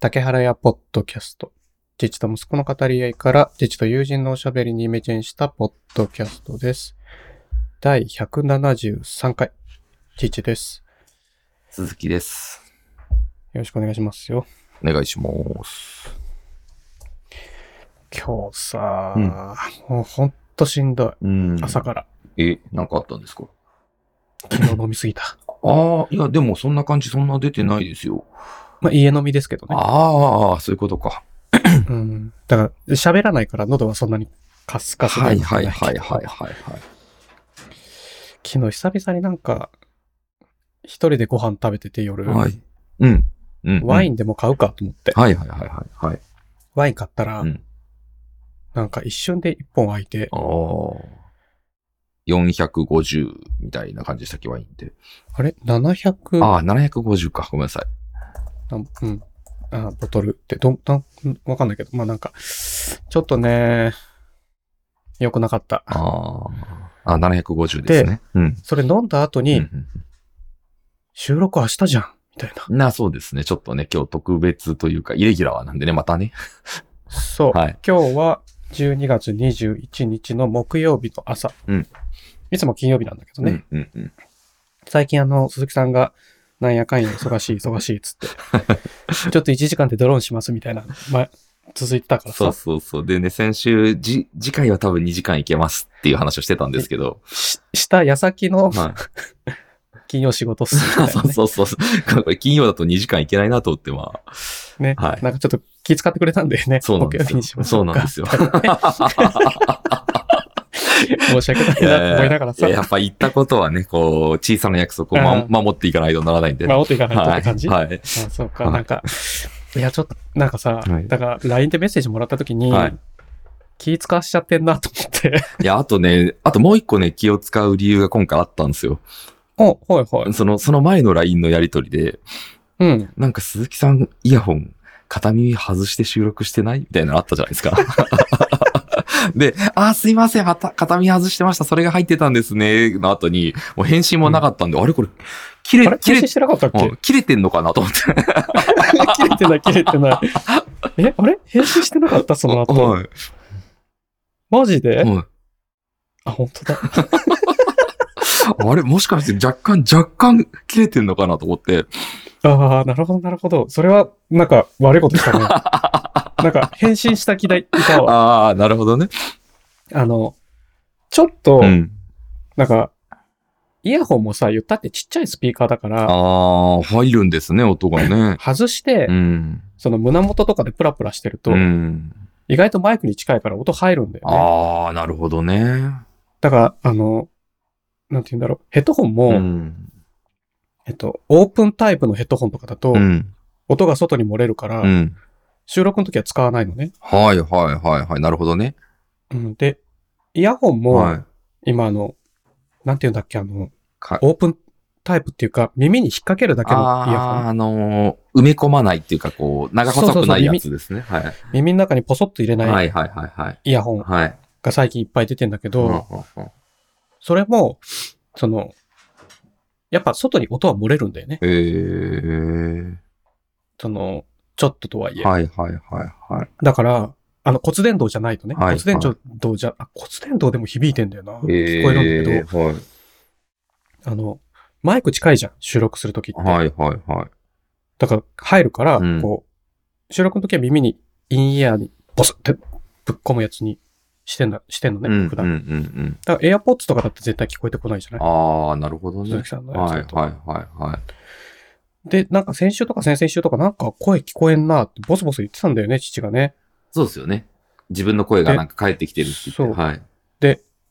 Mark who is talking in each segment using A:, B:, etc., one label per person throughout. A: 竹原屋ポッドキャスト。父と息子の語り合いから、父と友人のおしゃべりにイメチェンしたポッドキャストです。第173回、父です。
B: 鈴木です。
A: よろしくお願いしますよ。
B: お願いします。
A: 今日さ、
B: うん
A: もうほんとしんど
B: うん
A: い。朝から。
B: え、なんかあったんですか
A: 昨日飲みすぎた。
B: ああ、いや、でもそんな感じ、そんな出てないですよ。
A: まあ家飲みですけどね。
B: ああ、そういうことか。
A: うん。だから、喋らないから喉はそんなにカスカス
B: は
A: ないんじゃ
B: は
A: ないい
B: はいはいはい。はい
A: 昨日久々になんか、一人でご飯食べてて夜、
B: はい。うん。うん。
A: ワイ
B: ン。
A: ンでも買うかと思って、
B: はいはいはいはい。はい。
A: ワイン買ったら、
B: うん
A: なんか一瞬で一本空いて、
B: ああ。450みたいな感じでしたっけ、ワインって。
A: あれ ?700?
B: ああ、750か。ごめんなさい。
A: なんうん。あ、ボトルって、どん、なん、わかんないけど、まあなんか、ちょっとね、良くなかった。
B: ああ。あ、750ですね。うん。
A: それ飲んだ後
B: うん
A: に、
B: うん
A: 収録明日じゃんみたいな。
B: うんな、そうですね。ちょっとね、今日特別というか、イレギュラーなんでね、またね。
A: そう。
B: はい
A: 今日は12月21日の木曜日の朝。
B: うん
A: いつも金曜日なんだけどね。
B: うんうんうん。
A: 最近あの、鈴木さんが、なんやかんや忙しい忙しいっ つって、ちょっと1時間でドローンしますみたいな、まあ、続いてたから
B: そう
A: さ、
B: そうそう。でね、先週、じ、次回は多分2時間いけますっていう話をしてたんですけど、
A: しした矢先の
B: ま
A: 金曜仕事っす
B: あ、
A: みたいな
B: そう
A: ね。
B: そうそうそう。 これ金曜だと2時間いけないなと思って、まあ、
A: ね、
B: はい
A: なんかちょっと気遣ってくれたんだよね。
B: そうなんで
A: 木曜
B: す
A: 日
B: よ。
A: にしまし
B: そ
A: ょ
B: う
A: か
B: なんですよ。
A: 申し訳ない
B: いや
A: なと思
B: いや
A: いながらさ
B: いや、やっぱ言ったことはね、こう、小さな約束を、ま
A: うん
B: 守っていかないとならないんで。
A: まあ、お手がないとっ
B: は
A: て感じ。
B: い。はい。
A: あそうか、
B: はい
A: なんか、いや、ちょっと、なんかさ、
B: はい
A: だから、LINE でメッセージもらったときに、
B: はい
A: 気使わしちゃってんなと思って、
B: いや、あとね、あともう一個ね、気を使う理由が今回あったんですよ。
A: お、ほいほい。
B: その、その前の LINE のやりとりで、
A: うん。
B: なんか鈴木さん、イヤホン、片耳外して収録してないみたいなのあったじゃないですか。 で、あー、すいません、また、片耳外してました。それが入ってたんですね。の後に、もう返信もなかったんで、あれこれ、切
A: あれ
B: れ、切
A: 停止
B: れ、
A: してなかったっけ
B: うん切れてんのかなと思って。
A: 切れてない、切れてない。え、あれ編集してなかったその後。
B: はい
A: マジで、
B: はい
A: あ、本当だ。
B: あれ、もしかして若干、若干切れてんのかなと思って。
A: ああ、なるほど、なるほど。それは、なんか、悪いこと したね。なんか、返信した気だいたわ。
B: ああ、なるほどね。
A: あの、ちょっと、
B: うん。
A: なんか、イヤホンもさ、言ったってちっちゃいスピーカーだから、
B: ああ、入るんですね、音がね。
A: 外して、
B: うん。
A: その胸元とかでプラプラしてると、
B: うん。
A: 意外とマイクに近いから音入るんだよね。
B: ああ、なるほどね。
A: だから、あの、なんて言うんだろう。ヘッドホンも、
B: うん。
A: えっと、オープンタイプのヘッドホンとかだと、
B: うん。
A: 音が外に漏れるから、
B: うん。
A: 収録の時は使わないのね。
B: はいはいはいはい。なるほどね。
A: うん、で、イヤホンも、
B: はい。
A: 今あの、なんて言うんだっけ、あの、
B: か
A: オープンタイプっていうか、耳に引っ掛けるだけのイヤ
B: あ
A: ホ
B: ー、
A: ン。
B: あのー埋め込まないっていうか、こう、長細くないやつですね。はい。
A: 耳の中にポソッと入れ
B: は
A: ない
B: いはいはいはい。
A: イヤホン
B: はい。
A: が最近いっぱい出てんだけど、
B: うんうんうん
A: それも、その、やっぱ外に音は漏れるんだよね。
B: えー。
A: その、ちょっととはいえ。
B: はいはいはいはい。
A: だから、あの骨伝導じゃないとね、
B: はい
A: 骨伝導じゃ、あ骨伝導でも響いてんだよな。
B: えー
A: 聞こえるんだけど、
B: はい
A: あの、マイク近いじゃん、収録するときって。
B: はいはいはい。
A: だから、入るから、
B: うん
A: こう、収録の時は耳に、インイヤーに、ボスってぶっ込むやつにしてんだ、してんのね、
B: うんうん
A: 普
B: うんう
A: 段。
B: ん。
A: だから、エアポッツとかだって絶対聞こえてこないじゃない
B: ああ、なるほど
A: 鈴
B: ね
A: 木。さんのやつ
B: はい
A: だと。
B: はいはいはい。
A: で、なんか先週とか先々週とかなんか声聞こえんなってボソボソ言ってたんだよね、父がね。
B: そうですよね。自分の声がなんか返ってきてるって言って。
A: そう
B: はい。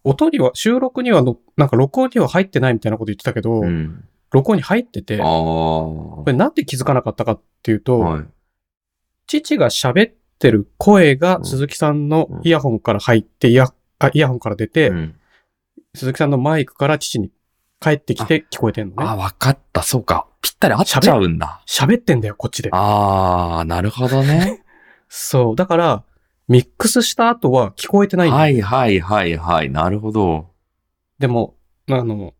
A: 音には、収録にはの、なんか録音には入ってないみたいなこと言ってたけど、
B: うん。
A: 録音に入ってて、
B: あ
A: こ
B: あ。
A: れなんで気づかなかったかっていうと、
B: はい。
A: 父が喋ってる声が
B: うん
A: 鈴木さんのイヤホンから入って、イヤ、あ、イヤホンから出て、
B: うん
A: 鈴木さんのマイクから父に帰ってきて聞こえてんの
B: あ、
A: ね。
B: わかった。そうか。ぴったり合っちゃうんだ。
A: 喋ってんだよ、こっちで。
B: ああ、なるほどね。
A: そう。だから、ミックスした後は聞こえてないんだよ。
B: はいはいはいはい。なるほど。
A: でも、あの、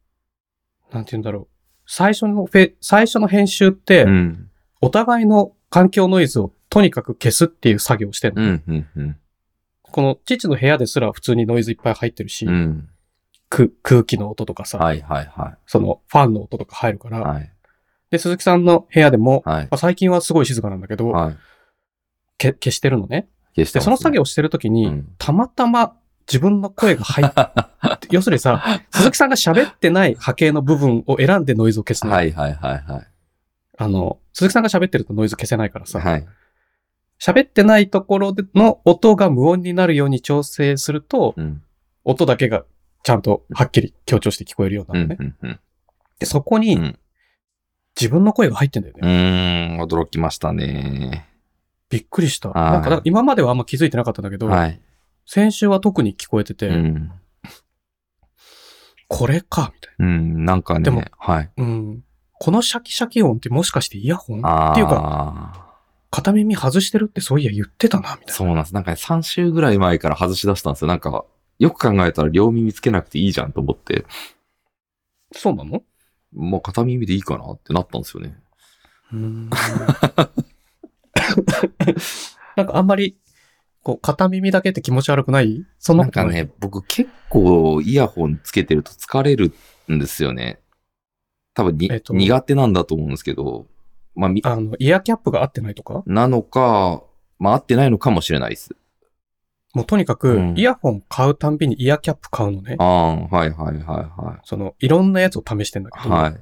A: なんて言うんだろう。最初のフェ、最初の編集って、
B: うん。
A: お互いの環境ノイズをとにかく消すっていう作業をしてる
B: う
A: の、
B: ん、うん、うん。
A: この父の部屋ですら普通にノイズいっぱい入ってるし、
B: うん。
A: く空気の音とかさ、
B: はい、はい、は
A: そのファンの音とか入るから、
B: い。はい、
A: で、鈴木さんの部屋でも、
B: はい。
A: まあ最近はすごい静かなんだけど、
B: はい。
A: け消してるのね。
B: 消し
A: で、
B: てます
A: その作業をしてるときに、
B: うん
A: たまたま自分の声が入 って、要するにさ、鈴木さんが喋ってない波形の部分を選んでノイズを消すの。
B: はい、はい、はい、はい。
A: あの、鈴木さんが喋ってるとノイズ消せないからさ、
B: はい。
A: 喋ってないところでの音が無音になるように調整すると、
B: うん。
A: 音だけがちゃんとはっきり強調して聞こえるように
B: う
A: なる
B: ん
A: のね。
B: うんうん。
A: で、そこ
B: う
A: に
B: ん
A: 自分の声が入ってんだよね。
B: うーん、驚きましたね。
A: びっくりした。
B: はい
A: なんか、なんか今まではあんま気づいてなかったんだけど、
B: はい。
A: 先週は特に聞こえてて、
B: うん。
A: これか、みたい
B: うん、なんか
A: でも
B: ね、はい。
A: な。うん。このシャキシャキ音ってもしかしてイヤホン
B: ああ。
A: っていうか、片耳外してるってそういや言ってたな、みたいな。
B: そうなんです。なんかね、3週ぐらい前から外し出したんですよ。なんか、よく考えたら両耳つけなくていいじゃんと思って、
A: そうなの
B: もう片耳でいいかなってなったんですよね。
A: うーん なんかあんまり、こう、片耳だけって気持ち悪くないそんな
B: なん
A: こと
B: か
A: ない。
B: ね、僕結構イヤホンつけてると疲れるんですよね。多分に、
A: えっと
B: 苦手なんだと思うんですけど、まあ、み
A: あの、イヤーキャップが合ってないとか
B: なのか、まあ合ってないのかもしれないです。
A: もうとにか
B: う
A: く
B: ん、
A: イヤホン買うたんびにイヤーキャップ買うのね
B: あ。あ、はいはいはいは
A: その、いろんなやつを試してんだけ
B: い。
A: ど。
B: はい。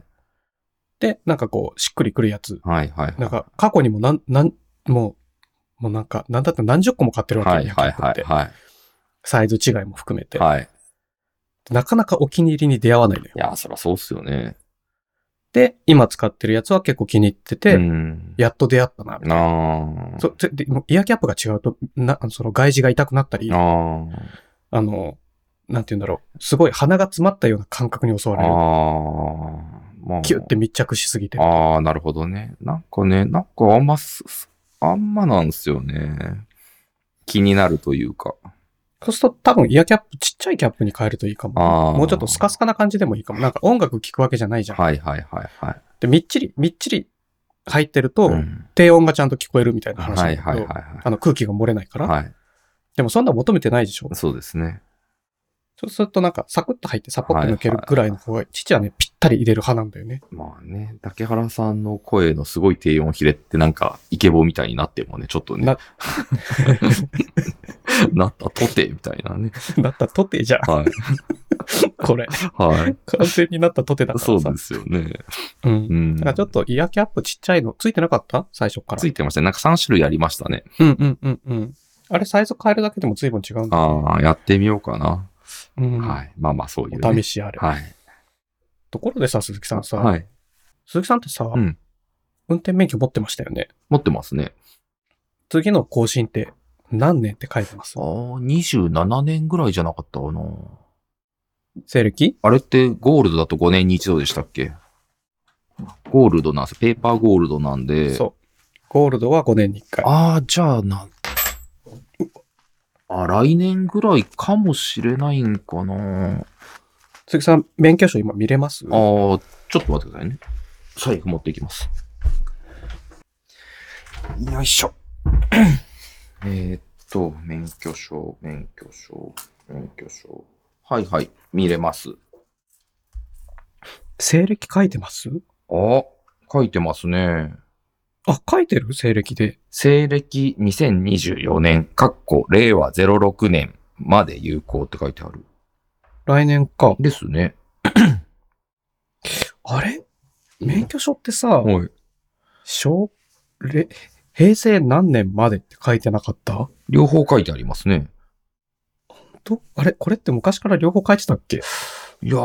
A: で、なんかこう、しっくりくるやつ。
B: はいはい。
A: なんか、過去にもなん、なん、もう、もうなんか、なんだったら何十個も買ってるわけ
B: は
A: よ
B: い
A: イヤーキ
B: はい
A: ャップっ
B: はい
A: て。
B: は
A: サイズ違いも含め
B: い。
A: て。
B: はい。
A: なかなかお気に入りに出会わないのよ
B: い。や、そりゃそうっすよね。
A: で、今使ってるやつは結構気に入ってて、
B: うん。
A: やっと出会ったな、みたいな。
B: ああ。
A: そうででもイヤーキャップが違うと、なあのその外耳が痛くなったり、あ
B: ああ。
A: の、なんて言うんだろう、すごい鼻が詰まったような感覚に襲われる。
B: ああ、まあ。
A: キュッて密着しすぎて。
B: ああ、なるほどね。なんかね、なんかあんます、すあんまなんですよね。気になるというか。
A: そうすると多分イヤーキャップ、ちっちゃいキャップに変えるといいか
B: あ
A: も。
B: ー
A: もうちょっとスカスカな感じでもいいかも。なんか音楽聴くわけじゃないじゃん。
B: はいはいはいはい。
A: で、みっちり、みっちり入ってると、
B: うん
A: 低音がちゃんと聞こえるみたいな話
B: は
A: ないんだ
B: はい
A: け
B: はい
A: ど、あの空気が漏れないから。
B: はい。はい。
A: でもそんな求めてないでしょ。
B: そうですね。
A: そうするとなんかサクッと入ってサポッと抜けるぐらいの方が、父はね、ぴったり入れる派なんだよね。
B: まあね、竹原さんの声のすごい低音ひれってなんかイケボみたいになってもね、ちょっとね
A: な。
B: なったとて、みたいなね。
A: なったとてじゃん、
B: はい。
A: これ。
B: はい。
A: 完全になったとてだからさ。
B: そうですよね。
A: うん。
B: うん。
A: だからちょっとイヤーキャップちっちゃいのついてなかった最初から。
B: ついてましたね。なんか3種類ありましたね。
A: うんうんうんうん。あれサイズ変えるだけでも随分違うんだ。
B: ああ、やってみようかな。
A: うん、
B: はい。まあまあ、そういう、ね。
A: お試しあれ、
B: はい。
A: ところでさ、鈴木さんさ、
B: はい。
A: 鈴木さんってさ、
B: うん
A: 運転免許持ってましたよね。
B: 持ってますね。
A: 次の更新って何年って書いてます
B: ああ、27年ぐらいじゃなかったかな。
A: 西暦
B: あれってゴールドだと5年に一度でしたっけゴールドなんです。ペーパーゴールドなんで。う。
A: そう。ゴールドは5年に1回。
B: ああ、じゃあな、あ、来年ぐらいかもしれないんかな。
A: 鈴木さん、免許証今見れます
B: ああ、ちょっと待ってくださいね。財布持っていきます。よいしょ。 えーっと、免許証、免許証、免許証。はいはい、見れます。
A: 西暦書いてます
B: あ、書いてますね。
A: あ、書いてる西暦で。
B: 西暦2024年、かっこ令和06年まで有効って書いてある。
A: 来年か。
B: ですね。
A: あれ免許証ってさ、
B: はい。
A: 小、れ、平成何年までって書いてなかった
B: 両方書いてありますね。
A: と、あれこれって昔から両方書いてたっけ
B: いやー、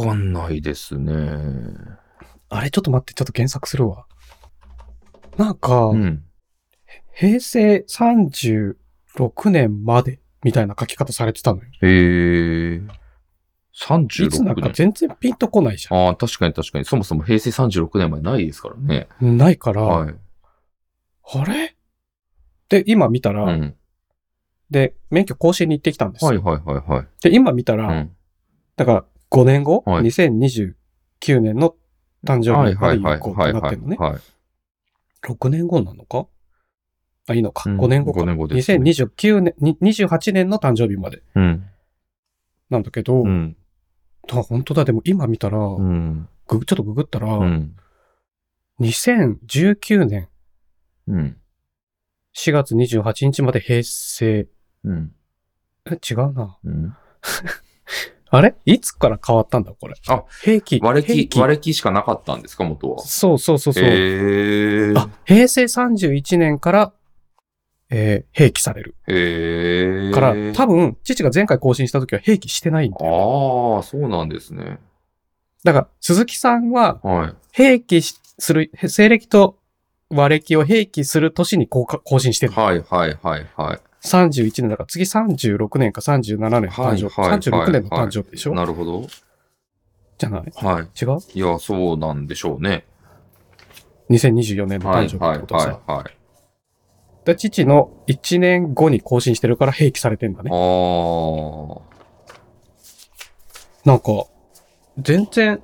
B: わかんないですね。
A: あれちょっと待って、ちょっと検索するわ。なんか、
B: うん。
A: 平成36年までみたいな書き方されてたのよ。
B: へえ。
A: いつなんか
B: 36年。
A: 全然ピンとこないじゃ
B: ああ、確かに確かに。そもそも平成36年までないですからね。
A: ん。ないから、
B: はい。
A: あれで、今見たら、
B: うん。
A: で、免許更新に行ってきたんですよ。
B: はいはいはいはい。
A: で、今見たら、
B: うん。
A: だから5年後、
B: はい
A: 2029年の誕生
B: は
A: 日
B: い
A: ま
B: は
A: で
B: いは
A: 有
B: い
A: 効っ
B: は
A: て
B: い
A: なっ
B: は
A: て
B: い
A: るのね。
B: はい。
A: 6年後なのかあ、いいのか。
B: うん
A: 5年後か。
B: 5年後ですね
A: 2029年、に28年の誕生日まで
B: うん。
A: なんだけど、
B: うん。
A: あ本当だ、でも今見たら、
B: うん。
A: グちょっとググったら、
B: うん。
A: 2019年
B: うん。
A: 4月28日まで平成。
B: うん。
A: え違うな。
B: うん。
A: あれいつから変わったんだ、これ。
B: あ、
A: 平気。
B: 割れ
A: 平
B: 木、
A: 均
B: 割れ木しかなかったんですか、元は。
A: そうそうそうそう、
B: えー
A: あ、平成31年から、えー、併記される。
B: えー。
A: から、多分、父が前回更新した時は併記してないんだよ。
B: ああ、そうなんですね。
A: だから、鈴木さんは、
B: はい。
A: 併記しする、西暦と和暦を併記する年に更更新してる。
B: はいはいはいはい。
A: 31年だから、次36年か37年の誕生日。
B: はいはいはい
A: 36年の誕生日でしょ、
B: なるほど。
A: じゃない
B: は
A: 違う
B: い。いや、そうなんでしょうね。
A: ?2024 年の
B: は
A: 誕
B: い
A: 生
B: は
A: 日
B: い
A: ってことさ。
B: はいはい。
A: で父の1年後に更新してるから併記されてんだね。
B: ああ。
A: なんか、全然、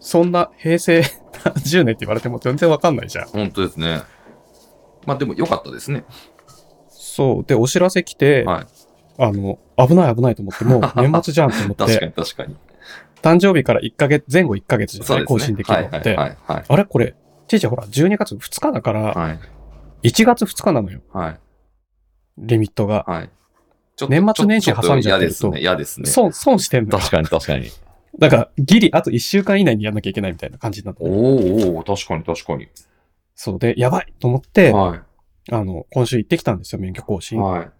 A: そんな平成10年って言われても全然わかんないじゃん。
B: 本当ですね。まあでも良かったですね。
A: そう。で、お知らせ来て、
B: はい。
A: あの、危ない危ないと思って、 もう年末じゃんと思っ
B: 確か
A: て、
B: に確かに。
A: 誕生日から1ヶ月、前後1ヶ月じゃない、更新でき
B: は
A: る
B: い
A: の
B: は
A: っ
B: い
A: て。
B: はいはい。
A: あれこれ、父ほら、12月2日だから、
B: はい
A: 1月2日なのよ、
B: はい
A: リミットが。
B: はい。ちょっと
A: 年末年始
B: ちょっと
A: 挟んじゃってると
B: ちょっと嫌ですね。嫌ですね。
A: 損、損してんのよ。
B: 確かに確かに。
A: だから、ギリあと1週間以内にやんなきゃいけないみたいな感じになったのよ。
B: おーおー確かに確かに。
A: そうで、やばいと思って、
B: は
A: あの、今週行ってきたんですよ、免許更
B: い。
A: 新。
B: はい。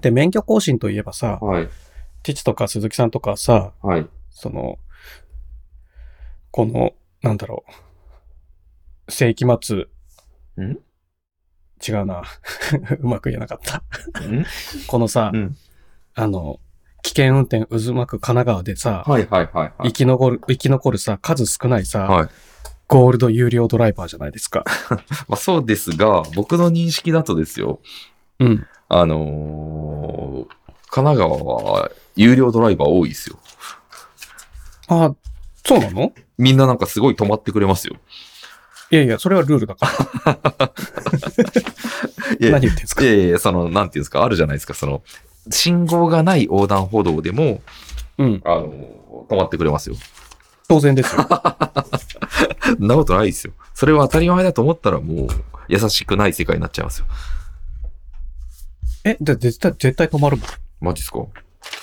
A: で、免許更新といえばさ、
B: はい。
A: ティチとか鈴木さんとかさ、
B: はい。
A: その、この、なんだろう、世紀末、
B: ん
A: 違うな。 うまく言えなかった。
B: ん
A: このさ、
B: うん
A: あの、危険運転渦巻く神奈川でさ、
B: はいはいはいは
A: 生
B: い。
A: き残る、生き残るさ、数少ないさ、
B: はい
A: ゴールド有料ドライバーじゃないですか。
B: まあそうですが、僕の認識だとですよ。
A: うん。
B: あのー神奈川は有料ドライバー多いですよ。
A: あ、そうなの
B: みんななんかすごい止まってくれますよ。
A: いやいや、それはルールだから。
B: いや
A: 何
B: い
A: 言ってんすか。
B: やいや、その、なんていうんですか、あるじゃないですか、その、信号がない横断歩道でも、
A: うん。
B: あのー止まってくれますよ。
A: 当然です よ。
B: そんなことないですよ。それは当たり前だと思ったらもう、優しくない世界になっちゃいますよ。
A: え、で、絶対、絶対止まるも
B: マジっすか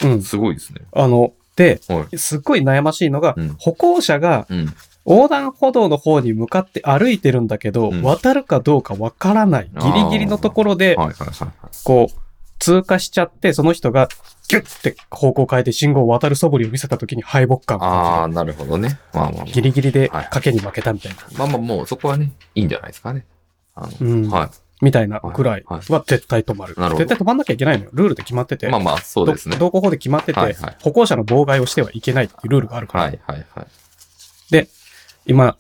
A: ん。うん。
B: すごいですね。
A: あの、で、
B: は
A: すっごい悩ましいのが、
B: うん
A: 歩行者が
B: うん。
A: 横断歩道の方に向かって歩いてるんだけど、
B: うん
A: 渡るかどうかわからない。
B: あー
A: ギリギリのところで、
B: はいはいはい。
A: こう、通過しちゃって、その人がギュッて方向変えて信号を渡る素振りを見せた時に敗北感を
B: ああ、
A: 感
B: なるほどね。まあまあまあ
A: じる。ギリギリで
B: はい
A: 賭けに負けたみたいな。
B: まあまあもう、そこはね、いいんじゃないですかね。あの
A: うん。
B: は
A: みたいなぐらい
B: は
A: はい絶対止まる。
B: なるほど
A: 絶対止まんなきゃいけないのよ。ルールで決まって
B: い。
A: て。
B: まあまあ、そうですね。
A: ど道交法で決まってて、
B: はいはい
A: 歩行者の妨害をしてはいけないっていうルールがあるから。
B: はいはいはい。
A: 今、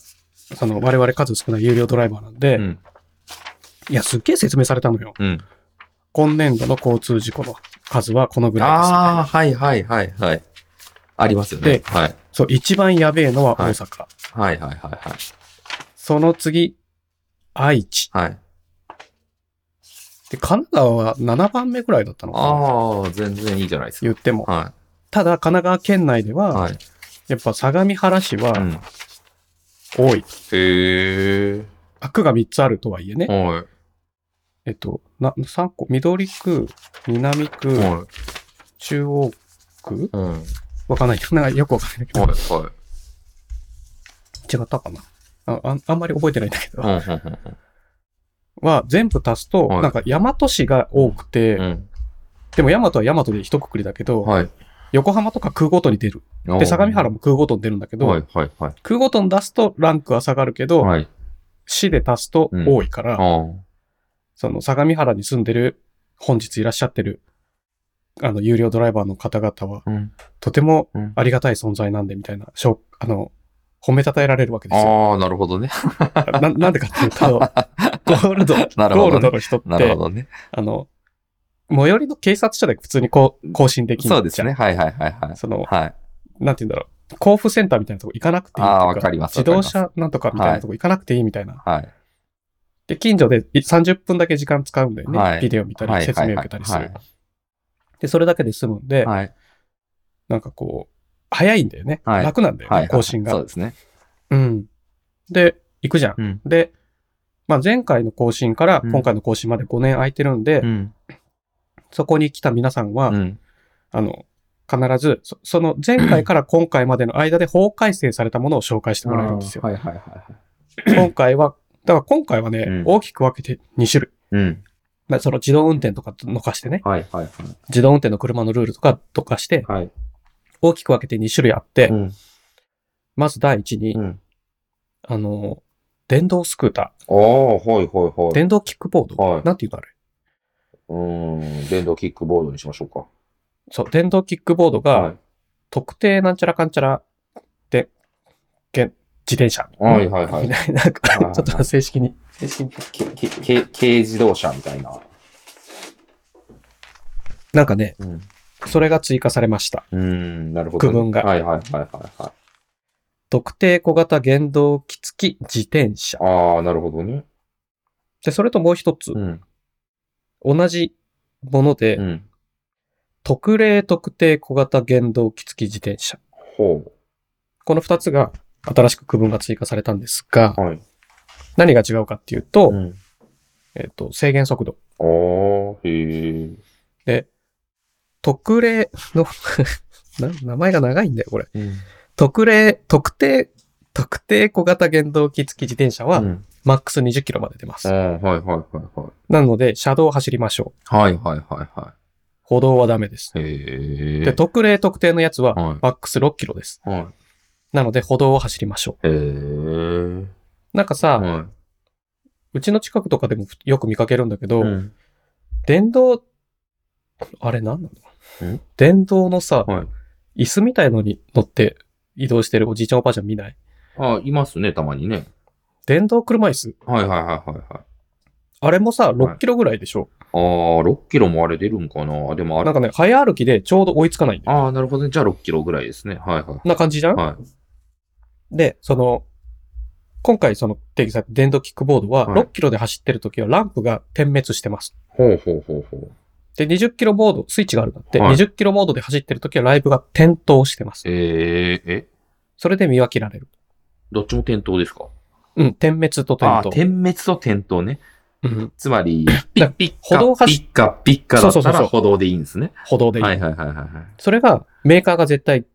A: その我々数少ない有料ドライバーなんで、
B: うん。
A: いや、すっげえ説明されたのよ。
B: うん。
A: 今年度の交通事故の数はこのぐらいです、
B: ああ、はいはいはいはい。ありますよね
A: で。
B: はい。
A: そう、一番やべえのは大阪。
B: はいはいはい
A: その次、愛知。
B: はい。はい。
A: で、神奈川は7番目ぐらいだったのかな
B: ああ、全然いいじゃないです
A: 言っても。
B: か。は
A: ただ、神奈川県内で
B: い。
A: は、
B: はい。
A: やっぱ相模原市
B: う
A: は
B: ん。
A: 多い。
B: へえ。
A: あ区が3つあるとはいえね。
B: は
A: えっと、な、3個、緑区、南
B: い。
A: 区、
B: は
A: 中央区
B: い。うん。はい。
A: わかんない。なんかよくわかんないけど、
B: はい。
A: 違ったかなああんあんまり覚えてないんだけど。
B: うんうん
A: は全部足すと、
B: はい
A: なんか大和市が多くて、
B: うんうん。
A: でも大和は大和で一括りだけど、
B: はい。
A: 横浜とか空ごとに出る。で、相模原も空ごとに出るんだけど、
B: はいはいはい。
A: 空ごとに出すとランクは下がるけど、
B: はい。
A: 市で足すと多いから、
B: あ
A: その相模原に住んでる、本日いらっしゃってる、あの、有料ドライバーの方々は、
B: あ。うん。
A: とても
B: うん
A: ありがたい存在なんで、みたいな、しょあの、褒めたたえられるわけですよ。
B: ああ、なるほどね。
A: ななんでかっていう と、ゴールド、
B: なる
A: ゴ
B: ほ
A: ール
B: どね
A: ドの人っ
B: なる
A: て
B: ほ、どね。
A: あの、最寄りの警察署で普通にこう更新できるじゃん
B: そうですね。。はいはいはいはい。
A: その、
B: はい。
A: なんて言うんだろう。交付センターみたいなとこ行かなくていいと
B: あ
A: か
B: あわかります
A: 自動車なんとかみたいなとこ行かなくていいみたいな
B: はい。
A: で、近所でい30分だけ時間使うんだよね。
B: はい
A: ビデオ見たり、説明受けたりする。で、それだけで済むんで、
B: はい。
A: なんかこう、早いんだよね。
B: はい
A: 楽なんだよね、
B: はい。
A: 更新が。
B: そうですね。
A: うん。で、行くじゃん。
B: うん。
A: で、まあ、前回の更新から
B: うん
A: 今回の更新まで5年空いてるんで、
B: うん。
A: そこに来た皆さんは、
B: うん。
A: あの、必ずそ、その前回から今回までの間で法改正されたものを紹介してもらえるんですよ。
B: はいはいはいはい。
A: 今回は、だから今回はね、
B: うん
A: 大きく分けて2種類。
B: うん。
A: まあ、その自動運転とかとかしてね、
B: はいはい
A: 自動運転の車のルールとかとかして、
B: はい。はい。
A: 大きく分けて2種類あって、
B: うん。
A: まず第一に、
B: うん。
A: あの、電動スクータ
B: ああ、はいはいは
A: ー、
B: い。
A: 電動キックボード、
B: はい
A: なんていうのあれ
B: うーん、電動キックボードにしましょうか。
A: そう、電動キックボードが、
B: はい。
A: 特定なんちゃらかんちゃらで、げ自転車。
B: はいはいはい
A: みたい な、なんか
B: はい
A: ちょっと正式に。
B: けけけ軽自動車みたいな。
A: なんかね、
B: うん。
A: それが追加されました。
B: ん、なるほど、
A: 区分が
B: はいはいはいはいはい。
A: 特定小型原動機付き自転車。
B: ああ、なるほどね。
A: で、それともう一つ、
B: うん。
A: 同じもので、
B: うん。
A: 特例特定小型原動機付き自転車。
B: ほ
A: この二つが新しく区分が追加されたんですが
B: う。、はい。
A: 何が違うかっていうと、
B: うん。
A: えっと、制限速度。
B: ああ、へえ。
A: 特例の な、名前が長いんだよ、これ。
B: うん。
A: 特例、特定、特定小型原動機付き自転車は、
B: うん、
A: マックス20キロまで出ます。
B: ああ、はいはいはいはい。
A: なので、車道を走りましょう。
B: はいはいはいは
A: 歩道はダメです。
B: い。へえ。
A: で、特例特定のやつは、
B: はい
A: マックス6キロです。
B: は
A: なので、歩道を走りましょ
B: い。へえ。
A: う。なんかさ、
B: は
A: うちの近くとかでもふよく見かけるんだけ
B: い。
A: ど、
B: うん。
A: 電動、あれなんなの
B: ん
A: 電動のさ、
B: はい。
A: 椅子みたいのに乗って移動してるおじいちゃんおばあちゃん見ない
B: ああ、いますね、たまにね。
A: 電動車椅子
B: はいはいはいはいはい。
A: あれもさ、
B: は
A: 6
B: い
A: キロぐらいでしょ、
B: ああ、6キロもあれ出るんかな。でもあれ
A: なんかね、早歩きでちょうど追いつかないんだよ。
B: ああ、なるほどね。じゃあ6キロぐらいですね。はいは
A: な感じじゃん
B: い。はい。
A: で、その、今回その定義された電動キックボードは、
B: はい
A: 6キロで走ってる時はランプが点滅してます。
B: ほうほうほうほう。
A: で、20キロモード、スイッチがあるんだって、
B: はい
A: 20キロモードで走ってる時はライブが点灯してます。
B: えー、え
A: それで見分けられる。
B: どっちも点灯ですか
A: うん、点滅と点
B: あ
A: 灯
B: ー。点滅と点灯ね。
A: うん、
B: つまり、ピ
A: だ
B: ッピッ
A: 歩道
B: カ、ピ
A: 走
B: ッカ、ピッカだ
A: そう
B: っ
A: そう
B: た
A: そうそ
B: ら
A: う
B: 歩道でいいんですね。
A: 歩道でいい。
B: はいはいはいはいはい。
A: それが、メーカーが絶対、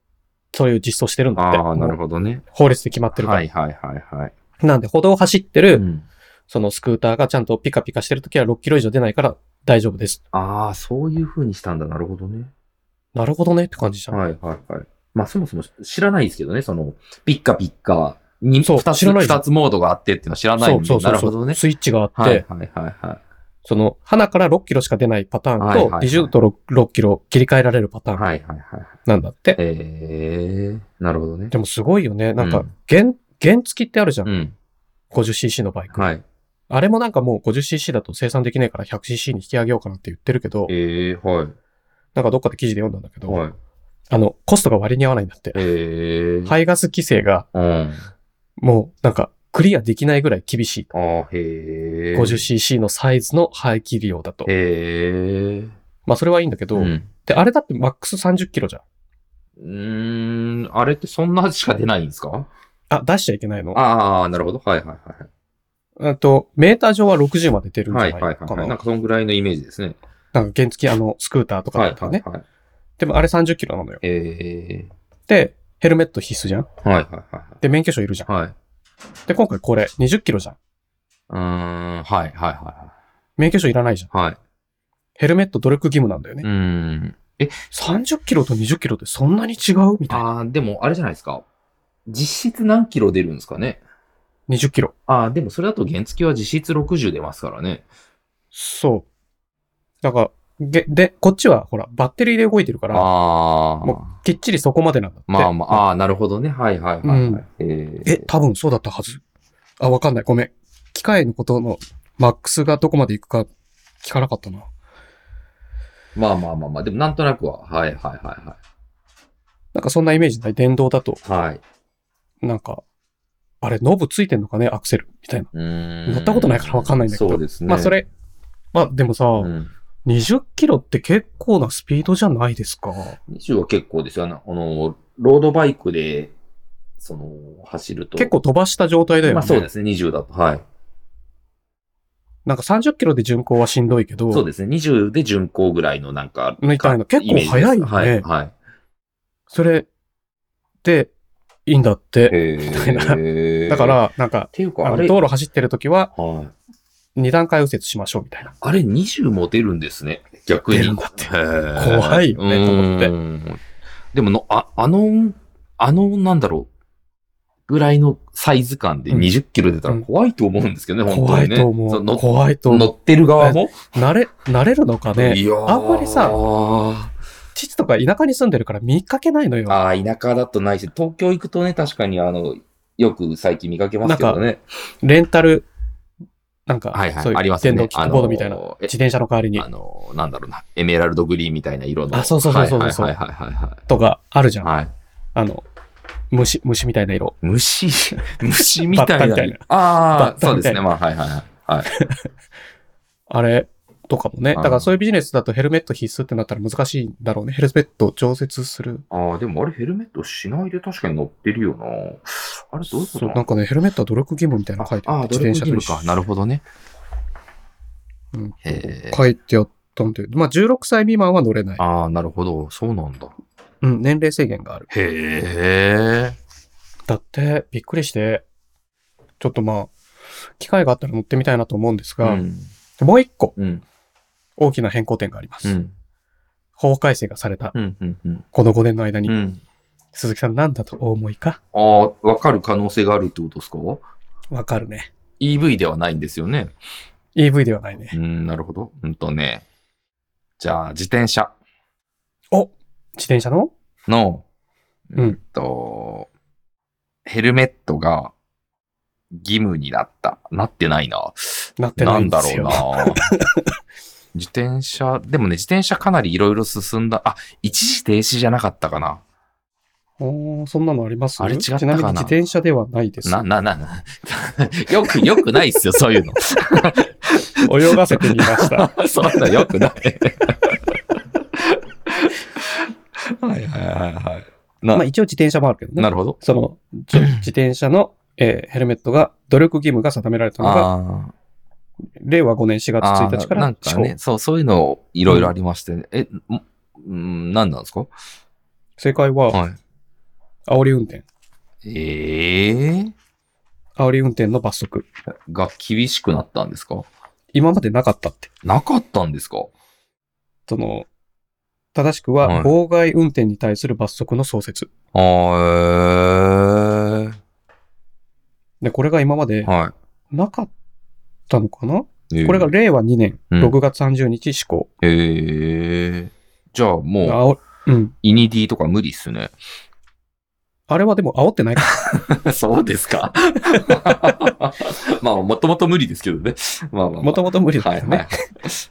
A: そういう実装してるんだって。
B: ああ、なる
A: もう
B: ほどね。
A: 法律で決まってるから。
B: はいはいはいはい。
A: なんで、歩道を走ってる、
B: うん
A: そのスクーターがちゃんとピカピカしてる時は6キロ以上出ないから大丈夫です。
B: ああ、そういう風にしたんだ。なるほどね。
A: なるほどねって感じじゃん。
B: はいはいはい。まあそもそも知らないですけどね、その、ピッカピッカに
A: そう
B: 2つ、
A: 知らない
B: 二つモードがあってっていうのは知らない
A: そ
B: ん
A: うそ
B: で、
A: うそ
B: な
A: う
B: る
A: そ
B: ほ
A: う
B: どね。
A: スイッチがあって、
B: はいはいはいはい。
A: その、花から6キロしか出ないパターンと、
B: はいはいはい
A: 20と 6, 6キロ切り替えられるパターン
B: はいはいはい。
A: なんだって。
B: ええなるほどね。
A: でもすごいよね。なん
B: う
A: か
B: ん、
A: 原、原付きってあるじゃん。
B: うん。
A: 50cc のバイク。
B: はい。
A: あれもなんかもう 50cc だと生産できないから 100cc に引き上げようかなって言ってるけど、
B: ええはい。
A: なんかどっかで記事で読んだんだけど、
B: はい。
A: あの、コストが割に合わないんだって。
B: ええ
A: 排ガス規制が
B: うん。
A: もうなんかクリアできないぐらい厳しい。
B: ああ、へえ。。
A: 50cc のサイズの排気量だと。
B: ええ
A: まあそれはいいんだけど、
B: うん。
A: で、あれだってマックス30キロじゃん。
B: うーん、あれってそんなしか出ないんですか
A: あ、出しちゃいけないの
B: ああ、なるほど。はいはいはい。
A: えっと、メーター上は60まで出るんじゃ
B: は
A: ない
B: い
A: かな。
B: はいはい。なんかそんぐらいのイメージですね。
A: なんか原付きあの、スクーターとか
B: は
A: だ
B: い
A: った
B: は
A: ら
B: い
A: ね。
B: はい。
A: でもあれ30キロなのよ。
B: ええ
A: で、ヘルメット必須じゃん
B: はいはいはい
A: で、免許証いるじゃん。
B: はい。はい。う
A: で、今回これ20キロじゃん。
B: ーん、はいはいは
A: 免許証いらないじゃん。
B: いはい。はい。
A: ヘルメット努力義務なんだよね
B: う。ーん。
A: 30キロと20キロってそんなに違うみたいな。
B: ああ、でもあれじゃないですか。実質何キロ出るんですかね
A: 20キロ。
B: ああ、でもそれだと原付は実質60出ますからね。
A: そう。だから、げで、こっちはほら、バッテリーで動いてるから、
B: ああ。
A: もきっちりそこまでなんだって。
B: まあまあ、ああー、なるほどね。はいはいはい、はいえ
A: え、多分そうだったはず。あ、わかんない。ごめん。機械のことのマックスがどこまで行くか聞かなかったな。
B: まあまあまあまあ、でもなんとなくは。はいはいは
A: なんかそんなイメージない。電動だと、
B: いはい。はい。
A: なんか、あれ、ノブついてんのかね、アクセル。みたいな。
B: 乗
A: ったことないからわかんないんだけど
B: そうですね。
A: まあ、そ、れ、まあ、でもさ、
B: うん、
A: 20キロって結構なスピードじゃないですか。
B: 20は結構ですよ。あの、あのロードバイクで、その、走ると。
A: 結構飛ばした状態だよね。
B: まあそうですね、20だと。はい。
A: なんか30キロで巡航はしんどいけど、
B: そうですね、20で巡航ぐらいのなんか。
A: みたいな結構
B: イメージです
A: 早いよね
B: はい。はい。
A: それでいいんだって。
B: へー
A: だか、
B: っ
A: ら、なんか、
B: ていう
A: あ
B: か、あ
A: の
B: れ、
A: 道路走ってる時は
B: はい。
A: 2段階右折しましょうみたいな。
B: あれ20も出るんですね、逆に。
A: 出るんだって
B: へー
A: 怖いよねと思って
B: うんでものあ、あの、あの、なんだろう、ぐらいのサイズ感で
A: うん
B: 20キロ出たら怖いと思うんですけどね、本当
A: 怖
B: に
A: い
B: ね。
A: と思。
B: そうの
A: 怖いと
B: 乗
A: 思
B: ってる側も。
A: う。慣れ、慣れるのかね。
B: いやー
A: あんまりさ
B: あ
A: 父とか田舎に住んでるから見かけないのよ。
B: ー田舎だとないし、東京行くとね、確かにあの、よく最近見かけますけどね。
A: レンタル、なんか、
B: はいはい
A: そうい
B: あり
A: う
B: ますね
A: 電動キックボードみたいな。
B: あのーえ
A: 自転車の代わりに
B: あの、なんだろうな、エメラルドグリーンみたいな色の。
A: あそうそうそうそうそう
B: はいはいはいはいは
A: とかあるじゃ
B: い。
A: ん。
B: はい
A: あの、虫、虫みたいな色。
B: 虫、 虫みたい
A: バッタみ
B: な。
A: たいな
B: あ
A: バ
B: あ、
A: ッ
B: そ
A: タ
B: う
A: み
B: で
A: た
B: す
A: い
B: ね。
A: な
B: まあ、はいはいはい。はい、
A: あれとかもね。
B: あ
A: だ
B: ー
A: からそういうビジネスだとヘルメット必須ってなったら難しいんだろうね。ヘルメットを調節する。
B: ああ、でもあれヘルメットしないで確かに乗ってるよな。あれどういうこ
A: そ
B: と
A: う、なんかね、ヘルメットは努力義務みたいなの書いて
B: あ
A: あ
B: あ、
A: って、
B: 努
A: 自転
B: 力義
A: 車と
B: 務
A: 一緒
B: か。なるほどね。
A: うん
B: へえ。
A: 書いてあったんで、まあ16歳未満は乗れない。
B: ああ、なるほど。そうなんだ。
A: うん、年齢制限がある。
B: へえ。
A: だって、びっくりして、ちょっとまあ、機会があったら乗ってみたいなと思うんです
B: う
A: が、
B: ん。
A: もう一個
B: うん。
A: 大きな変更点があります。
B: うん。
A: 法改正がされた
B: うん。うんうん。
A: この5年の間に、
B: うん。
A: 鈴木さん何だとお思いか
B: ああ、わかる可能性があるってことですか
A: わかるね。
B: ?EV ではないんですよね。
A: EV ではないね。
B: うん、なるほど。うんとね。じゃあ、自転車。
A: お自転車の
B: の、
A: うん
B: うんと、ヘルメットが義務になった。なってないな。
A: なって
B: な
A: ない
B: ん
A: ん
B: だ
A: で
B: ろ
A: す
B: う
A: よ。
B: な。 自転車、でもね、自転車かなりいろいろ進んだ。あ、一時停止じゃなかったかな。
A: おーそんなのあります
B: あれ違ったか
A: ち
B: な
A: なみに自転車ではないです。
B: な、な、な、な。 よく、よくないっすよ、そういう の。
A: 泳がせてみま した。
B: そういうのよくない。はいはいはいはい。な、
A: まあ一応自転車もあるけどね。
B: なるほど。
A: その、 じょ自転車の、えーヘルメットが努力義務が定められたのが、
B: あー
A: 令和5年4月1日か
B: あーな
A: ら
B: ん
A: 施
B: か
A: 行。
B: ね、そう、そういうのいろいろありましてね。え、んうん、何なんですか
A: 正解は、
B: は
A: 煽り運転。
B: い。ええ
A: 煽り運転の罰則。
B: が厳しくなったんですか
A: 今までなかったって。
B: なかったんですか
A: その、正しく
B: はい
A: は、妨害運転に対する罰則の創設。
B: あー、え
A: で、これが今まで
B: ー、は。
A: なかったのかない
B: えー
A: これが、令和2年
B: うん
A: 6月30日施行。
B: えー、じゃあもう、
A: 煽うん。
B: イニディとか無理っす ね。
A: あれはでも煽ってないから。
B: そうですか まあ、もともと無理ですけどね。まあ まあ、
A: もともと無理だ
B: は
A: よ
B: い
A: ね。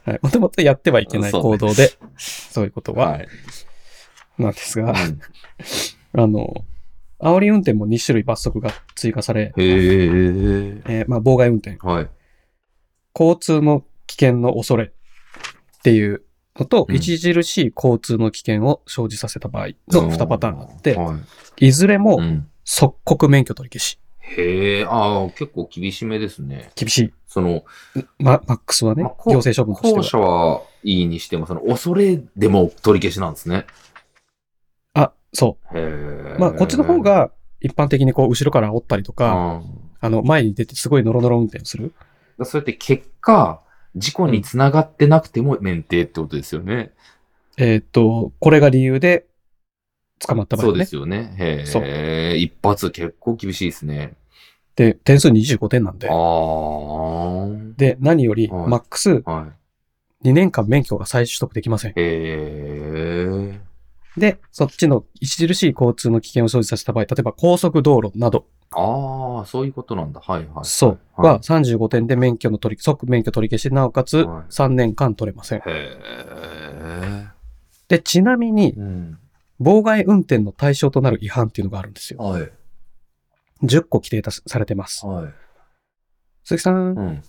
A: はいもともとやってはいけない行動で、そういうことは、
B: はい。
A: なんですが、
B: はい。
A: あの、煽り運転も2種類罰則が追加され、
B: へえ
A: えーまあ、妨害運転、
B: ー、はい。
A: 交通の危険の恐れっていうのと、
B: うん
A: 著しい交通の危険を生じさせた場合の2パターンがあって、
B: はい
A: いずれも
B: うん
A: 即刻免許取り消し。
B: へえ、ああ、結構厳しめですね。
A: 厳しい。
B: その、
A: ま、マックスはね、
B: まあこう
A: 行政処分と
B: 後
A: して
B: 者
A: は。
B: はいいにしても、その、恐れでも取り消しなんですね。
A: あ、そ
B: へえ
A: う。。まあ、こっちの方が一般的にこう、後ろから煽ったりと
B: うん、
A: か、あの、前に出てすごいノロノロ運転をする。
B: だそうやって結果、事故につながってなくても免停ってことですよね。
A: えーっと、これが理由で捕まった場
B: そ
A: 合
B: うで
A: ね。
B: すよね。へ
A: そう
B: え。一発結構厳しいですね。
A: で、点数25点なんで
B: あ。あ。
A: で、何より、
B: はい
A: マックス
B: は
A: 2年間免許が再取得できません。
B: い。へえ。
A: で、そっちの著しい交通の危険を生じさせた場合、例えば高速道路など、
B: ああ、そういうことなんだ。はいはい。
A: そう、
B: はい
A: は35点で免許の取り、即免許取り消し、なおかつ
B: はい
A: 3年間取れません。
B: へえ。
A: で、ちなみに、
B: うん。
A: 妨害運転の対象となる違反っていうのがあるんですよ。
B: はい。
A: 10個規定たされてます。
B: はい。
A: 鈴木さん、
B: うん。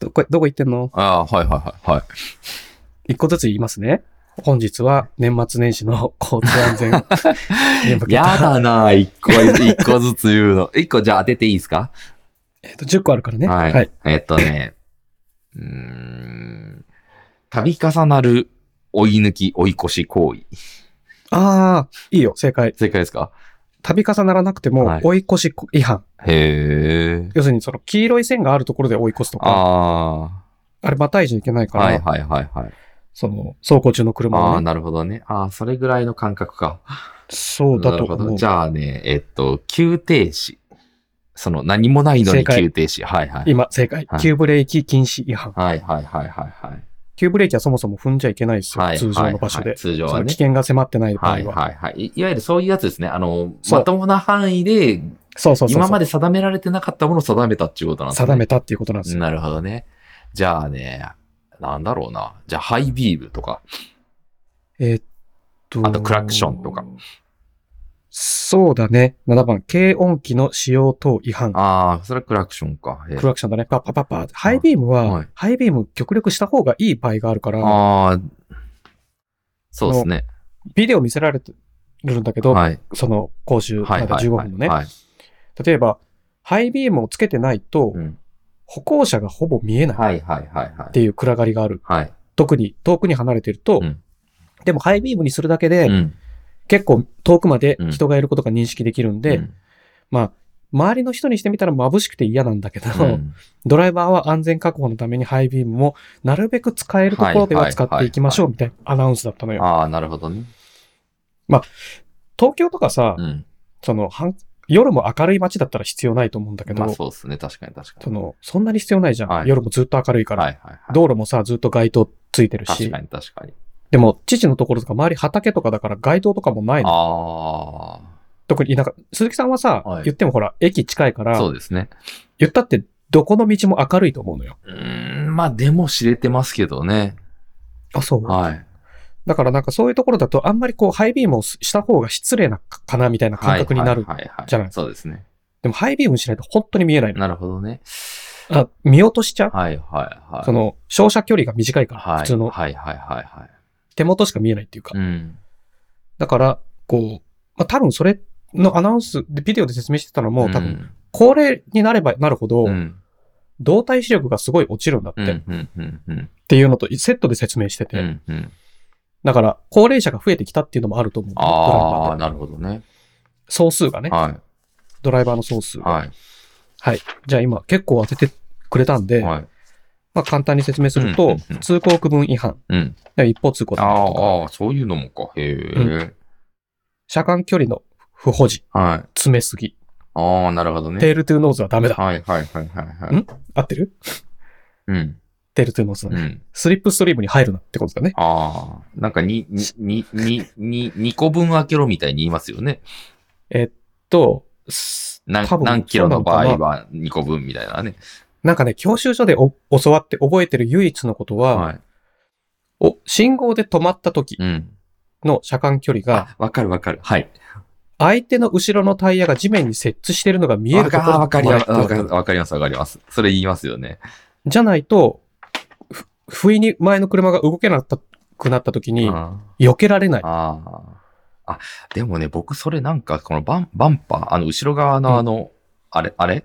A: どこ、どこ行ってんの
B: ああ、はいはいはい。はい。
A: 一個ずつ言いますね。本日は年末年始の 交通安 全に向け
B: や
A: た、
B: だな一個、一個ずつ言うの。一個じゃあ当てていいですか
A: えっと、10個あるからね。
B: はい。
A: はい。
B: えっとね、うーん、度重なる追い抜き、追い越し行為。
A: ああ、いいよ、正解。
B: 正解ですか
A: 度重ならなくて
B: は
A: も
B: い、
A: 追い越し違反。
B: へえ。
A: 要するに、その黄色い線があるところで追い越すとか、あ
B: あ
A: れ、またいじゃいけない
B: あ、
A: から、
B: はいはいはいはい。
A: その、走行中の車
B: あ
A: を
B: あ、
A: ね。
B: なるほどね。ああ、それぐらいの感覚か。
A: そうだ
B: な
A: と
B: るほ
A: 思
B: ど。
A: う
B: じ。ゃあね、えっと、急停止。その、何もないのに
A: 正解
B: 急停止。はいはい。
A: 今、正解
B: は。い
A: 急ブレーキ禁止違反。
B: はいはいはいはいはい。
A: 急ブレーキはそもそも踏んじゃいけないですよ
B: は。い
A: 通常の場所
B: はいは
A: で。
B: い通常
A: そ
B: は
A: の危
B: ね。
A: 険が迫ってない場合
B: はい
A: は。
B: はいはい。いいわゆるそういうやつですね。あの、
A: そう
B: まともな範囲で
A: そうそうそうそう。
B: 今まで定められてなかったものを定めたっていうことなんですね。
A: 定めたっていうことなんですよ。
B: なるほどね。じゃあね、なんだろうな。じゃあ、ハイビームとか。
A: えーっと。
B: あとクラクションとか。
A: そうだね。7番、軽音機の使用等違反。
B: ああ、それはクラクションか。へえ
A: クラクションだね。パッパッパッパー。ハイビームは、
B: はい
A: ハイビーム極力した方がいい場合があるから、
B: ああ、そうですね。
A: ビデオ見せられてるんだけど、
B: はい。
A: その講習、
B: はい。
A: なんか
B: はい。
A: 15分のね。
B: はい。
A: 例えば、ハイビームをつけてないと、
B: うん
A: 歩行者がほぼ見えないっ
B: はい。はい。はい。はい
A: ていう暗がりがある。
B: はい。
A: 特に遠くに離れてると、
B: うん
A: でもハイビームにするだけで、
B: うん
A: 結構遠くまで
B: うん
A: 人がいることが認識できるんで、
B: うん
A: まあ、周りの人にしてみたら眩しくて嫌なんだけど、
B: うん
A: ドライバーは安全確保のためにハイビームをなるべく使えるところでは使っていきましょうみたいなアナウンスだったのよ。
B: ああ、なるほどね。
A: 東京とかさ、
B: うん。
A: その半夜も明るい街だったら必要ないと思うんだけど、
B: まあ、そうですね。確かに確か
A: そ
B: に。
A: のそんなに必要ないじゃん、
B: はい
A: 夜もずっと明るいから、
B: はい。はい。はい
A: 道路もさ、ずっと街灯ついてる
B: 確
A: し
B: か、に確かに。
A: でも、父のところとか周り畑とかだから街灯とかもないの。
B: あ
A: 特に田舎、鈴木さんはさ、
B: はい
A: 言ってもほら、駅近いか
B: あ、そ
A: ら、
B: うですね。
A: 言ったってどこの道も明るいと思うのよ。
B: うーん、まあ、でも知れてますけどね。
A: あ、そう。
B: はい。
A: だからなんかそういうところだと、あんまりこう、ハイビームをした方が失礼なかかなみたいな感覚になる。
B: はいはいはは
A: じゃない
B: そうですね。
A: でもハイビームしないと本当に見えないの。
B: なるほどね。
A: あ、見落としちゃう、
B: はいはいはい。
A: その、照射距離が短いから、
B: はい、
A: 普通の
B: はいはいはいは
A: 手元しか見えないっていうか。
B: い。うん。
A: だから、こう、まあ、多分それのアナウンスで、ビデオで説明してたのも、多分、
B: ん、
A: 高齢になればなるほど、
B: うん。
A: 動体視力がすごい落ちるんだって、
B: うん。
A: っ
B: うん。うん。うん。
A: ていうのとセットで説明してて、
B: うん。うん。
A: だから、高齢者が増えてきたっていうのもあると思う。ドライバ
B: あ
A: ー
B: あ、
A: で
B: なるほどね。
A: 総数がね、
B: は
A: ドライバーの総数
B: い。
A: が。
B: は
A: じゃあ今結構当ててくれたんで、
B: い。はい。
A: まあ簡単に説明すると、
B: うんうんうん
A: 通行区分違反、
B: うん。
A: 一方通行
B: あ
A: だったりとか、
B: あ、ああそういうのもか。へえ。
A: 車間距離の不保持、
B: はい。
A: 詰めすぎ、
B: ああ、なるほどね。
A: テールトゥーノーズはダメだ。
B: はいはいはいはいはい。
A: ん合ってる
B: うん。
A: テールトゥーノーズだ
B: う
A: ね。
B: ん。
A: スリップストリームに入るなってことだね。
B: ああ、なんかに、に、に、に、に、2個分開けろみたいに言いますよね。
A: えっと、す
B: 何
A: 多分
B: 何キロの場
A: そうな
B: 合
A: のか
B: は2個分みたいなね。
A: なんかね、教習所でお教わって覚えてる唯一のことは、
B: はい。
A: お信号で止まった時
B: うん。
A: の車間距離が、
B: あ、わかるわかる。はい。
A: 相手の後ろのタイヤが地面に接地してるのが見えるところ
B: わか
A: で
B: り
A: 止ま
B: ま
A: れっ
B: す。
A: てこと
B: わかります。わかります。わかります。それ言いますよね。
A: じゃないと、ふ不意に前の車が動けなくなった時に
B: う、ん
A: 避けられない。
B: ああ。あ、でもね、僕それなんか、このバン、バンパー、あの、後ろ側のあの、あれ、あれ、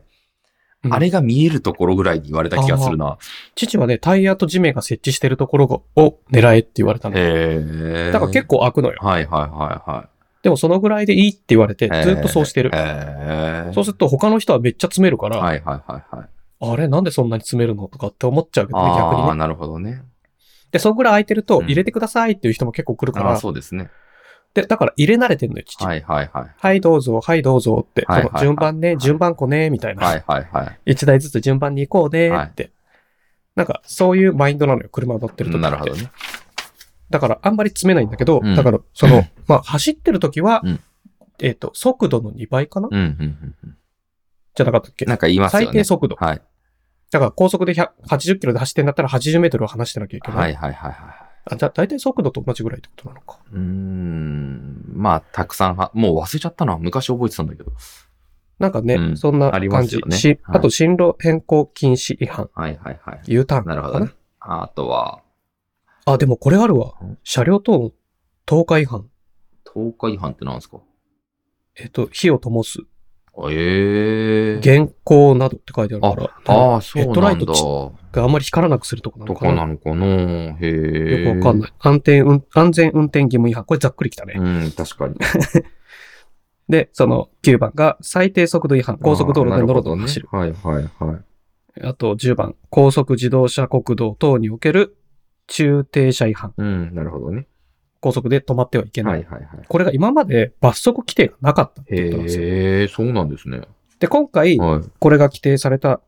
A: うん
B: あれが見えるところぐらいに言われた気がするな。
A: 父はね、タイヤと地面が設置してるところを狙えって言われたの。
B: へえ。
A: だから結構開くのよ。
B: 構。はいはいはいは
A: でもそのぐらいでいいって言われて、
B: い。
A: ずっとそうしてる。
B: へえ。
A: そうすると他の人はめっちゃ詰めるから、
B: はいはいはいはい。
A: あれなんでそんなに詰めるのとかって思っちゃうけどね、逆に
B: ああ、
A: ね。
B: なるほどね。
A: で、そのぐらい空いてると、
B: うん
A: 入れてくださいっていう人も結構来るか
B: ああ、
A: ら、
B: そうですね。
A: で、だから入れ慣れてんのよ、父。は、
B: はいいはいはい。
A: どうぞ、はい、どうぞって、
B: はいはい
A: その順番ね、
B: い
A: 順番こね、みたいな。
B: はいはいはい。
A: 一台ずつ順番に行こうねって。なんか、そういうマインドなのよ、車乗ってる時って。
B: なるほどね。
A: だから、あんまり詰めないんだけど、
B: うん
A: だから、その、まあ、走ってる時は、
B: うん
A: えっ、と、速度の2倍かな、
B: うんうんうんうん。
A: じゃなかったっけ、
B: なんか言いますよね。
A: 最低速度。
B: はい。
A: だから、高速で100 80キロで走ってんだったら80メートルを離してなきゃいけない。
B: はいはいはいはい。
A: あじゃあ、大体速度と同じぐらいってことなのか。
B: うーんまあ、たくさんは、もう忘れちゃったな。昔覚えてたんだけど。
A: なんかね、
B: うん
A: そんな
B: ありま
A: 感
B: す
A: じ
B: よ。ね
A: し
B: はい
A: あと、進路変更禁止違反。
B: はいはいはい。
A: U ターンか
B: な
A: な。
B: るほどね。あとは、
A: あ、でもこれあるわ
B: うん。
A: 車両等の投下違反。
B: 10日違反ってなんですか
A: えっと、火を灯す。
B: ええー。
A: 原稿などって書いてあるか
B: あ
A: ら、多分
B: あー、そう
A: ヘッドラ
B: なん
A: イ
B: だ。
A: ト
B: と
A: があんまり光らなくするとこなのか
B: か
A: な。
B: なのかなへえ。。
A: よくわかんないい。安定運、安全運転義務違反。これざっくりきたね。
B: うん、確かに。
A: で、その9番が最低速度違反。高速道路でノロノロ走る。
B: あー。なほどねはいはいはい。
A: あと10番、高速自動車国道等における駐停車違反。
B: うん、なるほどね。
A: 高速で止まってはいけない。
B: はいはいはい。
A: これが今まで罰則規定がなかったって言ったんですよ。
B: へえ、そうなんですね。
A: で、今回、
B: はい。
A: これが規定された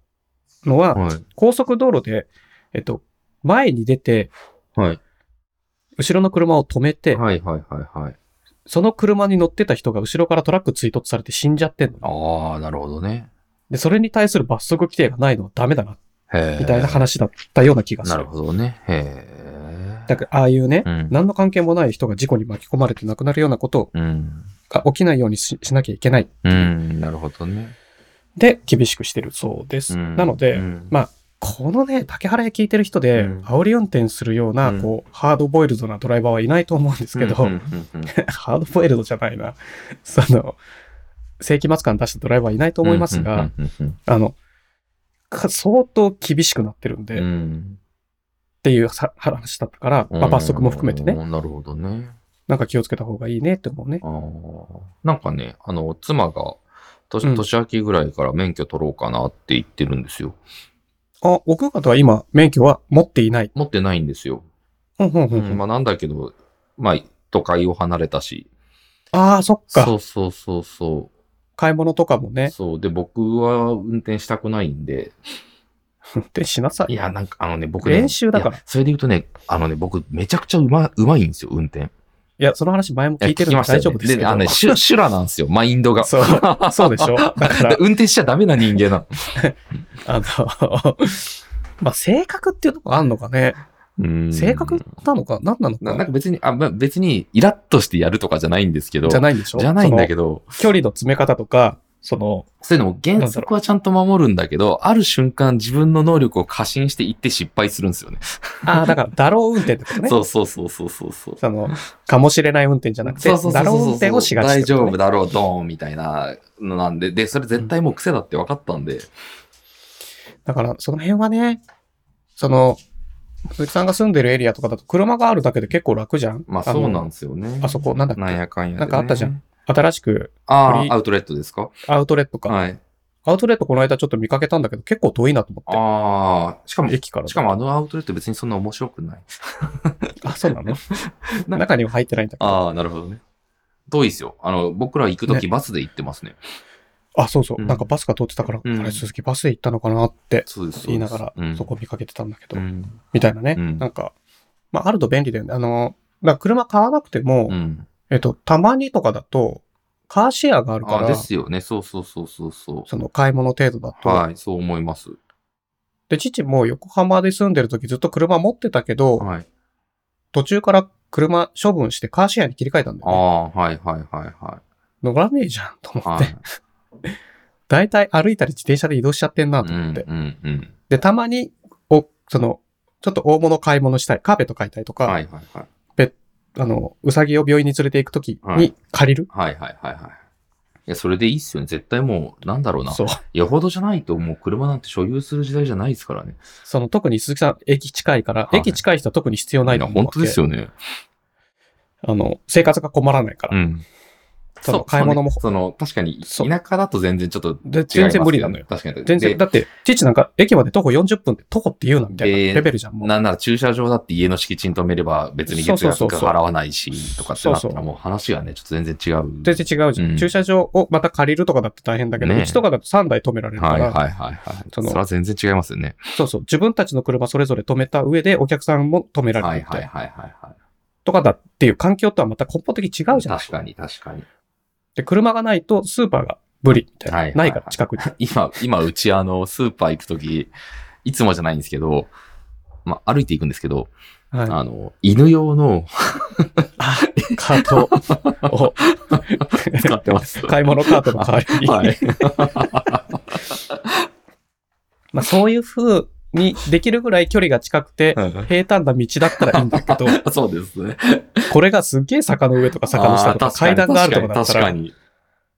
A: のは、
B: はい。
A: 高速道路で、えっと、前に出て、
B: はい。
A: 後ろの車を止めて、
B: はいはいはいはい。
A: その車に乗ってた人が後ろからトラック追突されて死んじゃってんの。
B: ああ、なるほどね。
A: で、それに対する罰則規定がないのはダメだな、
B: へえ。
A: みたいな話だったような気がす
B: な
A: る。
B: るほどね。へえ。
A: だから、ああいうね、
B: うん。
A: 何の関係もない人が事故に巻き込まれて亡くなるようなこと
B: うん。
A: が起きないようにししなきゃいけない。
B: うん、なるほどね。
A: で、厳しくしてるそうです。
B: うん
A: なので、
B: うん
A: まあ、このね、竹原へ聞いてる人で、
B: うん
A: 煽り運転するような、
B: うん
A: こう、ハードボイルドなドライバーはいないと思うんですけど、
B: うんうんうんうん
A: ハードボイルドじゃないな。その、世紀末感出したドライバーはいないと思いますが、
B: うんうんうん
A: あの、か相当厳しくなってるんで、っ
B: うん
A: ていうさ話だったから、
B: うん
A: まあ、罰則も含めてね、
B: うんなるほどね。
A: なんか気をつけた方がいいねって思うね。
B: あーなんかね、あの、妻が
A: うん
B: 年年明けぐらいから免許取ろうかなって言ってるんですよ。
A: あ、奥方は今、免許は持っていない。
B: 持ってないんですよ。
A: うんうんうん。
B: まあなんだけど、まあ、都会を離れたし。
A: ああ、そっか。
B: そうそうそうそ
A: 買い物とかも
B: う。
A: ね、
B: そう。で、僕は運転したくないんで。
A: 運転しなさい。
B: いや、なんかあのね、僕ね。
A: 練習だから
B: いやそれで言うとね、あのね、僕めちゃくちゃうま、うまいんですよ、運転。
A: いや、その話前も聞いてる
B: や
A: の
B: 聞きま
A: 大
B: し
A: 丈
B: たよ
A: 夫
B: ね
A: ですけど。
B: あのね、シュシュラなんですよ、マインドが。
A: そう そうでしょだから、
B: 運転しちゃダメな人間な の。
A: あの、 まあ、性格っていうのがあんのかね。
B: うん
A: 性格なのか何なの
B: な
A: か
B: なんか別に、あ、まあ、別に、イラッとしてやるとかじゃないんですけど。
A: じゃないんでしょ
B: じゃないんだけ
A: ど。
B: ど、
A: その距離の詰め方とか、その、
B: そういうのも原則はちゃんと守るんだけど、ある瞬間自分の能力を過信していって失敗するんですよね。
A: ああ、だから、だろう運転ってことね。
B: そうそうそうそうそうそう。
A: その、かもしれない運転じゃなくて
B: そうそ、うそ
A: だ
B: う
A: ろう運
B: そう
A: 転をしがちっ
B: 大
A: てこと
B: 丈
A: ね、
B: 夫だろう、ドーンみたいなのなんで、で、それ絶対もう癖だって分かったんで。
A: だから、その辺はね、その、鈴木さんが住んでるエリアとかだと、車があるだけで結構楽じゃん
B: まあそうなん
A: の
B: ですよね。
A: あそこ、なんだっ
B: なん
A: け
B: やかんやでね
A: なんかあったじゃん。新しく、
B: あ
A: 鳥
B: あ、アウトレットですか
A: アウトレットか。
B: はい。
A: アウトレットこの間ちょっと見かけたんだけど、結構遠いなと思っ
B: ああ、しかも
A: て。、駅から。
B: しかもあのアウトレット別にそんな面白くない。
A: あ、そうなの
B: な
A: 中には入ってないんだけど。
B: ああ、なるほどね。遠いですよ。あの、僕ら行くときバスで行ってますね。
A: あ、そうそう。
B: うん
A: なんかバスが通ってたから、あ
B: うん
A: れ、鈴木バスで行ったのかなって
B: そうです。そうです
A: 言いなが
B: う
A: ら、
B: ん
A: そこ見かけてたんだけど
B: う、ん。
A: みたいなね。
B: うん
A: なんか、まあ、あると便利だよね。あの、だから車買わなくても
B: う、ん。
A: えっと、たまにとかだと、カーシェアがあるか
B: ああ、で
A: ら、
B: すよね。そうそうそうそうそ
A: その買い物程度だ
B: う。
A: と。
B: はい、そう思います。
A: で、父も横浜で住んでる時ずっと車持ってたけど、
B: はい。
A: 途中から車処分してカーシェアに切り替えたんだ
B: あ
A: よね。
B: あ、はいはいはいは
A: 乗らねえじゃんと思っ
B: い。は
A: て。
B: い。
A: 大体歩いたり自転車で移動しちゃってんな
B: う
A: と
B: ん
A: 思って。
B: うんうん。
A: で、たまに、お、その、ちょっと大物買い物したい、カーペット買いたいとか、
B: はいはいはい。
A: あの、うさぎを病院に連れて行くとき
B: は
A: に
B: い
A: 借りる。
B: はいはいはいはい。いや、それでいいっすよね。絶対もう、なんだろうな。
A: そう。
B: よほどじゃないと、もう車なんて所有する時代じゃないですからね。
A: その、特に鈴木さん、駅近いから、
B: はい
A: 駅近い人は特に必要ないと思う
B: 本
A: わけ
B: 当ですよね。
A: あの、生活が困らないから。
B: うん。
A: その買い物も
B: そうねその、確かに、
A: そう
B: 田舎だと全然ちょっと違います
A: で、
B: けどね、
A: 全然無理なのよ。
B: 確かに。
A: 全然、
B: で
A: だって、父なんか、駅まで徒歩40分で徒歩って言うなみたいな
B: で
A: レベルじゃん、もう。
B: なんなら駐車場だって家の敷地に止めれば別に月
A: そうそ
B: 額
A: うそうそう
B: 払わないし、とかってなった
A: そうそ
B: ら
A: う
B: もう話がね、ちょっと全然違う。
A: 全然違うじゃん,、
B: うん
A: 駐車場をまた借りるとかだって大変だけど、
B: ねえ
A: うちとかだと3台止められるから、
B: はいはいはいはい。
A: そ
B: そ
A: の
B: れは全然違いますよね。
A: そうそう、自分たちの車それぞれ止めた上でお客さんも止められるみ
B: は
A: た
B: い
A: いな。
B: はいはいはい。
A: とかだっていう環境とはまた根本的に違
B: は
A: う
B: い。
A: じゃん。
B: 確かに確かに。
A: で、車がないとスーパーが無理みたいな。
B: はいはい
A: ないから近くに。
B: 今、今うちあの、スーパー行くとき、いつもじゃないんですけど、まあ、歩いていくんですけど、
A: は
B: あの、犬用の
A: い。カートを
B: 使ってます。
A: 買い物カートの代わりに。
B: はい。
A: まあそういう風にできるぐらい距離が近くて、平坦な道だったらいいんだけど、
B: そうですね。
A: これがすっげえ坂の上とか坂の下と
B: あ
A: か
B: ー
A: 階段があるとこだっ
B: 確
A: た、
B: かに確からに。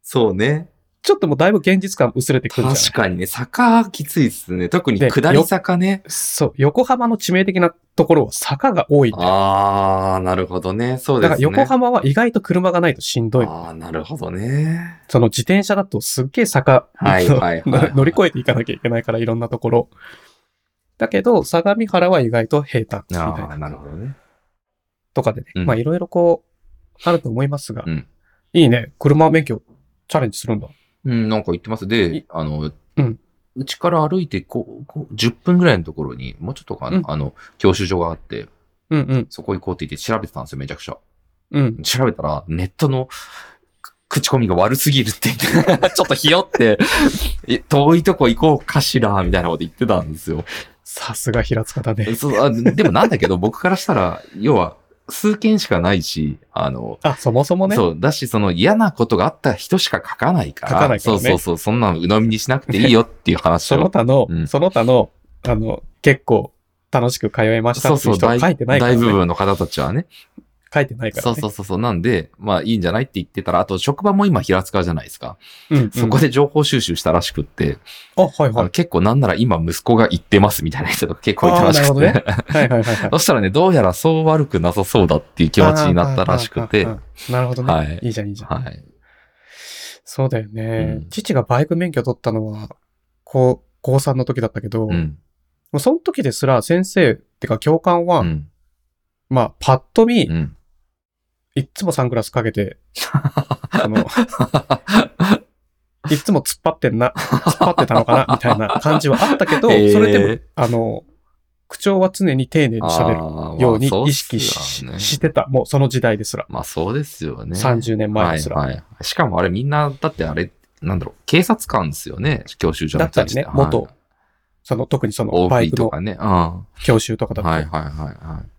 B: そうね。
A: ちょっともうだいぶ現実感薄れてくるんじゃ
B: 確かにね、坂きついですね。特に下り坂ね。
A: ないそう、横浜の致命的なところは坂が多いんだよ。
B: ああ、なるほどね。そうで
A: だから
B: すね。
A: 横浜は意外と車がないとしんどい。
B: ああ、なるほどね。
A: その自転車だとすっげえ坂
B: はい
A: の
B: はいはいはい
A: 乗り越えていかなきゃいけないからいろんなところ。だけど、相模原は意外と平坦みたい
B: ああ、
A: な。
B: なるほどね。
A: とかでね。
B: うん
A: まあいろいろこう、あると思いますが。
B: うん
A: いいね。車免許チャレンジするんだ。
B: うん、なんか言ってます。で
A: い、
B: あの、
A: うん
B: うちから歩いてこうこう10分ぐらいのところに、もうちょっとかな、
A: うん
B: あの、教習所があって、
A: うんうん。
B: そこ行こうって言って調べてたんですよ、めちゃくちゃ。
A: うん。
B: 調べたら、ネットのく口コミが悪すぎるって言って、 ちょっとひよって、え遠いとこ行こうかしら、みたいなこと言ってたんですよ。
A: さすが平塚だね。
B: そうあでもなんだけど、僕からしたら、要は、数件しかないし、あの、
A: あ、そもそもね。
B: そう、だし、その嫌なことがあった人しか書かないから、
A: 書かないから
B: そう
A: ね
B: そうそう、そんなの鵜呑みにしなくていいよっていう話
A: その
B: を。
A: 他の、
B: うん
A: その他の、あの、結構楽しく通えました
B: そ
A: っ
B: う
A: てい
B: そうう、
A: 人は
B: 大
A: 書いてないから、
B: 大
A: ね。
B: 部分の方たちはね。
A: 書いてないから、
B: そ
A: ね。
B: うそうそうそう。なんで、まあいいんじゃないって言ってたら、あと職場も今平塚じゃないですか。
A: うんうん
B: そこで情報収集したらしくって、
A: あ、はい
B: あ
A: は
B: の
A: い。
B: 結構なんなら今息子が行ってますみたいな人とか結構いたらし
A: あー
B: く
A: なる
B: て
A: ほ。はいはいはいはい。
B: そしたらね、どうやらそう悪くなさそうだっていう気持ちになったらしくて
A: あー。あーあー。あーなるほどね。
B: はい
A: い、いじゃんいいじゃん。
B: はい。
A: そうだよね、
B: うん
A: 父がバイク免許取ったのは、高高3の時だったけど、
B: う
A: も
B: ん。
A: うその時ですら先生ってか教官
B: う
A: は、
B: ん。
A: まあ、パッと見、
B: うん。
A: いっつもサングラスかけ て、あの、いっつも突っ張ってんな、突っ張ってたのかな、みたいな感じはあったけど、そ
B: へー
A: れでも、あの、口調は常に丁寧に喋るように意識し,、
B: あーまあそうっすよね
A: てた。もうその時代ですら。
B: まあそうですよね。
A: 30年前ですら。
B: はいはい。しかもあれみんな、だってあれ、なんだろう、警察官ですよね、教習所の人たちって
A: だったりね元
B: はい
A: その、特にその、バイ
B: OB
A: ク
B: と
A: の
B: かね。うん。は
A: 教習とか
B: い
A: だと。
B: はいはいはい。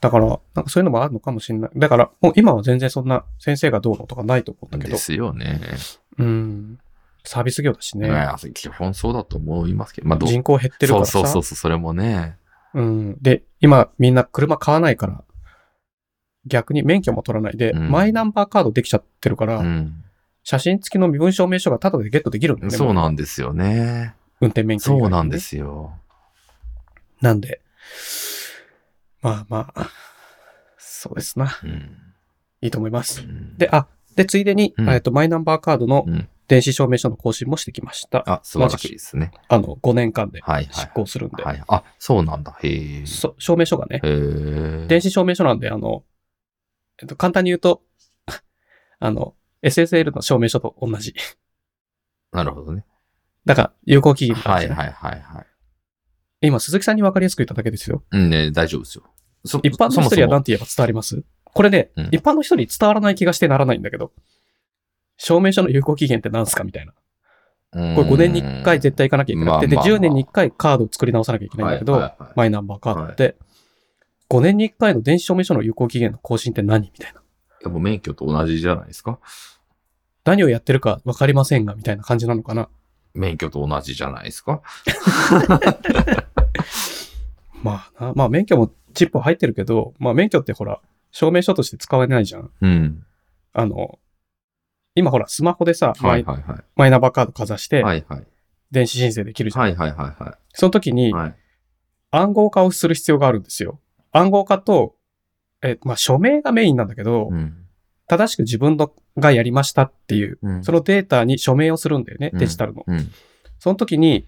A: だから、なんかそういうのもあるのかもしれない。だから、もう今は全然そんな先生がどうのとかないと思ったけ
B: で
A: ど。
B: すよね。
A: うん。サービス業だし
B: ね
A: ね。
B: 基本そうだと思いますけど。まあどう
A: 人口減ってるからさ。
B: そうそうそうそう、それもね。
A: うん。で、今みんな車買わないから、逆に免許も取らないで、
B: うん
A: マイナンバーカードできちゃってるから、
B: うん。
A: 写真付きの身分証明書がタダでゲットできるんだよね。
B: そう
A: も
B: なんですよね。
A: 運転免許以外に
B: そ
A: ね
B: うなんで。すよ。
A: なんで、まあまあ、そうですな。
B: うん。
A: いいと思います
B: う。ん
A: で、、あ、で、ついでに、
B: うん
A: えっと、マイナンバーカードの
B: うん
A: 電子証明書の更新もしてきました。
B: あ、素晴らしいですね。
A: あの、5年間で
B: はいは
A: 執
B: い。
A: 行するんで。
B: はい。あ、そうなんだ。へえ。
A: そ証明書がね、
B: へえ。
A: 電子証明書なんで、あの、えっと、簡単に言うと、 あの、SSL の証明書と同じ。
B: なるほどね。
A: だから、有効期限みたいな
B: は
A: 感じ
B: い
A: ね
B: はいはいはい。
A: 今、鈴木さんに分かりやすく言っただけですよ。
B: うんね、大丈夫ですよ。そ
A: 一般
B: そ
A: の
B: も
A: 人
B: そ
A: には
B: も
A: 何て言えば伝わりますこれね、
B: うん
A: 一般の人に伝わらない気がしてならないんだけど、証明書の有効期限って何すかみたいな。これ5年に1回絶対行かなきゃいけなくて、で、
B: まあまあまあ
A: 10年に1回カードを作り直さなきゃいけないんだけど、
B: はいはいはい
A: マイナンバーカードって、5年に1回の電子証明書の有効期限の更新って何みたいな。
B: やっぱ免許と同じじゃないですか。
A: 何をやってるか分かりませんが、みたいな感じなのかな。
B: 免許と同じじゃないですか。
A: まあな、まあ免許もチップ入ってるけど、まあ免許ってほら、証明書として使われないじゃん。
B: うん。
A: あの、今ほら、スマホでさ、
B: はい
A: マイ
B: はいは
A: マイナンバーカードかざし
B: い。
A: て、
B: はいはい。
A: 電子申請できるじゃん。
B: はいはいはいは
A: その時
B: い。
A: に、
B: はい。
A: 暗号化をする必要があるんですよ。暗号化と、え、まあ署名がメインなんだけど、
B: うん。
A: 正しく自分のがやりましたっていう、
B: うん
A: そのデータに署名をするんだよね、
B: うん
A: デジタルの。
B: うん。
A: その時に、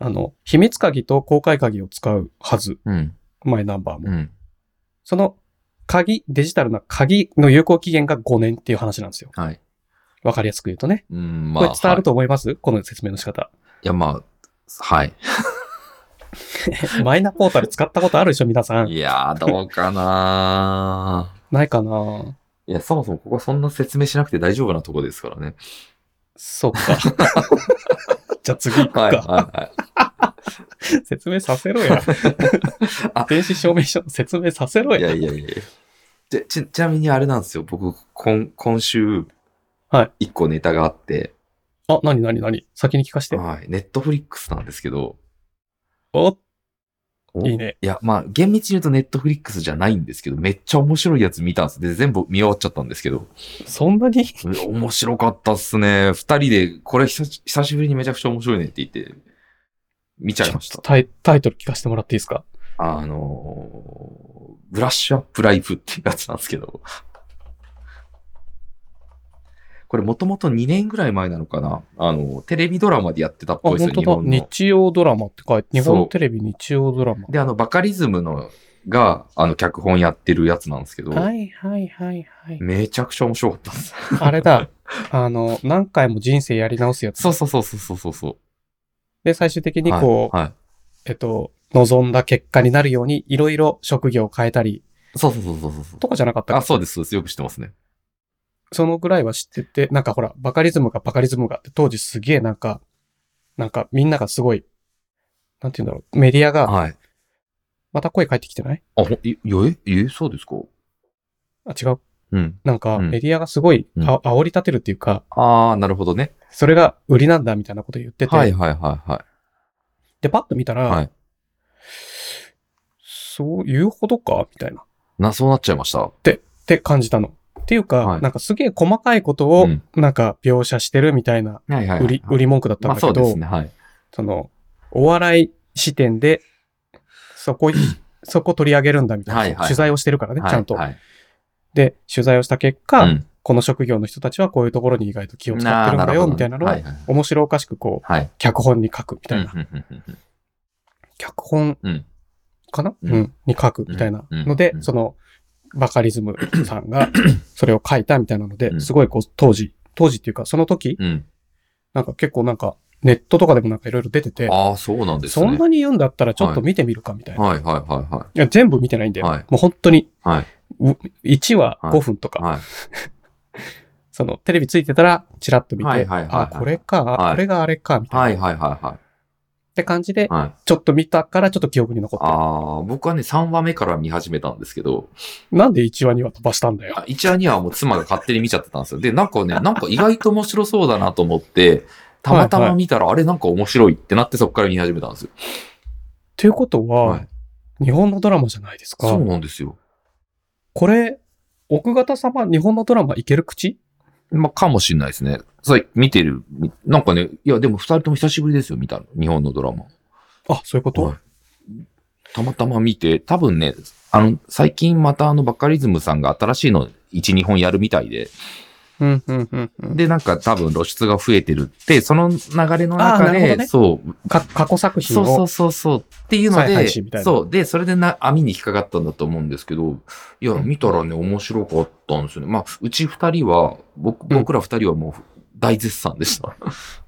A: あの、秘密鍵と公開鍵を使うはず、
B: うん。
A: マイナンバーも。
B: うん。
A: その鍵、デジタルな鍵の有効期限が5年っていう話なんですよ。
B: はい。
A: わかりやすく言うとね。
B: うん、ま
A: こ
B: あ。
A: れ伝わる
B: と。
A: と思います、この説明の仕方。
B: いや、まあ、はい。
A: マイナポータル使ったことあるでしょ、皆さん。
B: いやー、どうかな
A: ないかない
B: や、そもそもここはそんな説明しなくて大丈夫なとこですからね。
A: そうか。じゃあ次行くか。
B: はいはいはい。
A: 説明させろや
B: あ。
A: 電子証明書の説明させろ
B: いや
A: や。
B: いやいやでち、ちなみにあれなんですよ。僕、今、今週、。
A: はい
B: 一個ネタがあって、
A: あ、なになになに先に聞かして。
B: はい。ネットフリックスなんですけど、
A: お
B: お
A: いいね。
B: いや、まあ、厳密に言うとネットフリックスじゃないんですけど、めっちゃ面白いやつ見たんです。で、全部見終わっちゃったんですけど、
A: そんなに
B: 面白かったっすね。二人で、これ久し久しぶりにめちゃくちゃ面白いねって言って、見ちゃいまし
A: ちょ
B: た
A: っと。タイタイトル聞かせてもらっていいですか
B: あのーブラッシュアップライフっていうやつなんですけど、これもともと2年ぐらい前なのかなあの、テレビドラマでやってたっ
A: あ、
B: ぽいです
A: 本
B: よ、日
A: 当だ。
B: 本の。
A: 日曜ドラマって書いて、日
B: そ
A: 本
B: う
A: テレビ日曜ドラマ。
B: で、あの、バカリズムのが、あの、脚本やってるやつなんですけど、
A: はいはいはいはい。
B: めちゃくちゃ面白かったです。
A: あれだ。あの、何回も人生やり直すやつ。
B: そうそうそうそうそうそう。
A: で、最終的にこう、
B: はいはい
A: えっと、望んだ結果になるように、いろいろ職業を変えたり、
B: そうそうそうそうそうそう。
A: とかじゃなかったっ
B: あ、
A: け
B: そうです、そうです。よく知ってますね。
A: そのぐらいは知ってて、なんかほら、バカリズムがバカリズムがって当時すげえなんか、なんかみんながすごい、なんて言うんだろう、メディアが、
B: はい。
A: また声返ってきてない
B: あ、ほん、いえ、え、そうですか
A: あ、違う。
B: うん。
A: なんか
B: うん
A: メディアがすごい、
B: うん
A: あ煽り立てるっていうか、
B: あー、なるほどね。
A: それが売りなんだみたいなこと言ってて、
B: はいはいはいは
A: で、パッと見たら、
B: い。はい。
A: そういうほどかみたいな。っ
B: な、そうなっちゃいました。
A: て感じたの。っていうか、
B: はい
A: なんかすげえ細かいことを、
B: うん
A: なんか描写してるみたいな
B: はいはい
A: 売り、売り文句だったん
B: まあ
A: だ
B: そ
A: け
B: うで
A: ど、
B: すね、はい。
A: その、お笑い視点で、そ こ、そこ取り上げるんだみたいな、
B: はいはい
A: 取材をしてるからね、
B: はい
A: ちゃんと。
B: はい
A: で、取材をした結果、
B: うん
A: この職業の人たちはこういうところに意外と気を使ってるんだよ、みたいなのを、
B: はいはい
A: 面白おかしくこう、
B: はい。
A: 脚本に書くみたいな。
B: うんうんうんうん
A: 脚本
B: うん
A: かな、
B: う
A: うんん、に書くみたいなので、
B: うんうん
A: その、バカリズムさん が、それを書いたみたいなので、
B: うん
A: すごいこう、当時、当時っていうか、その時、
B: うん。
A: なんか結構なんか、ネットとかでもなんかいろいろ出てて、
B: ああ、そうなんですね。
A: そんなに言うんだったらちょっと見てみるかみたいな。
B: はいはいはいはい
A: や、全部見てないんだよ。
B: はい
A: もう本当に、
B: い。はい。
A: 1話
B: はい
A: 5分とか、
B: はい。
A: その、テレビついてたら、チラッと見て、
B: はいはいはいはい
A: あ、これか、
B: はい
A: これがあれか、みたいな、
B: はい
A: っ
B: はいはいはい。
A: て感じで、
B: はい、
A: ちょっと見たから、ちょっと記憶に残って
B: ああ、僕はね、3話目から見始めたんですけど、
A: る。なんで1話2話飛ばしたんだよ。
B: あ1話2話はもう妻が勝手に見ちゃってたんですよ。で、なんかね、なんか意外と面白そうだなと思って、たまたま見たら、あれなんか面白いってなってそこから見始めたんですよ。
A: ということは、
B: はい
A: 日本のドラマじゃないです
B: そ
A: か
B: う。なんですよ。
A: これ、奥方様、日本のドラマいける口
B: まあ、かもしんないですね。それ見てる。みなんかね、いや、でも二人とも久しぶりですよ、見たの。日本のドラマ。
A: あ、そういうこと、
B: はいたまたま見て、多分ね、あの、最近またあの、バカリズムさんが新しいの1、2本やるみたいで、
A: うん、うん、うんうん。
B: で、なんか多分露出が増えてるって、その流れの中
A: あーなるほ
B: で、
A: どね
B: そう、
A: か過去作品
B: そ
A: を。
B: うそうそうそうっていうの
A: 再
B: で
A: 配信みたい、な
B: そう。で、それでな網に引っかかったんだと思うんですけど、いや、
A: うん
B: 見たらね、面白かったんですよね。まあ、うち二人は、僕
A: うん
B: 僕ら二人はもう大絶賛でした。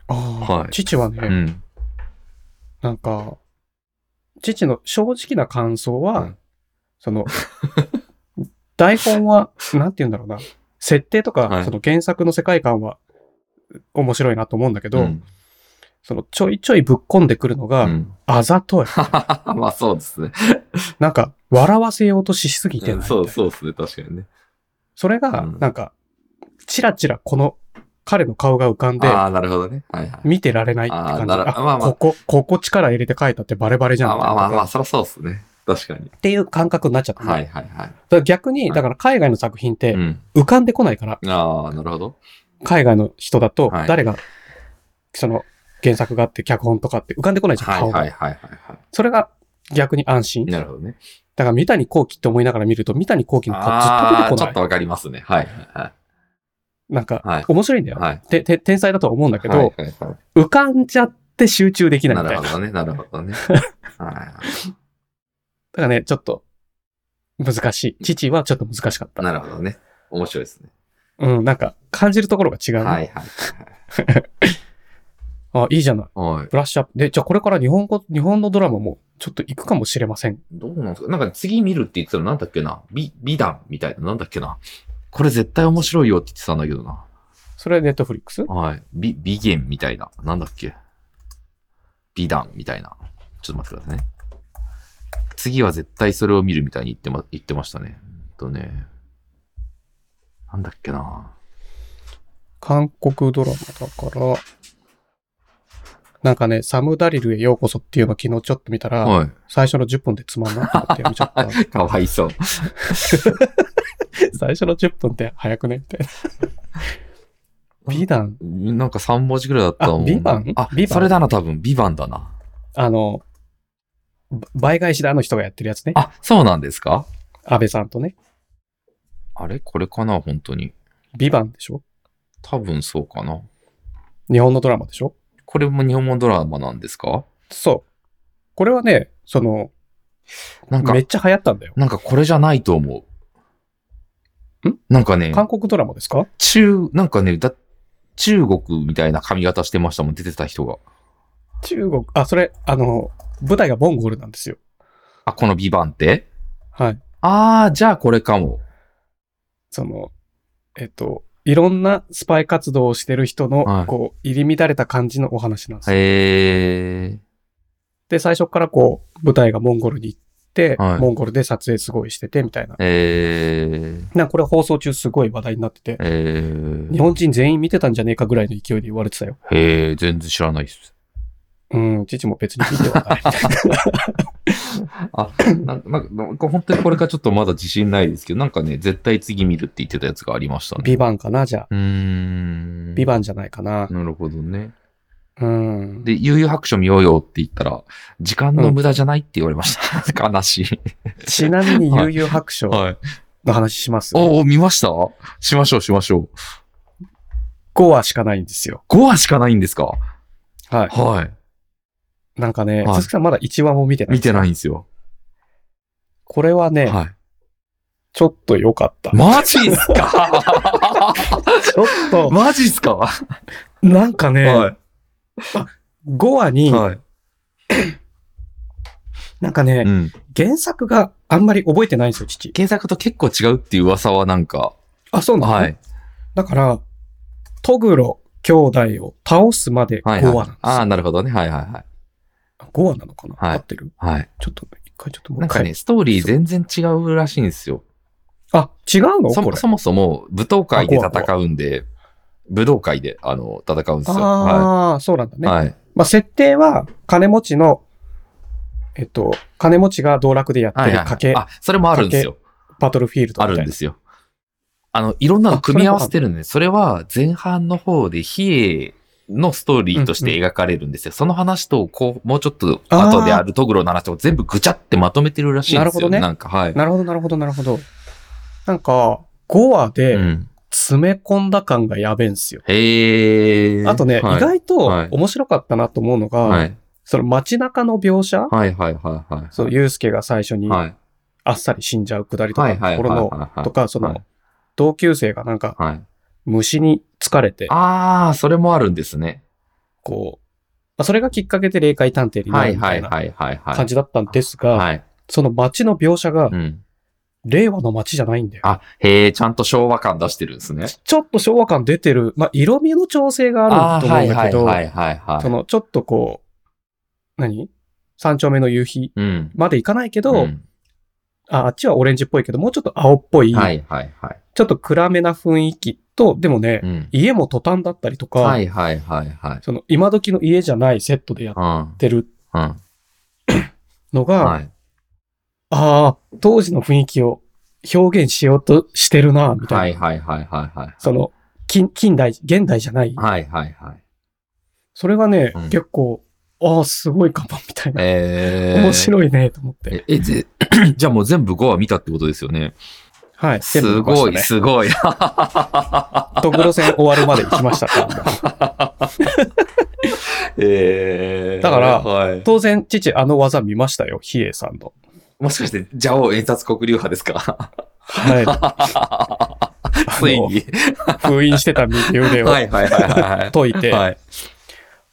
A: あー
B: はい
A: 父はね、
B: うん。
A: なんか、父の正直な感想は、
B: うん
A: その、 台本は、なんて言うんだろうな、設定とか、
B: はい
A: その原作の世界観は面白いなと思うんだけど、
B: ん
A: そのちょいちょいぶっこんでくるのが、
B: うん、
A: あざと い。
B: まあ、そうですね。
A: なんか、笑わせようとしすぎてないみたいな、
B: そうそうですね、確かにね。
A: それが
B: うん、
A: なんか、ちらちらこの彼の顔が浮かんで、
B: ああ、なるほどね。はいはい。
A: 見てられないって感じ。
B: あーなる
A: あ
B: まあまあ
A: ここ、ここ力入れて書いたってバレバレじゃん。
B: あまあまあまあ、
A: っ
B: そりゃそうですね。確かに。
A: ていう感覚になっちゃったの、
B: はいはいは
A: だ
B: い。
A: から逆に、
B: はい
A: だから海外の作品って
B: うん。
A: 浮かんでこないから、
B: ああ、なるほど。
A: 海外の人だと
B: はい
A: 誰が、その原作があって脚本とかって浮かんでこないじゃん、
B: はい
A: 顔
B: はい
A: が。
B: はいはいは
A: それが逆に安心。
B: い。なるほどね。
A: だから三谷幸喜って思いながら見ると、三谷幸喜の顔ずっ
B: ああー、
A: と出てこ
B: ちょっ
A: な
B: と
A: い。
B: わかりますね。はいは
A: なんか、
B: はい
A: 面白いんだ
B: い
A: よ、
B: はい。
A: てて。天才だとは思うんだけど、
B: はいはいはい
A: 浮かんじゃって集中できないみ
B: な
A: たい
B: る
A: な。
B: ほ
A: だ
B: どね、なるほどね。はい
A: からね、ちょっと難しい。父はちょっと難しかった。
B: なるほどね。面白いですね。
A: うん、なんか感じるところが違うね、
B: はいはい
A: あ、いいじゃない。
B: はい。はい。
A: ブラッシュアップ。で、じゃあこれから日本語、日本のドラマもちょっと行くかもしれません。
B: どうなんですかなんか次見るって言ってたのなんだっけな美、美談みたいな、なんだっけなこれ絶対面白いよって言ってたんだけどな。
A: それはネットフリックス
B: はい。美、美言みたいな、なんだっけ美談みたいな。ちょっと待ってくださいね。次は絶対それを見るみたいに言ってま、言ってましたね。えっとね。なんだっけな
A: 韓国ドラマだから、なんかね、サムダリルへようこそっていうのを昨日ちょっと見たら、
B: は
A: 最初の10分でつまんなと思ってやめちゃった。
B: い。かわいそう。
A: 最初の10分って早くねみたいな。 美談、
B: なんか3文字ぐらいだったもん。
A: あ美版
B: あ
A: 美、版
B: それだな、多分。美版だな。
A: あの、ば倍返しであの人がやってるやつね。
B: あ、そうなんですか
A: 安倍さんとね。
B: あれこれかな本当に。
A: 美版でしょ
B: 多分そうかな。
A: 日本のドラマでしょ
B: これも日本語ドラマなんですか
A: そう。これはね、その、
B: なんか
A: めっ、ちゃ流行ったんだよ。
B: なんかこれじゃないと思う。
A: ん
B: なんかね、
A: 韓国ドラマですか
B: 中、なんかね、だ、中国みたいな髪型してましたもん、出てた人が。
A: 中国、あ、それ、あの、舞台がモンゴルなんですよ。
B: あ、この美版って
A: はい。
B: あー、じゃあこれかも。
A: その、えっと、いろんなスパイ活動をしてる人の、
B: はい
A: こう、入り乱れた感じのお話なんですよ。
B: へ
A: で、最初からこう、舞台がモンゴルに行って、
B: はい
A: モンゴルで撮影すごいしてて、みたいな
B: ー。。へー。
A: なんかこれ放送中すごい話題になってて、
B: へ
A: 日
B: ー。
A: 本人全員見てたんじゃねえかぐらいの勢いで言われてたよ。
B: へー、全然知らないっす。
A: うん、父も別に見ては ないみたいな。
B: あ、なんか、なんかなんか本当にこれからちょっとまだ自信ないですけど、なんかね、絶対次見るって言ってたやつがありましたね。
A: ビバンかな、じゃあ。
B: うーん。
A: ビバンじゃないかな。
B: なるほどね。
A: うん。
B: で、悠々白書見ようよって言ったら、時間の無駄じゃないって言われました。悲しい。
A: ちなみに悠々白書
B: はい。
A: の話します。
B: おお、見ましたしましょう、しましょう。
A: 5話しかないんですよ。
B: 5話しかないんですか
A: は。
B: はい
A: なんかね、
B: はい
A: 鈴木さんまだ1話も見て
B: い。
A: ない。
B: 見てないんですよ。
A: これはね、
B: は
A: ちょっと良かった
B: い。。マジっ すか
A: ちょっと、
B: マジっすかは
A: なんかね、
B: い。
A: 5話に、
B: はい。
A: なんかね、
B: うん。
A: 原作があんまり覚えてないんですよ、父。
B: 原作と結構違うっていう噂はなんか、
A: あ、そうなの、
B: はい。
A: だから、トグロ兄弟を倒すまで5
B: は
A: 話なんで
B: い、は
A: す
B: い
A: よ。。
B: ああ、なるほどね。はいはいはい。
A: 5話なのかな、
B: は
A: 合
B: い
A: ってる
B: はい。
A: ちょっと、一回ちょっともう
B: なん
A: 一
B: か
A: 回。
B: ね、ストーリー全然違うらしいんですよ。
A: あ、違うの
B: そ
A: こ
B: も
A: れ。
B: そもそも武闘会で戦うんで、武道会で、あの、戦うんですよ。は
A: ああ、そうなんだ
B: い。
A: ね。
B: はい。
A: まあ、設定は、金持ちの、えっと、金持ちが道楽でやって
B: はい
A: る
B: はい
A: 賭け、
B: あ、それもあるんですよ。
A: バトルフィールド
B: あ
A: みたい
B: るんで
A: な。
B: すよ。あの、いろんなの組み合わせてるんで、それは前半の方で、比叡のストーリーとして描かれるんですよ。その話と、こう、もうちょっと後であるトグロの話を全部ぐちゃってまとめてるらしいん
A: な
B: で
A: る
B: す
A: ほ
B: よ。
A: ど
B: ね、
A: ね
B: なんか、はい。
A: なるほど、なるほど、なるほど。なんか、5話
B: う
A: で
B: ん。
A: 詰め込んだ感がやべえんすよ。
B: へえ。
A: あとね、
B: はい
A: 意外と
B: はい
A: 面白かったなと思うのが、
B: はい。
A: その街中の描写、
B: はいはいはいはい。
A: そう、ゆうすけが最初に
B: はい。
A: あっさり死んじゃうくだりと
B: は
A: かの
B: いは
A: と
B: い
A: こ
B: はい
A: ろ
B: はい
A: の、
B: はい。
A: とか、そ
B: は
A: の
B: い、
A: 同級生がなんか
B: はい。
A: 虫に疲れて、
B: ああ、それもあるんですね。
A: こう、まあそれがきっかけで霊界探偵にな
B: は
A: る
B: い
A: みた
B: はいい
A: な
B: はいはいはい。
A: 感じだったんですが、
B: はい。
A: その街の描写が
B: うん。
A: 令和の街じゃないんだよ。
B: あ、へえ、ちゃんと昭和感出してるんですね。
A: ちょっと昭和感出てる、まあ、色味の調整があ
B: あ
A: ると
B: ー
A: 思
B: は
A: うん
B: い
A: だ
B: は
A: け
B: い
A: ど、
B: はいはいはい。
A: そのちょっとこう、何三丁目の夕日
B: うん。
A: までいかないけど、
B: うん
A: あ、あっちはオレンジっぽいけど、もうちょっと青っぽい、
B: はいはいはい。
A: ちょっと暗めな雰囲気と、でもね、
B: うん。
A: 家もトタンだったりとか、
B: はいはいはいはい。
A: その今時の家じゃないセットでやっ
B: うん。
A: てる
B: うん。
A: のが、
B: はい。
A: ああ、当時の雰囲気を表現しようとしてるな、みたいな。
B: はいはいはいはいはい。
A: その、近、近代、現代じゃない。
B: はいはいはい。
A: それがね、
B: うん
A: 結構、ああ、すごいかも、みたいな。
B: えー。
A: 面白いね、と思って。
B: い。え、ぜ じゃあもう全部5話見たってことですよね。
A: はい。全部
B: す
A: 見まし
B: ご
A: た
B: い、
A: ね。
B: すごい。
A: トグロ戦終わるまで行きま したから。
B: えー。
A: だから
B: はい。
A: 当然、父、あの技見ましたよ、比叡さんの。
B: もしかして、ジャオ演殺国流派で すか
A: はい。
B: ついに。
A: 封印してた右腕を
B: はいはい はいはい
A: 解いて、
B: はい。はい。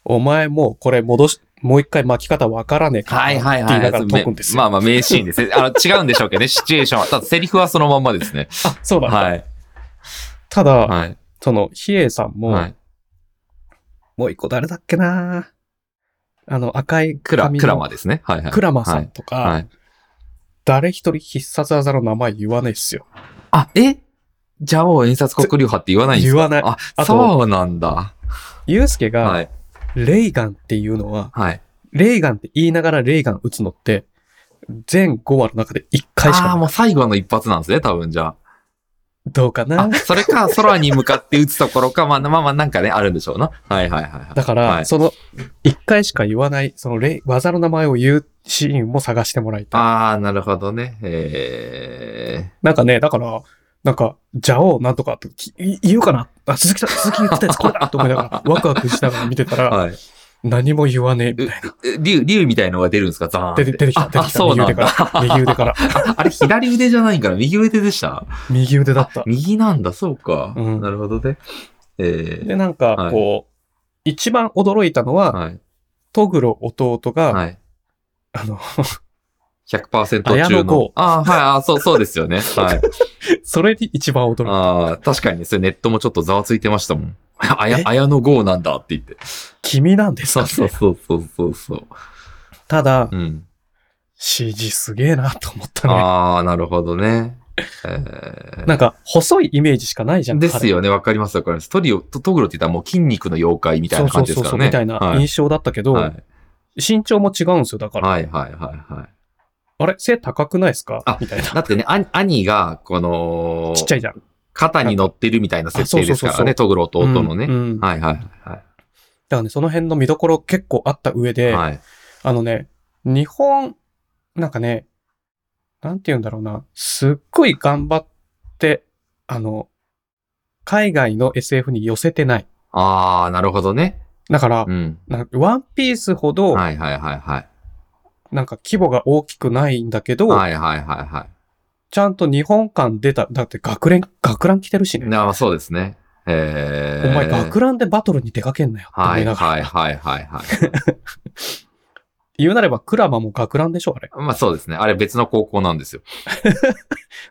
A: お前もうこれ戻し、もう一回巻き方わからねえか
B: はい
A: ら、っ
B: は
A: て
B: い
A: 言いなが
B: は
A: ら
B: い。
A: 解くんですよ。
B: まあまあ名シーンですね。あの、違うんでしょうけどね、シチュエーションは。ただセリフはそのまんまですね。
A: あ、 そうなんだ。
B: はい。
A: ただ、
B: はい。
A: その、比叡さんも、
B: はい。
A: もう一個誰だっけなああの、赤い
B: クラ、
A: 髪の
B: クラマですね。はいはい。
A: クラマさんとか、
B: はい。
A: 誰一人必殺技の名前言わないっすよ。
B: あ、えジャオ演殺国流派って言わないんです
A: 言わ
B: か
A: ない。
B: あ、
A: あと
B: そうなんだ。
A: ユうスケ
B: は
A: が、
B: い。
A: レイガンっていうのは、
B: はい。
A: レイガンって言いながらレイガン撃つのって、全5話の中で1回し
B: ああー、
A: かない。
B: もう最後の一発なんですね、多分じゃ
A: どうか
B: あ。
A: な
B: あ、それか、空に向かって撃つところか、まあまあまあ、なんかね、あるんでしょうな。はいはいはいはい。
A: だから、
B: はい
A: その、1回しか言わない、そのレイ、技の名前を言うシーンも探してもらいたい。
B: ああ、なるほどね。え
A: なんかね、だから、なんか、ジャオなんとかってきい言うかなあ、鈴木さん、鈴木言ってたやつこれだと思いながら、ワクワクしながら見てたら、
B: ー、はい。
A: 何も言わねえみたいな。
B: え竜、竜みたいのが出るんですかザーンって。
A: 出て出てきた、
B: あ
A: 出て
B: あ、
A: きた。
B: そう
A: 右
B: な
A: 腕
B: ん
A: か
B: だ。
A: ら。右腕から。
B: あれ、左腕じゃないから、右腕でした
A: 右腕だ った
B: あ。右なんだ、そうか。
A: うん
B: なるほどね。え
A: で、
B: ー、
A: なんか、こう、一番驚いたのは、
B: はい。
A: トグロ弟が、
B: はい。
A: あの、
B: 100%
A: 綾
B: 中
A: 野
B: の
A: 剛。
B: ああ、はい、ああ、そう、そうですよ ね。はい。
A: それに一番驚いた。
B: ああ、確かにそれネットもちょっとざわついてましたも ん。あや
A: え、
B: あやの号なんだって言って。
A: 君なんです
B: そうそうそうそうそうそう。
A: ただ、
B: うん。
A: CG すげえなと思ったね。
B: ああ、なるほどね。えー
A: なんか、細いイメージしかないじゃん。
B: ですよね。わかりますわかります。トリオ、トトグロって言ったらもう筋肉の妖怪みたい
A: 彼。
B: な
A: そ
B: 感
A: う
B: じ
A: そう
B: です
A: そう
B: か
A: そ
B: ら
A: う、
B: ね。
A: みたいな印象だったけど、
B: はい。はい
A: 身長も違うんですよ、だから。
B: はいはいはいはい。
A: あれ背高くないですか
B: あ
A: みたいな。
B: だってね、兄兄が、この、
A: ちっちゃいじゃん。
B: 肩に乗ってるみたいな設定ですか
A: あそうそう
B: ら
A: そうそう
B: ね、トグロと弟のね。
A: うんうんだか
B: はいはいは
A: らね、その辺の見どころ結構あった上
B: い。
A: で、
B: はい。
A: あのね、日本、なんかね、なんて言うんだろうな、すっごい頑張って、あの、海外の SF に寄せてない。
B: ああ、なるほどね。
A: だから、
B: うん。
A: なんかワンピースほど、
B: はいはいはいはい。
A: なんか規模が大きくないんだけど、
B: はいはいはいはい。
A: ちゃんと日本館出た、だって学連、学ラン来てるしね。
B: なあ、そうですね。え
A: お
B: ー、
A: 前学ランでバトルに出かけんなよ。
B: は
A: って思い
B: い
A: ながら
B: はいはいはいはい。
A: 言うなれば、クラマも学ランでしょ、あれ。
B: まあそうですね。あれ別の高校なんですよ。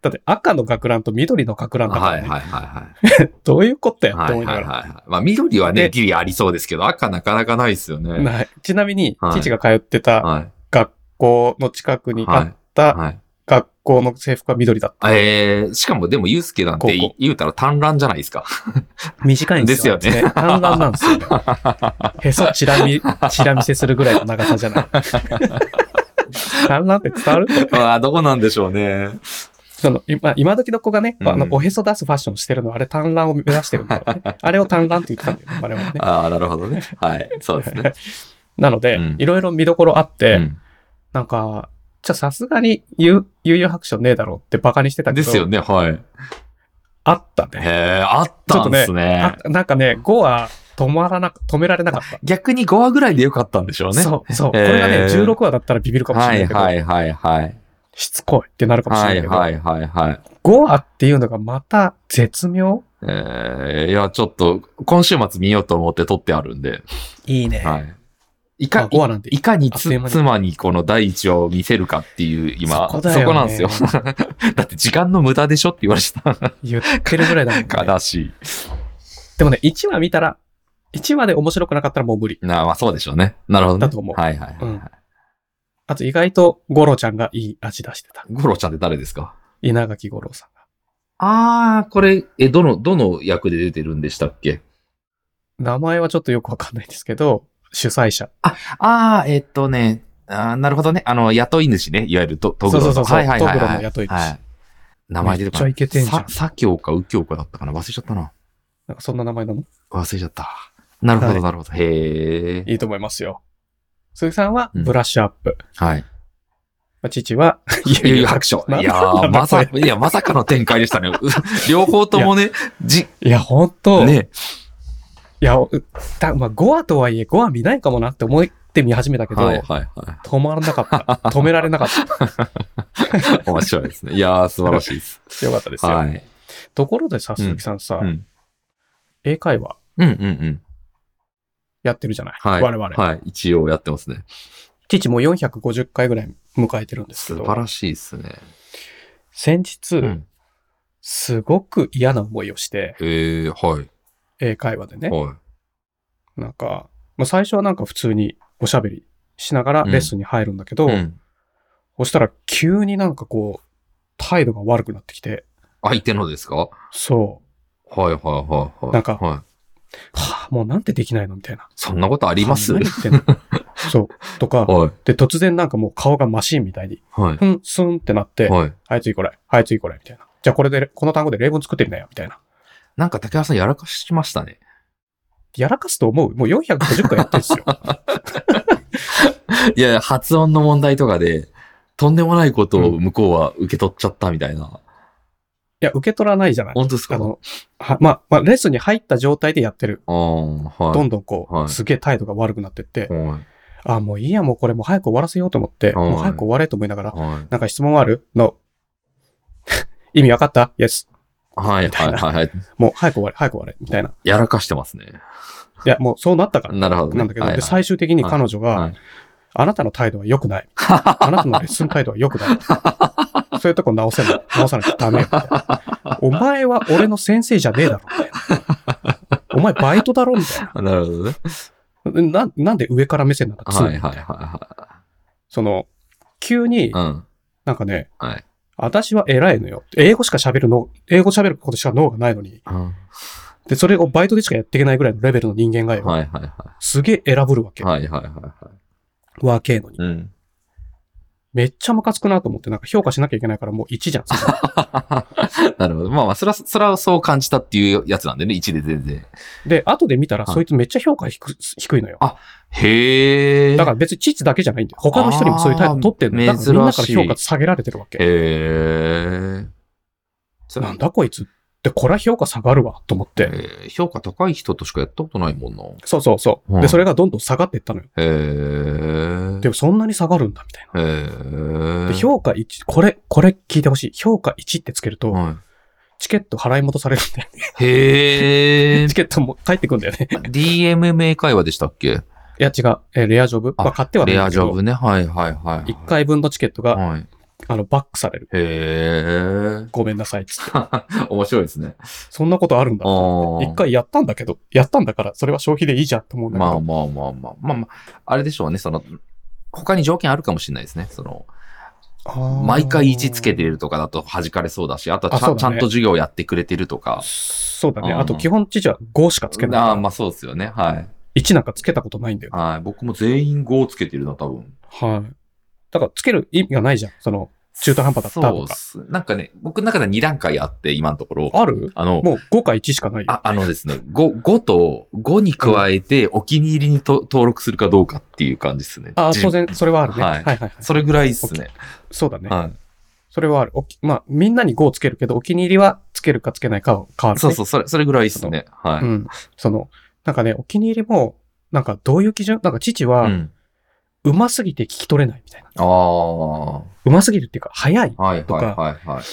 A: だって赤の学ランと緑の学ランだから、
B: は
A: ね
B: いはいはいはい。
A: どういうことやって
B: はい
A: 思
B: はいい
A: なが
B: は
A: ら
B: い。はい。まあ緑はね、
A: で
B: ギリありそうですけど、赤なかなかないですよね。
A: ないちなみに、
B: はい
A: 父が通ってた
B: は
A: 学校の近く
B: い。
A: にあ
B: は
A: っ
B: い。
A: た
B: はい。
A: 学校の制服は緑だった。
B: えー、しかもでも、ゆうすけなんて
A: 高校
B: 言うたら短乱じゃないで すか。
A: 短いんですよ。
B: ですよね
A: あいつ短乱なん ですよ、ね。へそちらみ、ちら見せするぐらいの長さじゃない。 短乱って伝わる
B: ああ、どこなんでしょうね。
A: その今、今時の子がね、
B: うん
A: あの、おへそ出すファッションしてるの、あれ短乱を目指してるんだ ろうね。あれを短乱って言ってたんだよね、我々ね。
B: ああ、なるほどね。はい。そうですね。
A: なので
B: うん、
A: いろいろ見どころあって、
B: うん
A: なんか、じゃさすがに悠悠々白書ねえだろうってバカにしてたけ
B: ですよ
A: ど、
B: ね、はい。
A: あったね
B: へ。え、あったんですね
A: あ。なんかね、5は止まらな、止められなかった。
B: 逆に5話ぐらいでよかったんでしょうね。
A: そう、そう。こ
B: えー
A: れがね、16話だったらビビるかもし
B: は
A: れないいけど、
B: はいはいはい。
A: しつこいってなるかもしれな
B: はいい
A: けど、
B: はいはいはい。
A: 5話っていうのがまた絶妙
B: えー、いや、ちょっと、今週末見ようと思って撮ってあるんで、
A: いいね。
B: はい。い
A: ま
B: か
A: あ、、5話なんて
B: いかに
A: あっという
B: つ
A: 間に
B: 妻にこの第一話を見せるかっていう、今、
A: そこ
B: そこ,、
A: だよね
B: なんですよ。 だって時間の無駄でしょって言われてた
A: 言ってるぐらいだも んね
B: 悲し
A: でもね、1話見たら、1話で面白くなかったらもう無理。
B: い。なあ、まあそうでしょうね。なるほど、ね。
A: だと思う
B: はいはいはい、
A: うんあと意外とゴロちゃんがいい味出してた。
B: ゴロちゃんって誰ですか
A: 稲垣ゴロさん
B: ああ、これ、え、どの、どの役で出てるんでしたっけ
A: が。名前はちょっとよくわかんないですけど、主催者。
B: ああ、えっとね、あーなるほどね。あの、雇い主ね。いわゆると、トグロ
A: そう
B: の。
A: そうそうそう
B: はいはいはい、
A: トグロ
B: は
A: の
B: い。
A: 雇い主
B: はい名前出てこな
A: めっちゃイケてんじゃん
B: さ、左京か右京かだったかな忘れちゃったな。
A: なんかそんな名前なの
B: 忘れちゃった。なるほ
A: は
B: ど、
A: い
B: なるほど。へえ。
A: いいと思いますよ。鈴木さんはブラッシュアップ。
B: はい。
A: まあ父は、
B: いやいや、拍手。いや
A: な
B: ー、
A: んだ
B: まさ、
A: こ
B: いや、まさかの展開でしたね。 う両方ともね、じ、
A: れいや、ほんと。
B: ね。
A: いや、うたまあ、5話とはいえ、5話見ないかもなって思って見始めたけど、
B: はいはいは
A: 止まらなか った。止められなかった。
B: い。面白いですね。いやー、素晴らしいです。
A: よかったですよ。
B: はい。
A: ところでさ、鈴木さんさ、
B: うん。
A: 英会話
B: うんうんうん。
A: やってるじゃない、
B: はい。
A: 我々、
B: はい。一応やってますね。
A: 父も450回ぐらい迎えてるんですけ
B: 素
A: ど、
B: 晴らしいですね。
A: 先日、
B: うん。
A: すごく嫌な思いをして、
B: ええ、はい。
A: 英会話でね、
B: はい。
A: なんか、まあ、最初はなんか普通におしゃべりしながらレッスンに入るんだけど、
B: うん。
A: そしたら急になんかこう、態度が悪くなってきて、
B: 相手のですかはい
A: そ
B: はいはいはい。
A: なんか
B: は
A: う、はあ、もうなんてできないのみたいな。
B: い、そんなことあ
A: あ
B: ります
A: 何
B: はい。
A: 言ってん のそう。とか、
B: は
A: で、突然なんかもう顔がマシンみたいに、
B: い。
A: ふん、すんってなって、
B: はい。
A: はい、次これ、はい、次これ、みたいな。じゃあこれで、この単語で例文作ってみなよ、みたいな。
B: なんか竹原さんやらかしましたね。
A: やらかすと思うもう450回やってるんですよ。
B: いやいや、発音の問題とかで、とんでもないことを向こうは受け取っちゃったみたいな。
A: いや、受け取らないじゃない。
B: 本当です
A: あ
B: か
A: の、は、まあ、まあ、レッスンに入った状態でやってる。
B: あーはい。
A: どんどんこう、
B: はい
A: すげえ態度が悪くなってって、
B: はい。
A: あ、もういいや、もうこれもう早く終わらせようと思って、
B: はい
A: もう早く終われと思いながら、
B: はい。
A: なんか質問あるの 意味わかった ?Yes。
B: はい、はい、はいはい。
A: もう早く終われ、早く終われ、みたいな。
B: やらかしてますね。
A: いや、もうそうなったから。
B: なるほどね。
A: なんだけど、
B: はい
A: で最終的に彼女が、
B: はい
A: あなたの態度は良くない。あなたのレッスン態度は良く ない。そういうとこ直せない。直さなきゃダメよ。みたいなお前は俺の先生じゃねえだろ。みたいなお前バイトだろみたい
B: はいなるほどね。
A: な。な、なんで上から目線なんだ常に
B: はい、はい、はい、は
A: その、急に
B: い。う、ん。
A: なんかね、
B: はい。
A: 私は偉いのよ。英語しか喋るの、英語喋ることしか脳がないのに。
B: うん
A: で、それをバイトでしかやっていけないぐらいのレベルの人間がよ。
B: はい、はい、はい。
A: すげえ選ぶるわけ。
B: はい、はい、はいはい。
A: わけえのに。
B: うん。
A: めっちゃムカつくなと思って、なんか評価しなきゃいけないからもう1じゃん。それ
B: なるほど。まあまあ、それは、それはそう感じたっていうやつなんでね、1で全然。
A: で、後で見たら、
B: はい
A: そいつめっちゃ評価低低いのよ。
B: へえ。
A: だから別に父だけじゃないんだよ。他の人にもそういう態度取ってんの。
B: あー
A: だからみんなから
B: 珍しい
A: 評価下げられてるわけ。
B: へえ。それ
A: なんだこいつって、これは評価下がるわ、と思って。
B: えー評価高い人としかやったことないもんな。
A: そうそうそうう。
B: ん
A: で、それがどんどん下がっていったのよ。
B: へー。
A: でもそんなに下がるんだ、みたい
B: へ
A: な。
B: ー。
A: で、評価1、これ、これ聞いてほしい。評価1ってつけると、
B: は
A: チケット払い戻されるんだよね。
B: いへ
A: チ
B: ー。
A: ケットも返ってくんだよね。
B: DMMA 会話でしたっけ
A: いや、違う。えーレアジョブ。
B: あ
A: まあ、買ってはないん
B: レ
A: だ
B: ア
A: け
B: ジ
A: ど。
B: ョブね。はいはいはい。
A: 1回分のチケットが、
B: はい。
A: あの、バックされる。
B: へー。
A: ごめんなさい、つって。
B: 面白いですね。
A: そんなことあるんだ。
B: あ
A: 一。回やったんだけど、やったんだから、それは消費でいいじゃんと思うんだけ
B: まあ
A: ど。
B: まあまあまあ。まあまあ、あれでしょうね。その、他に条件あるかもしれないですね。その、
A: あー
B: 毎回位置つけてるとかだと弾かれそうだし、あとはちゃ,、
A: あそうだね
B: ちゃんと授業やってくれてるとか。
A: そうだね。
B: うん
A: あと基本父は5しかつけない。
B: ああ、まあそうですよね。はい。
A: 1なんかつけたことないんだよ。
B: はい。僕も全員5をつけてるな、多分。
A: はい。だからつける意味がないじゃん。その、中途半端だった
B: そう
A: と
B: っ
A: か。
B: す。なんかね、僕の中で2段階あって、今のところ。
A: ある
B: あの、
A: もう5か1しかないよ。
B: ああのですね、5、5と、5に加えてお気に入りにと登録するかどうかっていう感じですね。
A: ああ、
B: じ
A: 当然、それはあるね。
B: は
A: はいいはいはい。
B: それぐらいですね。
A: そうだね。
B: は
A: それはある。おきまあ、みんなに5をつけるけど、お気に入りはつけるかつけないかは変わる、
B: い。
A: ね。
B: そうそう、それ、それぐらいですね。はい。
A: うん。その、なんかね、お気に入りも、なんかどういう基準なんか父は、
B: ん
A: うますぎて聞き取れないみたいな。
B: ああ、は
A: うますぎるっていうか、早い
B: い。はい
A: とか
B: はいはい。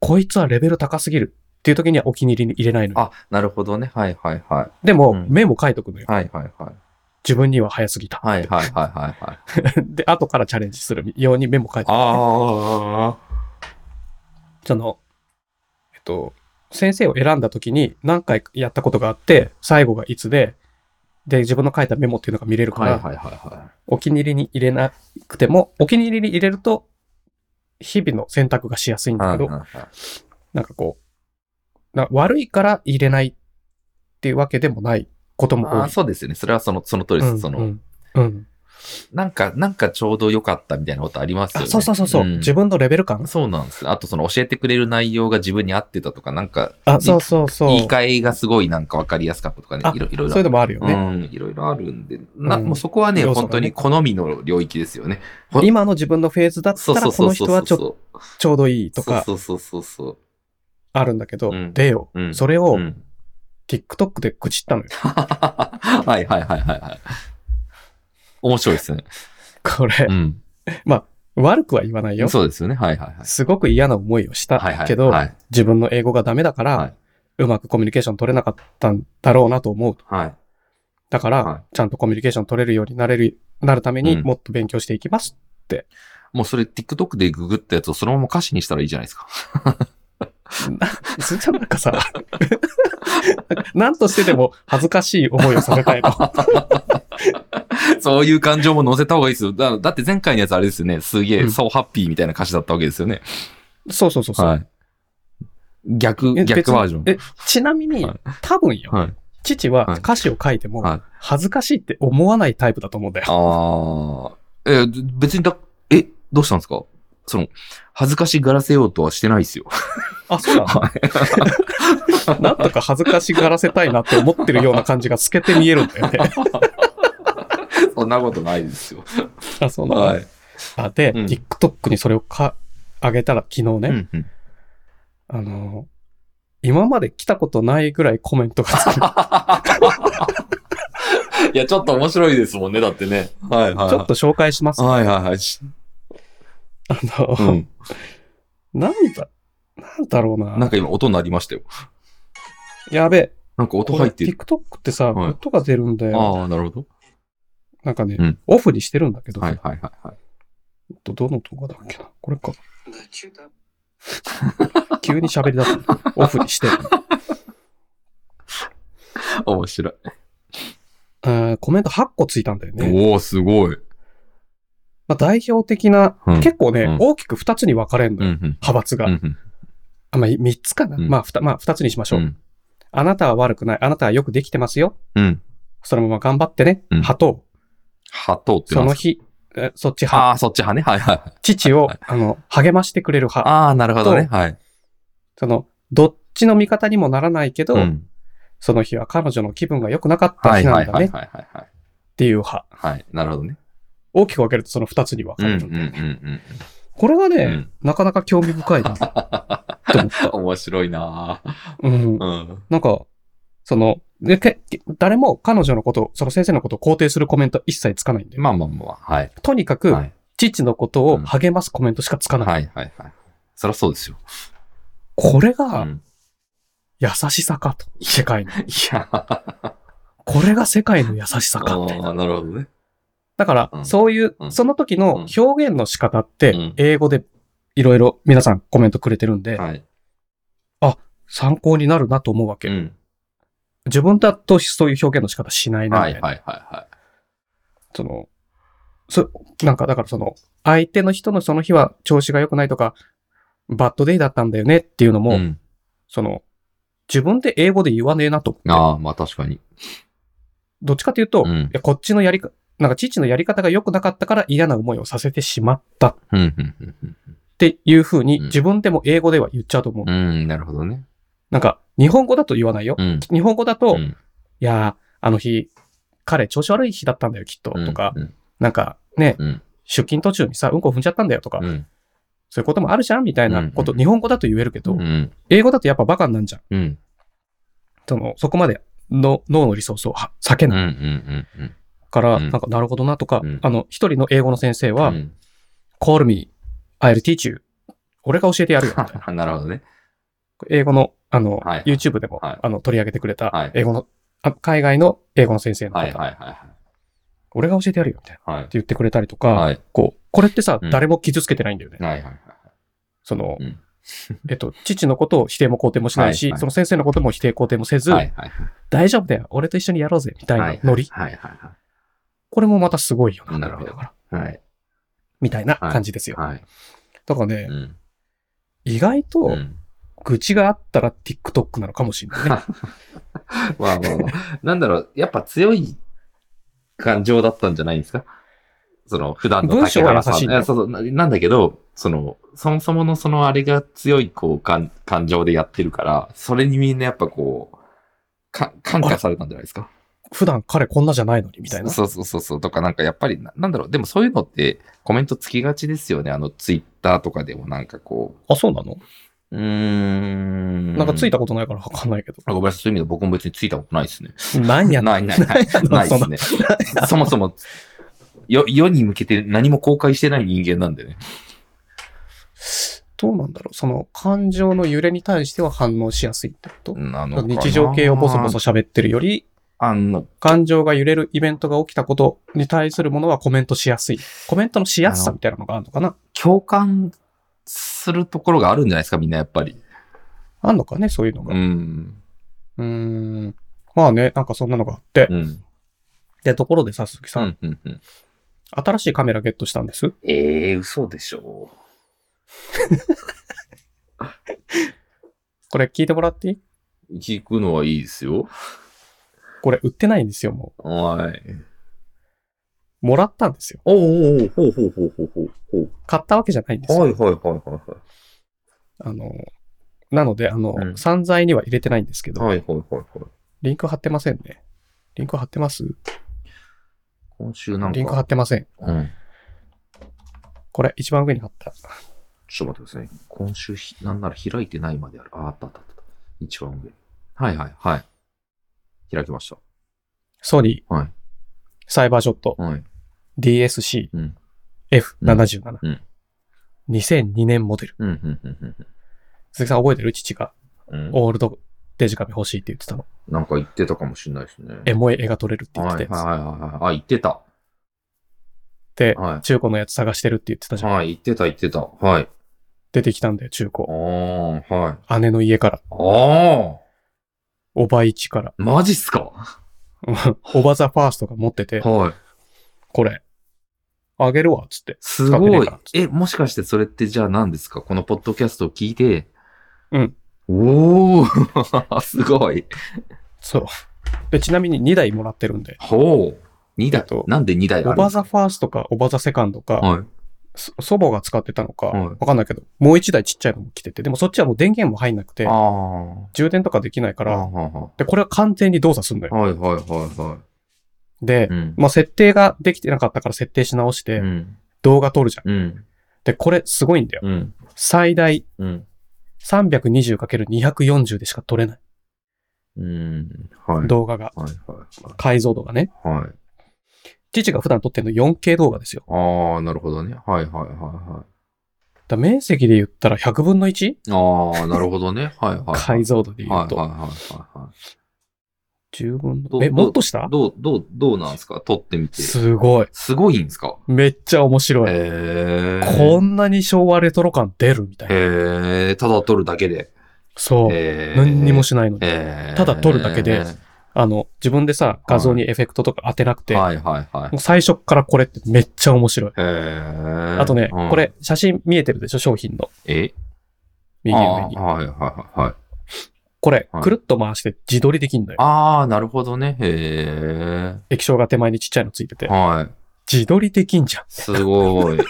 A: こいつはレベル高すぎるっていう時にはお気に入りに入れないのよ。
B: あ、なるほどね。はいはいはい。
A: でも、
B: うん
A: メモ書いとくのよ。
B: はいはいはい。
A: 自分には早すぎた。
B: はいはいはいはいは い。
A: で、後からチャレンジするようにメモ書いて、
B: あ
A: その、えっと、先生を選んだ時に何回やったことがあって、最後がいつで、で、自分の書いたメモっていうのが見れる
B: あ、
A: か
B: はい
A: ら、
B: はいはいは
A: お気に入りに入れなくても、お気に入りに入れると、日々の選択がしやすいん
B: い。
A: だけど、なんかこう、な悪いから入れないっていうわけでもないことも
B: あ
A: 多
B: ー
A: い。
B: そうですよね。それはその、その通りです。その、
A: うんうんうん
B: なんか、なんかちょうど良かったみたいなことありますよ
A: あ
B: ね。
A: そうそうそうそう、
B: ん
A: 自分のレベル感
B: そうなんです。あと、その教えてくれる内容が自分に合ってたとか、なんか、
A: あ
B: い
A: そうそうそう
B: 言い換えがすごいなんか分かりやすかったとかね
A: あ、
B: いろいろいろ。
A: そういうのもあるよね、
B: うん、いろいろあるんで、な
A: うん
B: もうそこはね、
A: 要素がね
B: 本当に好みの領域ですよね。ほ
A: 今の自分のフェーズだった
B: そうそ
A: ら
B: う
A: こ
B: そ
A: の
B: うそ
A: 人
B: うそ
A: は
B: う。
A: ちょちょうどいいとか
B: そうそうそうそう。
A: あるんだけど、
B: うん
A: でよ、
B: うん
A: それを
B: うん
A: TikTok で愚痴ったのよ、
B: はいはいはいはいはい。面白 いですね。
A: これ、
B: うん。
A: 悪くは言わないよ
B: そうですよね。は いはいはい。
A: すごく嫌な思いをした
B: はいはい。
A: けど、
B: はい。
A: 自分の英語がダメだから、
B: はいう
A: まくコミュニケーション取れなかったんだろうなと思う
B: はい。
A: だから、
B: はい
A: ちゃんとコミュニケーション取れるようになれるなるために
B: うん
A: もっと勉強していきます、
B: もうそれ TikTok でググったやつをそのまま歌詞にしたらいいじゃないで すか。
A: それじゃなんかさ、 なんとしてでも恥ずかしい思いをさせたいの。
B: そういう感情も乗せた方がいいですよ。だだって前回のやつあれですよね。すげえ、
A: うん
B: そうハッピーみたいな歌詞だったわけですよね。
A: そうそうそうそう。
B: はい。逆、
A: え別
B: 逆
A: に
B: バージョン。
A: え、ちなみに、
B: はい
A: 多分よ、
B: はい。
A: 父
B: は
A: はい歌詞を書いても
B: はい、
A: 恥ずかしいって思わないタイプだと思うんだよ。
B: ああ。え、別にだ、え、どうしたんですかその、恥ずかしがらせようとはしてな いですよ。
A: あ、そうな
B: は
A: の なんとか恥ずかしがらせたいなって思ってるような感じが透けて見えるんだよね。
B: そんなことないですよ。
A: あ、そうなの、
B: はい。
A: あで、
B: うん
A: TikTok にそれをか、あげたら昨日ね、
B: うんうん
A: あの、今まで来たことないぐらいコメントがつく。
B: いや、ちょっと面白いですもんね、だってね。はいはい。
A: ちょっと紹介します。あ
B: はいはいはい。しう
A: の、
B: ん。
A: なんだ、なんだろうな。
B: なんか今音鳴りましたよ。
A: やべえ。
B: なんか音入ってる。
A: これ TikTok ってさ、
B: はい
A: 音が出るんだよ。
B: ああ、なるほど。
A: なんかね、
B: うん
A: オフにしてるんだけど、
B: はいはいはいはい。
A: どどの動画だっけなこれか。急に喋り出 す。オフにしてる。
B: 面白い。
A: えーコメント8個ついたんだよね。
B: おおすごい。
A: まあ、代表的な、
B: うん
A: 結構ね、
B: うん
A: 大きく2つに分かれるの
B: うんう
A: よ。
B: ん。
A: 派閥が。
B: うんうん
A: あ、まあ、3つかな。
B: うん
A: まあ、2、まあ、二つにしましょう、
B: うん
A: あなたは悪くない。あなたはよくできてますよ。
B: うん。
A: そのまま頑張ってね。
B: うん
A: 派と、
B: はとうって
A: そ
B: なん
A: の
B: ですか
A: 日、えそっち派。
B: ああ、そっち派ね。はいはいはい。
A: 父を、あの、励ましてくれる派。
B: ああ、なるほどね。はい。
A: その、どっちの味方にもならないけど、
B: うん
A: その日は彼女の気分が良くなかった
B: は
A: 日
B: い
A: な
B: は
A: ん
B: い
A: だ
B: は
A: ね
B: い
A: っ
B: はいはいはい。
A: ていう派。
B: はい。なるほどね。
A: 大きく分けるとその2つに分
B: う
A: か
B: んう
A: れ
B: ん
A: る
B: うんん
A: だ
B: う
A: よね。
B: ん。
A: これはね、
B: うん
A: なかなか興味深い なと思った。
B: 面白いなぁ
A: うん。
B: うん。
A: なんか、その、でけ誰も彼女のこと、その先生のことを肯定するコメントは一切つかないんだよ。
B: まあまあまあ、はい。
A: とにかく、
B: はい
A: 父のことを励ますコメントしかつかない。
B: はいはいはい。そりゃそうですよ。
A: これ
B: う
A: が
B: ん
A: 優しさかと。世界の。
B: いや
A: これが世界の優しさかみたいな。
B: ー、なるほどね。
A: だから、
B: うん
A: そういう、
B: うん
A: その時の表現の仕方って、
B: うん
A: 英語でいろいろ皆さんコメントくれてるんで、
B: はい。
A: 参考になるなと思うわけ。
B: うん。
A: 自分だとそういう表現の仕方しないなみたい
B: はいは。
A: ない
B: はいは
A: その、そ、なんかだからその、相手の人のその日は調子が良くないとか、バッドデイだったんだよねっていうの
B: い。
A: も、
B: うん。
A: その、自分で英語で言わねえなと思って。
B: ああ、まあ確かに。
A: どっちかというと、
B: うん
A: いやこっちのやりか、なんか父のやり方が良くなかったから嫌な思いをさせてしまったっ
B: うん、うんうん、
A: ていうふうに、
B: うん
A: 自分でも英語では言っちゃうと思う。
B: うん。うん、なるほどね。
A: なんか、日本語だと言わないよ。
B: うん。
A: 日本語だと、
B: う
A: い
B: ん
A: やー、あの日、彼調子悪い日だったんだよ、きっと。とか、
B: うん
A: なんかね、
B: うん。
A: 出勤途中にさ、うんこ踏んじゃったんだよとか、
B: うん。
A: そういうこともあるじゃんみたいなこと、
B: うんうん
A: 日本語だと言えるけど、
B: うん。
A: 英語だとやっぱバカになんじゃん。
B: うん。
A: その、そこまでの脳のリソースをは避け
B: うん。うん。う
A: ない
B: ん。うん。
A: から、
B: うん
A: なんかなるほどなとか、
B: うん
A: あの、一人の英語の先生は、
B: うん
A: call me, I'll teach you. 俺が教えてやるよみたいな。
B: なるほどね。
A: 英語の、あの、
B: はい
A: YouTube でも、
B: はい
A: あの、取り上げてくれ
B: はい
A: た、英語の、あ海外の英語の先生の方、
B: はいはいはい
A: 俺が教えてやるよみたいな。
B: はい。は
A: っ
B: い。
A: て言ってくれたりとか、
B: はい
A: こう、これってさ、
B: うん
A: 誰も傷つけてないんだよね。
B: はいはいはい。
A: その、
B: うん
A: えっと、父のことを否定も肯定もしないし、
B: はいはい
A: その先生のことも否定肯定もせず、
B: はいはい
A: 大丈夫だよ、俺と一緒にやろうぜ、みたい
B: は。
A: ないノリ。
B: はいはいは
A: これもまたすごいよな、
B: なるほど
A: だから
B: い。はい。
A: みたいな感じですよ。
B: はい。
A: だからね
B: う、ん。
A: 意外
B: う
A: と、
B: ん。
A: 愚痴があったら TikTok なのかもしれないね。
B: まあまあまあ。なんだろう、やっぱ強い感情だったんじゃないんですかその、普段の
A: 文章は
B: 竹原さん
A: 優しいんだ
B: やそうそうななんだけど、その、そもそものそのあれが強い、こう、感感情でやってるから、それにみんなやっぱこう、か感化されたんじゃないですか
A: 普段彼こんなじゃないのに、みたいな。
B: そうそうそうそう。とか、なんかやっぱりな、なんだろう、でもそういうのってコメントつきがちですよね。あの、ツイッターとかでもなんかこ
A: あ、そうなの、
B: う、うーん。
A: なんかつい
B: た。
A: たことないからわかんないけど。
B: ごめんなさい、そういう意味で僕も別についたことないですね。
A: なんや
B: ないな いない。ないですね。 そもそも、よ、世に向けて何も公開してない人間なんでね。
A: どうなんだろうその感情の揺れに対しては反応しやすいってこと、
B: なのかな
A: 日常系をボソボソ。喋ってるより、
B: あの、
A: 感情が揺れるイベントが起きたことに対するものはコメントしやすい。コメントのしやすさみたいなのがあるのかな
B: 共感するところがあるんじゃないですか、みんなやっぱり。
A: あんのかねそういうの
B: う
A: が。
B: ん。
A: うーん。まあね、なんかそんなのがあって。
B: うん。
A: ってところでさ、鈴木さ、
B: うんんうんうん。
A: 新しいカメラゲットしたんです。
B: ええ嘘でしょ
A: これ聞いてもらっていい
B: 聞くのはいいですよ。
A: これ売ってないんですよ、も
B: はい。
A: う。もらったんですよ。
B: おうおうおうほうほうほうほうほうほう。
A: 買ったわけじゃないんですよ。
B: はいはいはいはいはい。
A: あの、なので、あの、
B: うん
A: 散財には入れてないんですけど、
B: はいはいはいはい。
A: リンク貼ってませんね。リンク貼ってます
B: 今週なんか。
A: リンク貼ってません。
B: うん。
A: これ、一番上に貼った。
B: ちょっと待ってください。今週ひ、なんなら開いてないまである。あ、あったあったあった。一番上。はいはいはい。開きまし
A: ソニー、
B: はい
A: サイバーショット、
B: た。はい。
A: DSC、
B: うん。
A: F77、
B: うん
A: 2002年モデル。
B: うん、うん、うん、
A: 鈴木さん覚えてる父が、
B: うん。うん
A: オールドデジカメ欲しいって言ってたの。
B: なんか言ってたかもしれないですね。
A: エモい絵が撮れるって言っ
B: は
A: て
B: いはい
A: たや
B: はいはい。あ、言ってた。
A: つ。で、
B: は
A: 中古のやつ探してるって言ってた
B: い。
A: じゃん。
B: はい、言ってた言ってた。はい。
A: 出てきたんだよ、中
B: あ
A: 古。
B: あ、はい。
A: 姉の家から、
B: ああ、
A: おばいちから、
B: マジっすか
A: おばザファーストが持ってて、
B: はい。
A: これ、あげるわ、つって。
B: す
A: 使ってね
B: ご
A: え
B: い
A: から。
B: え、もしかしてそれってじゃあ何ですかこのポッドキャストを聞いて。
A: うん。
B: おー すごい。
A: そう。で、ちなみに2台もらってるんで、
B: ほう。二台、
A: えっと
B: なんで2台ある
A: オ
B: んで
A: バ
B: す
A: ザ
B: か
A: ファーストか、オバザセカンドか、
B: はい。
A: そ祖母が使ってたのか、
B: はい
A: わかんないけど、もう一台ちっちゃいのも来てて、でもそっちはもう電源も入んなくて
B: あ、ー
A: 充電とかできないか
B: あー。
A: ら、
B: は
A: で、これは完全に動作すんだよ。
B: あはいはいはいは
A: で
B: い。う、ん。
A: まあ、設定ができてなかったから設定し直し
B: う
A: て、
B: ん。
A: 動画撮るじゃん。
B: うん。
A: で、これすごいんだよ。
B: うん。
A: 最大
B: うん。
A: 320×240 でしか撮れない。
B: うん。はい。
A: 動画が。
B: はいはい
A: 解像度がね。
B: はい。はい。
A: 父が普段撮ってるの 4K 動画ですよ。
B: ああ、なるほどね。はいはいはいは
A: だから面積で言ったら100分の 1?
B: い。ああ、なるほどね。はいはい。
A: 解像度で言
B: は
A: う
B: いはい
A: と。
B: はいはいは
A: 10分の
B: ど。
A: え、
B: ど
A: もっとした
B: い。どう、どう、どうなんですか撮ってみて。
A: すごい。
B: すごいんですか
A: めっちゃ面白い。
B: へえ。
A: こんなに昭和レトロ感出るみたいな。
B: へえ、ただ撮るだけで。
A: そう。
B: へー
A: 何にもしないのに。
B: へー
A: ただ撮るだけであの、自分でさ、画像にエフェクトとか当てなくて、
B: はいはいは
A: も
B: い。
A: う最初っからこれってめっちゃ面白い。
B: へー
A: あとね、
B: うん
A: これ写真見えてるでしょ商品の
B: え
A: 右上に
B: あ。ーはいはいはいはい。
A: これ
B: は、い
A: くるっと回して自撮りできんだよ。
B: ああ、なるほどね。へ
A: 液晶が手前にちっちゃいのついてて。
B: え。はい。
A: 自撮りできんじゃん。
B: すご い。へ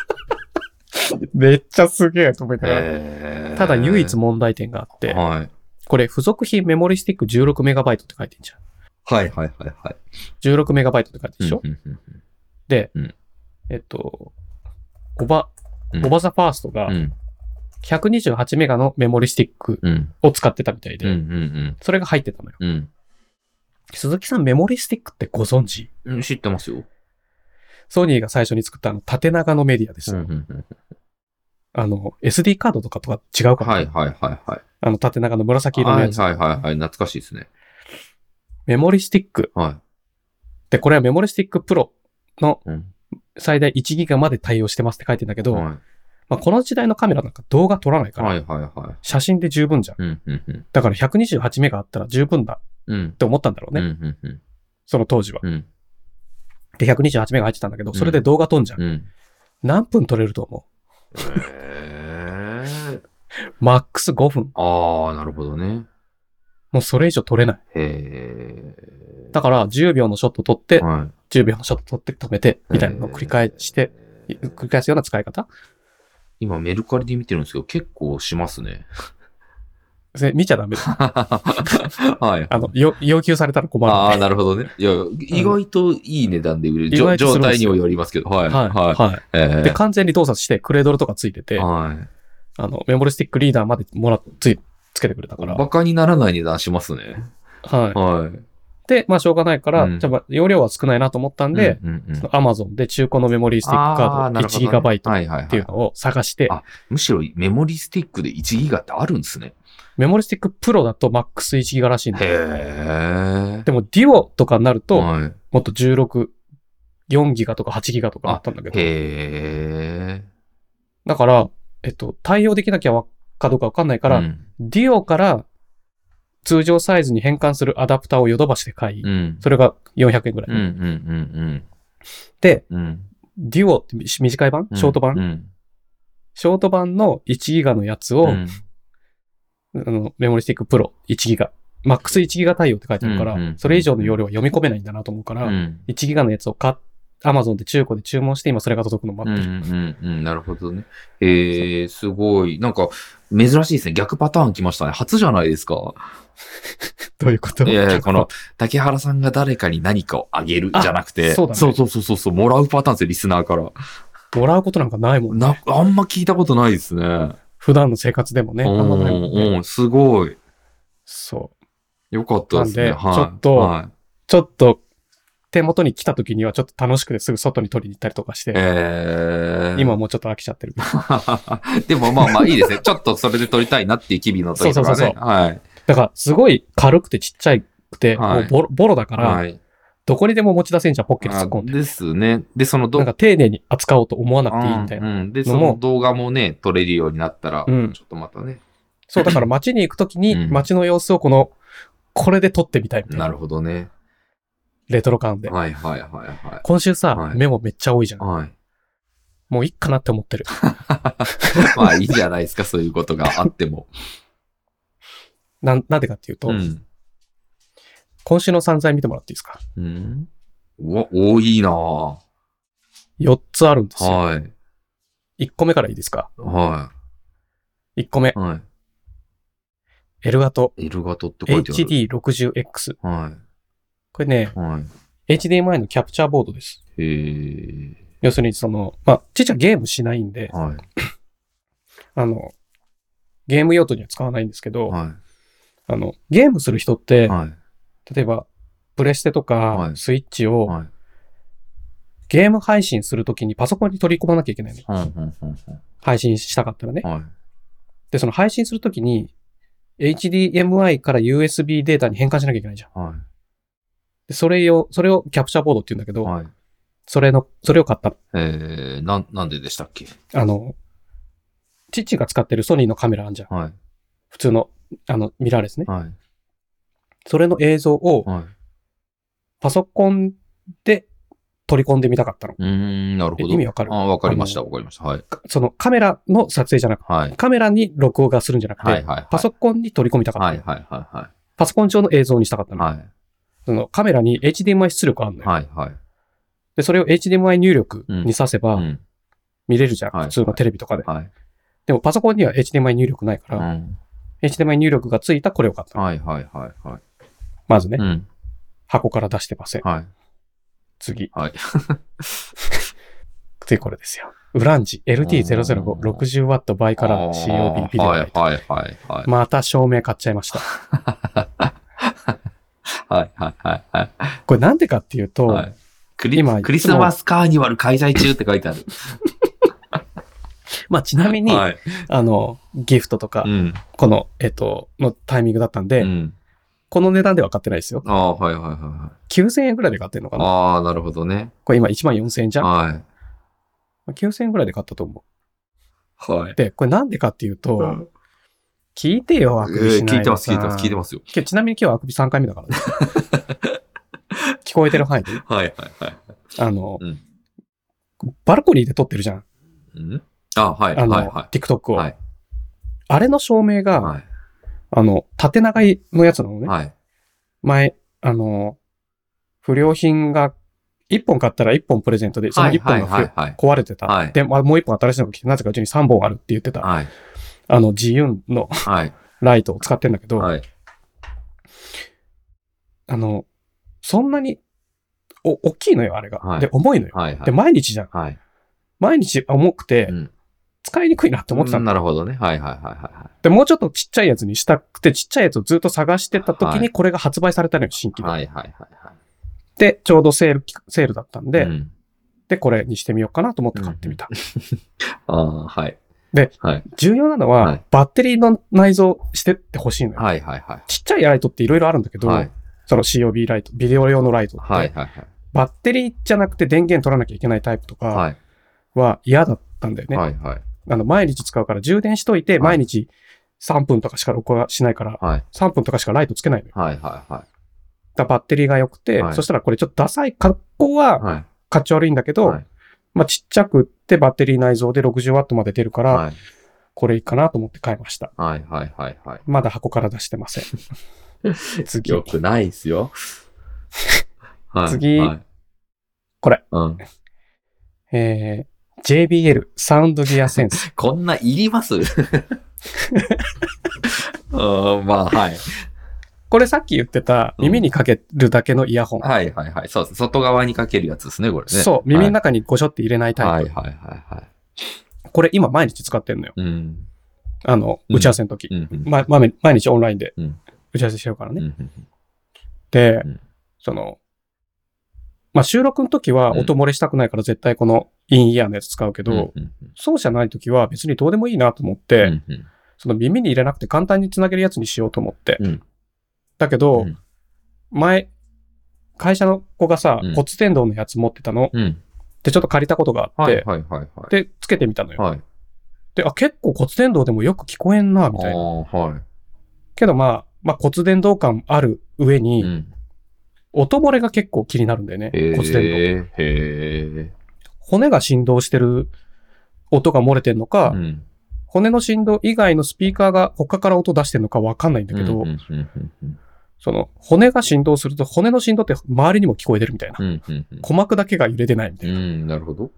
A: めっちゃすげえと思いながら。
B: え。
A: ただ唯一問題点があって、
B: はい。
A: これ付属品メモリスティック 16MB って書いてんじゃん。
B: はいはいはいはい。
A: 16MB って書いてるでしょ、
B: うんうん
A: で、
B: うん
A: えっと、オバ
B: う、ん
A: オバザファーストが
B: うんうん
A: 128メガのメモリスティック
B: うん
A: を使ってたみたいで、
B: うんうん
A: それが入ってたのよ。
B: うんうん
A: 鈴木さんメモリスティックってご存知
B: うん。知ってますよ。
A: ソニーが最初に作ったあの縦長のメディアです。
B: うんうんうん
A: あの、SD カードとかとは違うから、
B: はいはいはいはい。
A: あの縦長の紫色の
B: は
A: や
B: い
A: つ。
B: はいはいはい。懐かしいですね。
A: メモリスティック。
B: は
A: で、これはメモリスティックプロの
B: い。うん。
A: 最大1ギガまで対応してますって書いてんだけど、
B: はい
A: まあ、この時代のカメラなんか動画撮らないから、
B: はいはいはい。
A: 写真で十分じゃん。
B: うんうんうん。
A: だから128メガあったら十分だ
B: うん
A: って思ったんだろう
B: う
A: ね。
B: んうんうん
A: その当時は。
B: うん
A: で、128メガ入ってたんだけど、
B: うん
A: それで動画撮んじゃん。
B: うん。
A: 何分撮れると思
B: へー
A: うマックス5分。
B: ああ、なるほどね。
A: もうそれ以上撮れない。
B: へえ。
A: だから10秒のショット撮って、
B: は
A: 10秒のショット撮って止めて、みたいなのを繰り返して、
B: い
A: 繰り返すような使い方
B: 今メルカリで見てるんですけど、結構しま すね。
A: それ見ちゃダ メだ。
B: はい。
A: あの、よ要求されたら困る。
B: ああ、なるほど ね。いや、意外といい値段で売れる。
A: 意
B: じょ
A: 外とす
B: 状
A: るんで
B: 態
A: す
B: に
A: よ
B: もよりますけど。はい。
A: はい。
B: は。
A: はい
B: え
A: い。で、完全に動作して、クレードルとかついてて、
B: え。はい。
A: あの、メモリスティックリーダーまでもらっつい、つけてくれたから。
B: バカにならない値段しますね。
A: はい。
B: はい。
A: で、まあ、しょうがないから、
B: うん
A: じゃあまあ、容量は少ないなと思ったんで、
B: うんうんうん、
A: アマゾンで中古のメモリスティックカー
B: あな
A: ド
B: るほどね
A: 1GB
B: はいはい
A: ってい
B: は
A: う
B: い。
A: のを探して、
B: あむしろメモリスティックで1ギガってあるんですね。
A: メモリスティックプロだとマックス 1GB らしいん
B: へ
A: で。
B: え。
A: でも、デュオとかになると、
B: はい、
A: もっと16、4GB とか 8GB とかあったんだけど。
B: へえ。
A: だから、えっと、対応できなきゃわかどうかわかんないから、
B: うん
A: デュオから通常サイズに変換するアダプターをヨドバシで買い、
B: うん。
A: それが400円ぐらい。
B: うんうん
A: で、
B: うんうん。うん。
A: デュオって短い版ショート版、
B: うん。
A: ショート版の1ギガのやつを、
B: うん
A: あのメモリスティックプロ1ギガ。MAX1 ギガ対応って書いてあるから、
B: うんうん
A: それ以上の容量は読み込めないんだなと思うから、
B: うん。
A: 1ギガのやつを買っ Amazon で中古で注文して、今それが届くのを
B: う
A: 待
B: ん
A: っ
B: う
A: て
B: ん
A: る。
B: うんうん、なるほどね。えー、すごい。なんか、珍しいですね。逆パターン来ましたね。初じゃないですか。
A: どういうこと
B: いやいや、この、竹原さんが誰かに何かをあげる
A: あ
B: じゃなくて、
A: そうだね
B: そうそうそうそうそう、もらうパターンですよ、リスナーから。
A: もらうことなんかないもんね。
B: な、あんま聞いたことないですね。
A: 普段の生活でもね。あんまないもんね。
B: うん、うん、すごい。
A: そう。
B: よかったですね。
A: なんで
B: はい。
A: ちょっと
B: はい、
A: ちょっと、手元に来た時にはちょっと楽しくてすぐ外に取りに行ったりとかして、
B: えー、
A: 今はもうちょっと飽きちゃってるけど。
B: でもまあまあいいですね。ちょ っとそれで撮りたいなっていう日々の時とかね。
A: そうそうそうそ
B: はい。
A: だから、すごい軽くてちっちゃくて、も
B: はい
A: うボロボロだから、
B: はい。
A: どこにでも持ち出せんじゃん、ポッケに突っ込ん
B: あ
A: で。
B: ですね。で、その
A: なん
B: 動
A: か丁寧に扱おうと思わなくていいみたいな。
B: うんうん。で、
A: の
B: そ
A: も
B: の動画もね、撮れるようになったら、ち
A: う
B: ょ
A: ん
B: っとまたね。
A: そう、だから街に行くとき
B: う
A: に、
B: ん
A: 街の様子をこの、これで撮ってみたいみたい
B: な
A: な。
B: るほどね。
A: レトロ感で。
B: はいはいはいは
A: 今週さ、
B: はい
A: メモめっちゃ多いじゃん
B: い。。はい。
A: もういいかなって思ってる。
B: まあいいじゃないですか、そういうことがあっ ても。
A: なん、なんでかっていうと、
B: うん。
A: 今週の散財見てもらっていいですか
B: うん。うわ、多いなぁ
A: ?4 つあるんですよ。
B: はい。
A: 1個目からいいですか
B: は
A: ?1 個目
B: い。。は
A: エルガト
B: い。エルガトって書いてある。
A: HD60X。
B: は
A: これね、
B: い。はい。
A: HDMI のキャプチャーボードです。
B: へー
A: 要するにその、まあ、ちっちゃいゲームしないんで、
B: はい。
A: あの、ゲーム用途には使わないんですけど、
B: は
A: あの、ゲームする人って
B: い。、はい。
A: 例えば、プレステと
B: は
A: か、
B: い
A: スイッチを、
B: はい。
A: ゲーム配信するときにパソコンに取り込まなきゃいけないの。
B: はい。はい。
A: 配信したかったらね。
B: はい。
A: で、その配信するときに、HDMI から USB データに変換しなきゃいけないじゃん。
B: は
A: で、それを、それをキャプチャーボードって言うんだけ
B: い。
A: ど、
B: はい。
A: それの、それを買った。
B: えー、なん、なんででしたっけ
A: あの、父が使ってるソニーのカメラあんじゃん。
B: はい。
A: 普通の、あの、ミラーレスね。
B: はい。
A: それの映像を
B: はい。
A: パソコンで取り込んでみたかったの。
B: うーん、なるほど。
A: え意味わかる
B: あ、わかりました。
A: あ
B: わかりました。はい。
A: かそのカメラの撮影じゃなく
B: はい。
A: カメラに録画するんじゃなくて、
B: はい。はい。
A: パソコンに取り込みたかったの。
B: はい。はい。は
A: パソコン上の映像にしたかった
B: い。
A: の。
B: はい。
A: そのカメラに HDMI 出力あるのよ。
B: はい。はい。
A: で、それを HDMI 入力にさせ
B: う
A: ば
B: ん。
A: 見れるじゃん。
B: はい
A: 普通のテレビとかで。
B: はい。
A: でもパソコンには HDMI 入力ないか
B: う
A: ら、
B: ん。
A: HDMI 入力がついたこれを買ったの。
B: はい。はい。はい。はい。
A: まずね、
B: うん。
A: 箱から出してません。
B: はい。
A: 次。
B: はい
A: 次これですよ。ウランジ
B: うん
A: LT00560W バイカラー COB ビデオラ
B: は
A: イ
B: い。
A: ト。
B: はい。はい。はい。
A: また照明買っちゃいました。
B: はいはいはいはい。
A: これなんでかっていうと、
B: はいクリ
A: 今
B: クリスマスカーニバル開催中って書いてあ る。
A: まあちなみに、
B: はい。
A: あの、ギフトとか、
B: うん。
A: この、えっと、のタイミングだったんで、
B: うん。
A: この値段では買ってないですよ。
B: ああ、はいはいはいはい。
A: 9000円ぐらいで買ってんのかな
B: ああ、なるほどね。
A: これ今1万4000円じゃん
B: は
A: 9000円ぐらいで買ったと思。。
B: い。はいう
A: で、これなんでかっていうと、
B: うん
A: 聞いてよ、あ
B: え
A: くびし
B: ー
A: ない
B: 聞いてます、聞いてます、聞いて
A: ま
B: ますよ。
A: す。ちなみに今日はあくび3回目だ からね。聞こえてる範囲で。
B: はいはいはい。
A: あの、
B: うん
A: バルコニーで撮ってるじゃん。
B: うんあはいは
A: あ
B: い
A: の、
B: は
A: TikTok
B: い。
A: を、
B: はい。
A: あれの照明が、
B: は
A: あの、縦長いのやつなの
B: い。
A: ね。
B: はい。
A: 前、あの、不良品が1本買ったら1本プレゼントで、その
B: はい
A: 1
B: はい
A: 本が不
B: は
A: 良
B: いはい。
A: 壊れてた。
B: はい
A: で、まあ、もう一本新しいのが来て、なぜかうちに3本あるって言ってた、
B: はい。
A: あの、自由の
B: はい。
A: ライトを使ってんだけど、
B: はい。
A: あの、そんなに、お、大きいのよ、あれが。
B: はい
A: で、重いのよ。
B: はい。は
A: で、
B: い。
A: 毎日じゃん。
B: はい。
A: 毎日重くて、
B: うん
A: 使いにくいなって思ってた
B: うん
A: の。
B: なるほどね。はいはいはいは
A: で、もうちょっとちっちゃいやつにしたくて、ちっちゃいやつをずっと探してた時
B: は
A: に、これが発売されたのよ、新規
B: い。
A: で。
B: はいはいはいは
A: で、ちょうどセール期、セールだったん
B: い。
A: で、
B: うん
A: で、これにしてみようかなと思って買ってみた。
B: ああ、はい。
A: で、
B: はい
A: 重要なのは、
B: はい
A: バッテリーの内蔵してってほしいのよ。
B: はいはいは
A: ちっちゃいライトっていろいろあるんだけ
B: い。
A: ど、
B: はい。
A: その COB ライト、ビデオ用のライトって、
B: はいはいはい。
A: バッテリーじゃなくて電源取らなきゃいけないタイプとか
B: はい。
A: は嫌だったんだよね。
B: はいはい。
A: あの毎日使うから充電しといて、毎日3分とかしか録画しないから、
B: はい。
A: 3分とかしかライトつけないのよ。
B: はいはい
A: だ
B: は
A: からバッテリーが良くて、
B: はい。、
A: そしたらこれちょっとダサい格好はい
B: はい。
A: かっち悪いんだけど、
B: はい
A: まあちっちゃくってバッテリー内蔵で 60W まで出るから、
B: はい。
A: これいいかなと思って買いました。
B: はいはいはいはい。
A: まだ箱から出してませ ん。次。
B: よくないですよ。はい。
A: 次
B: はい
A: これ。
B: うん。
A: えー、JBL サウンドギアセン ス。
B: こんないります うんまあ、はい。
A: これさっき言ってた
B: うん
A: 耳にかけるだけのイヤホン。
B: はいはいはい。そうです。外側にかけるやつですね、これね。
A: そう、耳の中にごしょって入れないタイプ。
B: はいはいはいはいはい。
A: これ今毎日使ってんのよ。
B: うん。
A: あの、
B: うん
A: 打ち合わせの時。
B: うんうん。
A: ま、まめ毎日オンラインで
B: うん
A: 打ち合わせしてるからね。
B: うんうん
A: で、
B: うん
A: その、まあ、収録の時は
B: うん
A: 音漏れしたくないから絶対このインイヤーのやつ使うけど、
B: うんうん
A: そうじゃない時は別にどうでもいいなと思って、
B: うんうん
A: その耳に入れなくて簡単につなげるやつにしようと思って。
B: うん
A: だけど、
B: うん
A: 前、会社の子がさ、
B: うん
A: 骨伝導のやつ持ってたの。
B: うん。
A: で、ちょっと借りたことがあっ
B: は
A: て、
B: いはいはいはい。
A: で、つけてみたのよ。
B: はい。
A: で、あ、結構骨伝導でもよく聞こえんな、みたい
B: あ
A: な。
B: ーは
A: けどまあ、まあ骨伝導感ある上
B: い。
A: に、
B: ん。
A: 音漏れが結構気になるんだよね、
B: へ
A: 骨伝導。
B: え。へえ。
A: 骨が振動してる音が漏れてんのか、
B: うん。
A: 骨の振動以外のスピーカーが他から音出してんのかわかんないんだけど、
B: うんうんうんうん
A: その骨が振動すると骨の振動って周りにも聞こえてるみたいな。
B: うんうんうん。
A: 鼓膜だけが揺れてないみた
B: う
A: いな。
B: ん、なるほど。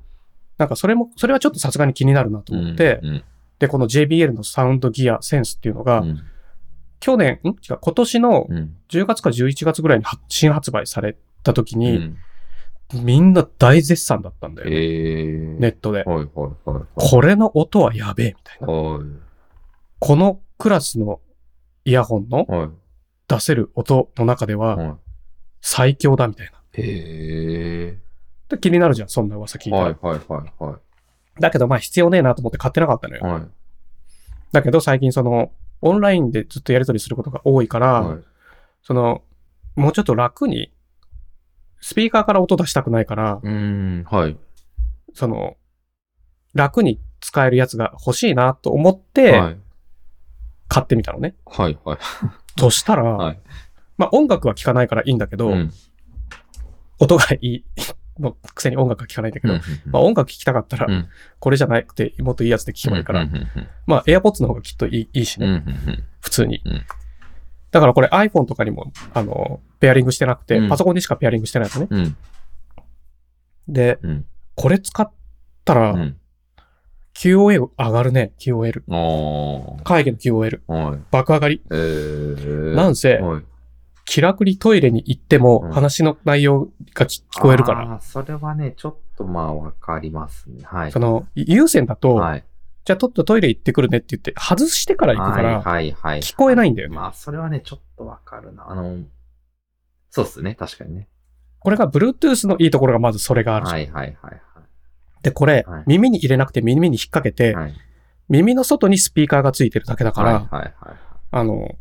A: なんかそれも、それはちょっとさすがに気になるなと思って、
B: うんうん
A: で、この JBL のサウンドギアセンスっていうのが、
B: うん
A: 去年、ん違う、今年の
B: うん
A: 10月か11月ぐらいに発新発売された時
B: う
A: に、
B: ん
A: みんな大絶賛だったんだよね、
B: へえ。
A: ネッ。トで。
B: はいはいはいはい。
A: これの音はやべえ、みたいな。
B: はい。
A: このクラスのイヤホンの
B: はい。
A: 出せる音の中では
B: は
A: 最強だ、みたいな。
B: い。へ
A: で気になるじゃん、そんな噂聞い
B: え。
A: たら。
B: はいはいはいは
A: だけど、まあ必要ねえなと思って買ってなかったの
B: い。
A: よ。
B: はい。
A: だけど最近その、オンラインでずっとやり取りすることが多いから、
B: はい
A: その、もうちょっと楽に、スピーカーから音出したくないから、
B: うーん、はい。
A: その、楽に使えるやつが欲しいなと思って、
B: はい。
A: 買ってみたのね。
B: はいはい。
A: そしたら、
B: はい
A: まあ音楽は聴かないからいいんだけど、
B: うん
A: 音がい いのくせに音楽は聴かないんだけ
B: うん
A: ど、
B: うん
A: まあ音楽聴きたかったら、
B: うん
A: これじゃなくて、もっといいやつで聴けばいいから、
B: うんうん
A: まあ AirPods の方がきっといいいいし
B: う
A: ね、
B: んうん
A: 普通に。
B: うん
A: だからこれ iPhone とかにも、あの、ペアリングしてなくて、
B: うん
A: パソコンにしかペアリングしてないのね。
B: うん
A: で、
B: うん
A: これ使ったら、
B: うん
A: QOL 上がるね、QOL。
B: あー
A: 会議の QOL。
B: はい。
A: 爆上がり。
B: えー。
A: なんせ、
B: はい
A: 気楽にトイレに行っても
B: うん
A: 話の内容がき聞こえるから。
B: あーそれはね、ちょっとまあわかりますね。はい。
A: その、有線だと、
B: はい。
A: じゃあちょっとトイレ行ってくるねって言って、外してから行くか
B: はい
A: ら、
B: はいはい。
A: 聞こえないんだよね。
B: まあ、それはね、ちょっとわかるな。あの、そうっすね。確かにね。
A: これが Bluetooth のいいところがまずそれがあるじゃん。
B: はいはいはい
A: で、これ、
B: はい
A: 耳に入れなくて耳に引っ掛けて、
B: はい。はい。
A: 耳の外にスピーカーがついてるだけだから、
B: はいはいはい
A: あの、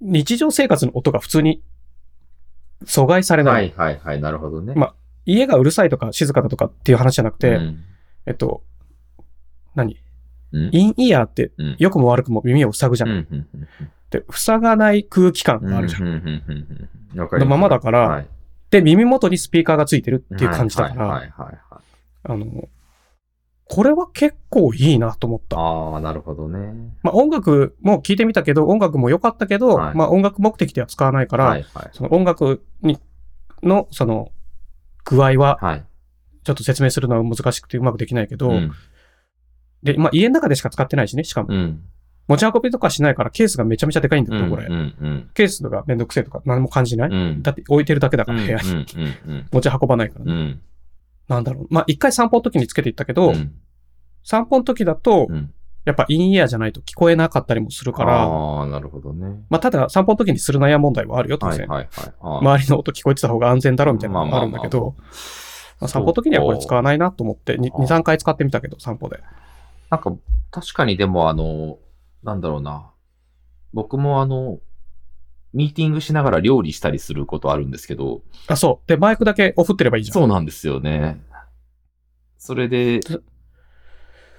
A: 日常生活の音が普通に阻害されない。
B: はい。はいはいはい。なるほどね。
A: ま家がうるさいとか静かだとかっていう話じゃなくて、
B: うん、
A: えっと、何
B: うん
A: インイヤーって
B: うん
A: 良くも悪くも耳を塞ぐじゃ。
B: うんんうんうん
A: で、塞がない空気感
B: うん
A: があるじゃん。
B: うんうんうんうんわかりす
A: のままだから、
B: はい
A: で、耳元にスピーカーがついてるっていう感じだから、
B: はいはいはいはい。
A: あの、これは結構いいなと思った。
B: ああ、なるほどね。
A: まあ音楽も聞いてみたけど、音楽も良かったけど、
B: はい
A: まあ音楽目的では使わないから、
B: はいはい。
A: その音楽にの、その、具合は、
B: はい。
A: ちょっと説明するのは難しくてうまくできないけど、
B: うん。
A: で、まあ家の中でしか使ってないしね、しかも。
B: うん。
A: 持ち運びとかしないからケースがめちゃめちゃでかいんだけど、これ。
B: うんうん
A: ケースがめんどくせえとか何も感じない、
B: うん。うん。
A: だって置いてるだけだ
B: う
A: か
B: ん
A: ら
B: うん
A: 部屋に、
B: うん
A: 持ち運ばないから、
B: うん。う
A: ね
B: ん。
A: なんだろう。まあ一回散歩の時につけていったけど、
B: うん
A: 散歩の時だと、
B: うん。
A: やっぱインイヤーじゃないと聞こえなかったりもするから、
B: ああ、なるほどね。
A: まあただ散歩の時にするなや問題はあるよ、当
B: はい
A: 然。
B: はいはい。あー
A: 周りの音聞こえてた方が安全だろみたいなのがあるんだけど、
B: まあ
A: まあ散歩の時にはこれ使わないなと思って、2、
B: そう
A: 3回使ってみたけど、散歩で。
B: なんか、確かにでもあの、なんだろうな。僕もあの、ミーティングしながら料理したりすることあるんですけど、
A: あ、そう。で、マイクだけオフってればいいじゃん。
B: そうなんですよね。それで、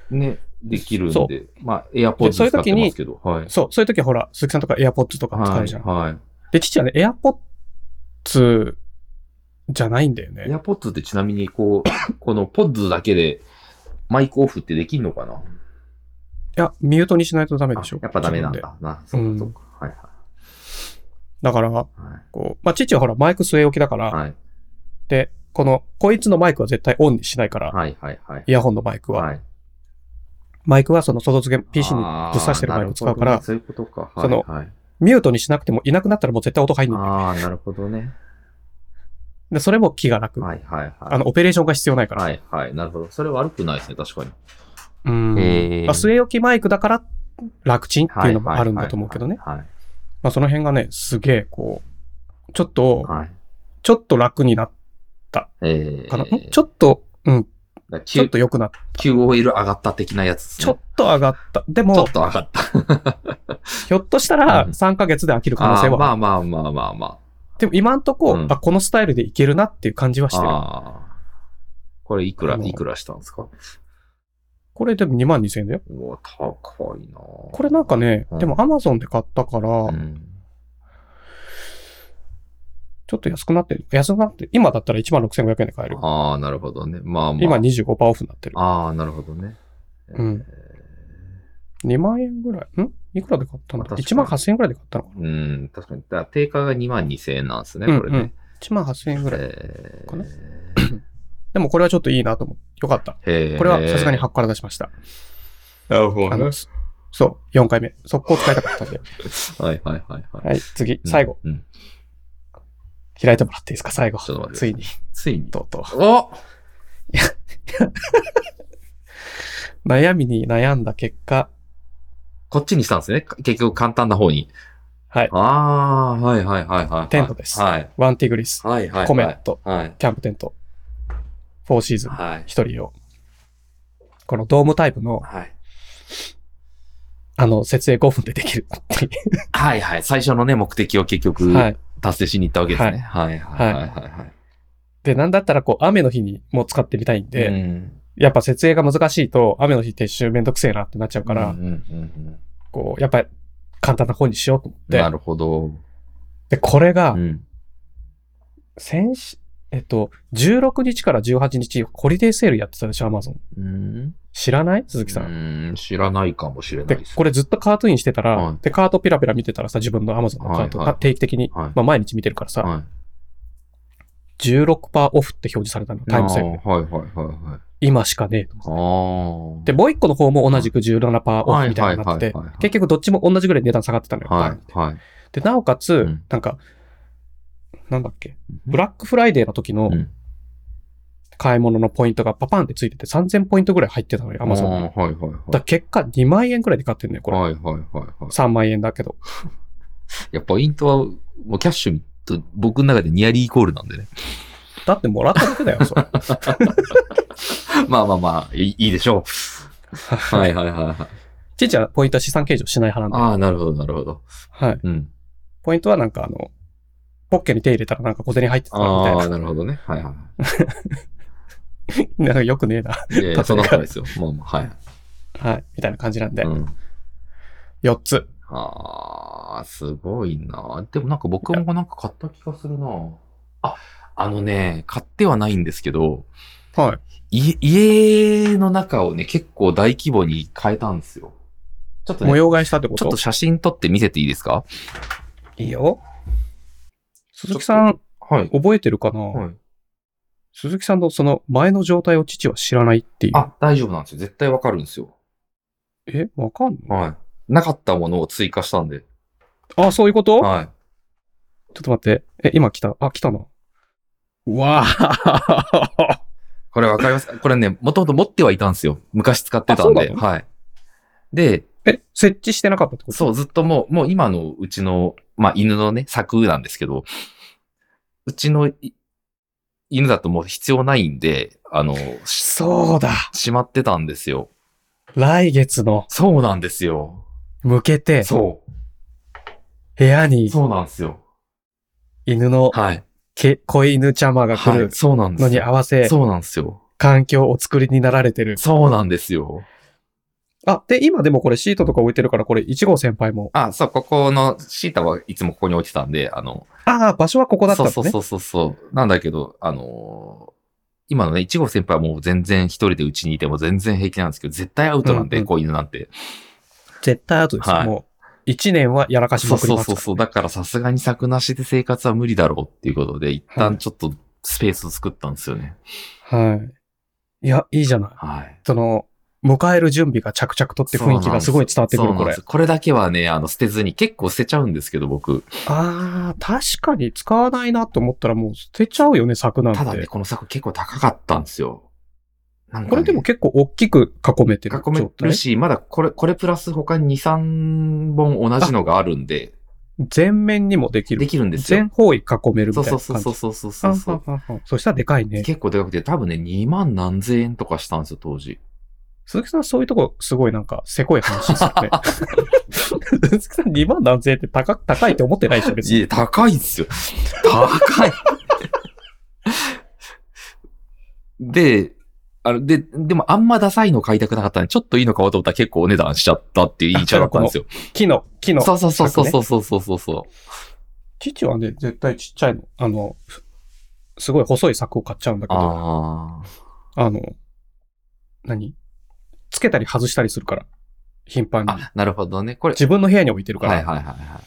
B: ね、できるん
A: そ
B: で、まあ、エアポッ
A: でそうい
B: ド
A: う
B: 使っ
A: 時
B: てま
A: に
B: すけど、はい。
A: そう、そういう時はほら、鈴木さんとか AirPods とか使
B: は
A: う
B: い。
A: じゃん。
B: は
A: で、父はね、AirPods じゃないんだよ
B: い。エ
A: ね。
B: アポッドってちなみに、こう、このポッドだけでマイクオフってできんのかない
A: や、ミュートにしないとダメでしょ
B: あ。やっぱダメなん
A: 自分
B: だ。な、そう
A: うん
B: か、そうか。はい
A: で。だから、
B: はい。
A: こう、まあ、父はほら、マイク据え置きだから、
B: はい。
A: で、この、こいつのマイクは絶対オンにしないから、
B: はい。はい。はい。
A: イヤホンのマイクは。
B: はい。
A: マイクはその外付け、PC に
B: あー
A: ぶっ刺してるマイクを使うか
B: なるほ
A: ら、
B: どねそういうことか。はい
A: その
B: はい、
A: ミュートにしなくてもいなくなったらもう絶対音入んない。
B: ああ、なるほどね。
A: で、それも気が楽。
B: はいはいはい。
A: あの、オペレーションが必要ないから。
B: はいはい。なるほど。それ悪くないですね、確かに。
A: うん。
B: へー
A: まあ、据え置きマイクだから楽ちんっていうのも
B: はい
A: あるんだと思うけどね。。
B: はい
A: まあ、その辺がね、すげえ、こう、ちょっと、
B: はい。はい
A: ちょっと楽になっ
B: えー、
A: たかな。んちょっと、うん、
B: だから
A: ちょっ
B: Q-
A: と良くなった。
B: QOL 上がった的なやつです
A: ちょ
B: ね
A: っ。と上がった。で
B: ちょ
A: も
B: っ、と上がった。
A: ひょっとした
B: う
A: ら
B: ん
A: 3ヶ月で飽きる可能
B: あ
A: 性
B: ー
A: は。
B: まあまあまあまあま
A: でも今んとこ、
B: うん
A: あ、このスタイルでいけるなっていう感じはし
B: あ。
A: てる。
B: ああ。これいく
A: あ
B: ら、
A: の
B: いくらしたんですか
A: これでも2万2000円だよ。
B: うわ、高いなこ
A: これなんかね、
B: うん
A: でも Amazon で買ったから、
B: うん。
A: ちょっと安くなってる。安くなってる、今だったら16,500円で買える。
B: ああ、なるほどね。まあまあ。
A: 今25%オフになってる。
B: ああ、なるほどね。
A: うん2万円ぐらい。んいくらで買ったんだ
B: まあ
A: ?1 万8,000円ぐらいで買ったのかな
B: うん、確かに。だから定価が2万2千円なんですね、
A: うん
B: これね。
A: ?1 万8,000円ぐらい。
B: えー
A: かなでもこれはちょっといいなと思う。よかった。
B: へー
A: これはさすがに箱から出しました。
B: なるほ
A: あ
B: どね
A: の、すそう、4回目。速攻使いたかったん で。
B: はいはいはいはい。
A: はい、次、最後。
B: うん。うん
A: 開いてもらっていいですか最後。
B: ちょっと待って
A: ついに、
B: ついに。
A: とうと
B: お
A: う。悩みに悩んだ結果、
B: こっちにしたんですね。か結局簡単な方に。
A: はい
B: ああー、はいはいはいはいはい。
A: テントです
B: はい。
A: ワンティグリス、
B: はいはい。
A: コメン。ト、
B: はい。
A: キャンプテント、フォーシーズン、
B: はい。
A: 一人用。このドームタイプの、
B: はい。
A: あの、設営5分でできるってい
B: はいはい。最初のね、目的を結
A: う。
B: 局、
A: はい。
B: 達成しに行ったわけですね。はいはいはいはいはい。
A: で、なんだったら、こう、雨の日にも使ってみたいんで、
B: うん、
A: やっぱ設営が難しいと、雨の日撤収めんどくせえなってなっちゃうから、
B: うんうんうんうん
A: こう、やっぱり簡単な方にしようと思って。
B: なるほど。
A: で、これが
B: う、ん。
A: 先し、えっと、16日から18日、ホリデーセールやってたでしょ、アマゾン。
B: うん
A: 知らない鈴木さん。
B: うーん、知らないかもしれない
A: で
B: です。、
A: これずっとカートインしてたら、
B: はい
A: で、カートピラピラ見てたらさ、自分のアマゾンのカート、
B: はいはい
A: あ定期的に、
B: はい
A: まあ毎日見てるからさ、
B: はい、
A: 16%オフって表示されたの、タイムセールで。
B: あーはいはいはいはい。
A: 今しかねえと思って。で、
B: ああ。
A: もう一個の方も同じく17%オフみたいになってて
B: はいはいはいはいはい、
A: 結局どっちも同じぐらい値段下がってたのよ。
B: は
A: バン
B: いはい。
A: で、なおかつ、
B: うん
A: なんか、なんだっけ、ブラックフライデーの時の
B: うん
A: 買い物のポイントがパパンってついてて3000ポイントぐらい入ってたのよ、アマゾンに。
B: あーはいはいはい。
A: だから結果2万円くらいで買ってんのよ、これ。
B: はいはいはいはい。
A: 3万円だけど。
B: いや、ポイントは、もうキャッシュと僕の中でニアリーイコールなんでね。
A: だってもらっただけだよ、それ。
B: まあまあまあ、いいいいでしょう。 はいはいはいはい。
A: ちいちゃんポイントは資産計上しない派なんで。
B: ああ、なるほどなるほど。
A: はい。
B: うん。
A: ポイントはなんかあの、ポッケに手入れたらなんか小銭入ってたなみたい
B: ああ、
A: な。
B: なるほどね。はいは
A: なんかよくねえな。
B: い。いや
A: 例え
B: い
A: ば
B: や、そんなことないですよ。まあまあ、はい。
A: はい。みたいな感じなんで。
B: うん。
A: 4つ。
B: ああ、すごいな。でもなんか僕もなんか買った気がするな。あ、あのね、買ってはないんですけど、
A: はい。
B: い家の中をね、結構大規模に変えたんですよ。ちょっと
A: 模
B: ね、
A: 様替えしたってこ
B: ちょ
A: と
B: っと写真撮って見せていいですか
A: いいよ。鈴木さん、
B: はい。
A: 覚えてるかな、
B: はい、
A: 鈴木さんのその前の状態を父は知らないっていう。
B: あ、大丈夫なんですよ。絶対わかるんですよ。
A: えわかんない
B: はい。なかったものを追加したんで。
A: あ、そういうこと、
B: はい。
A: ちょっと待って。え、今来た。あ、来たな。うわあ
B: これわかりますこれね、もともと持ってはいたんですよ。昔使ってたん
A: あ
B: で。
A: そうな
B: はい。で、
A: え、設置してなかったってこと
B: そう、ずっともう、もう今のうちの、まあ犬のね、柵なんですけど、うちのい犬だともう必要ないんで、あの、し
A: そうだ。
B: しまってたんですよ。
A: 来月の
B: そうなんですよ。
A: 向けて、
B: そ
A: 部屋
B: う。
A: に
B: そうなんですよ。
A: 犬の
B: はい。
A: け子犬ちゃまが来
B: は
A: る
B: い。そうなんで
A: の
B: す
A: に
B: よ。
A: 合わせ、
B: そうなんですよ。
A: 環境をお作りになられてる。
B: そうなんですよ。
A: あ、で、今でもこれシートとか置いてるから、これ1号先輩も。
B: あ、そう、ここのシータはいつもここに置いてたんで、あの、
A: ああ、場所はここだったんです
B: そう
A: ね。
B: そうそうそう。なんだけど、あのー今のね、一号先輩はもう全然一人でうちにいても全然平気なんですけど、絶対アウトなんで、
A: うんうん
B: 子犬なんて。
A: 絶対後ですよ。
B: はい
A: もう、1年はやらかし
B: そ
A: ま
B: う
A: くり
B: そう
A: ますか
B: そう
A: ら。
B: そう。だからさすがに柵なしで生活は無理だろうっていうことで、一
A: は
B: 旦
A: い
B: ちょっとスペースを作ったんですよね。
A: はい。いや、いいじゃない。
B: はい。
A: その、迎える準備が着々とって雰囲気がすごい伝わってく
B: そ
A: る、
B: うな
A: こ
B: んで
A: れ
B: す。。これだけはね、あの、捨てずに、結構捨てちゃうんですけど、僕。
A: ああ、確かに使わないなと思ったらもう捨てちゃうよね、柵なんて。
B: ただね、この柵結構高かったんですよ。なんかね
A: これでも結構大きく囲めてる
B: 囲めるし、まだこれ、これプラス他に2、3本同じのがあるんで、
A: 全面にもできる。
B: できるんですよ
A: 全。方位囲めるみ
B: そ
A: た
B: う
A: いな
B: そう
A: 感じ。
B: そうそうそうそうそう。
A: あはははそしたらでかいね。
B: 結構でかくて、多分ね、2万何千円とかしたんですよ、当時。
A: 鈴木さんそういうとこすごいなんか、せこい話ですよね。 鈴木さん2万何千円って高、高いって思ってないでしょ、別
B: い
A: に。
B: や、高いっすよ。 高い。で、あの、で、でもあんまダサいの買いたくなかったんで、ちょっといいの買おうと思ったら結構お値段しちゃったっていういいチャラったんですよ。
A: 木の、木の。
B: そうそうそうそうそうそうそうそうそう。
A: 父はね、絶対ちっちゃいの。あの、すごい細い柵を買っちゃうんだけど、あ
B: あ
A: の、何つけたり外したりするから、頻繁
B: あ。
A: に。
B: あ、なるほどね。これ、
A: 自分の部屋に置いてるから、
B: はいはいはいは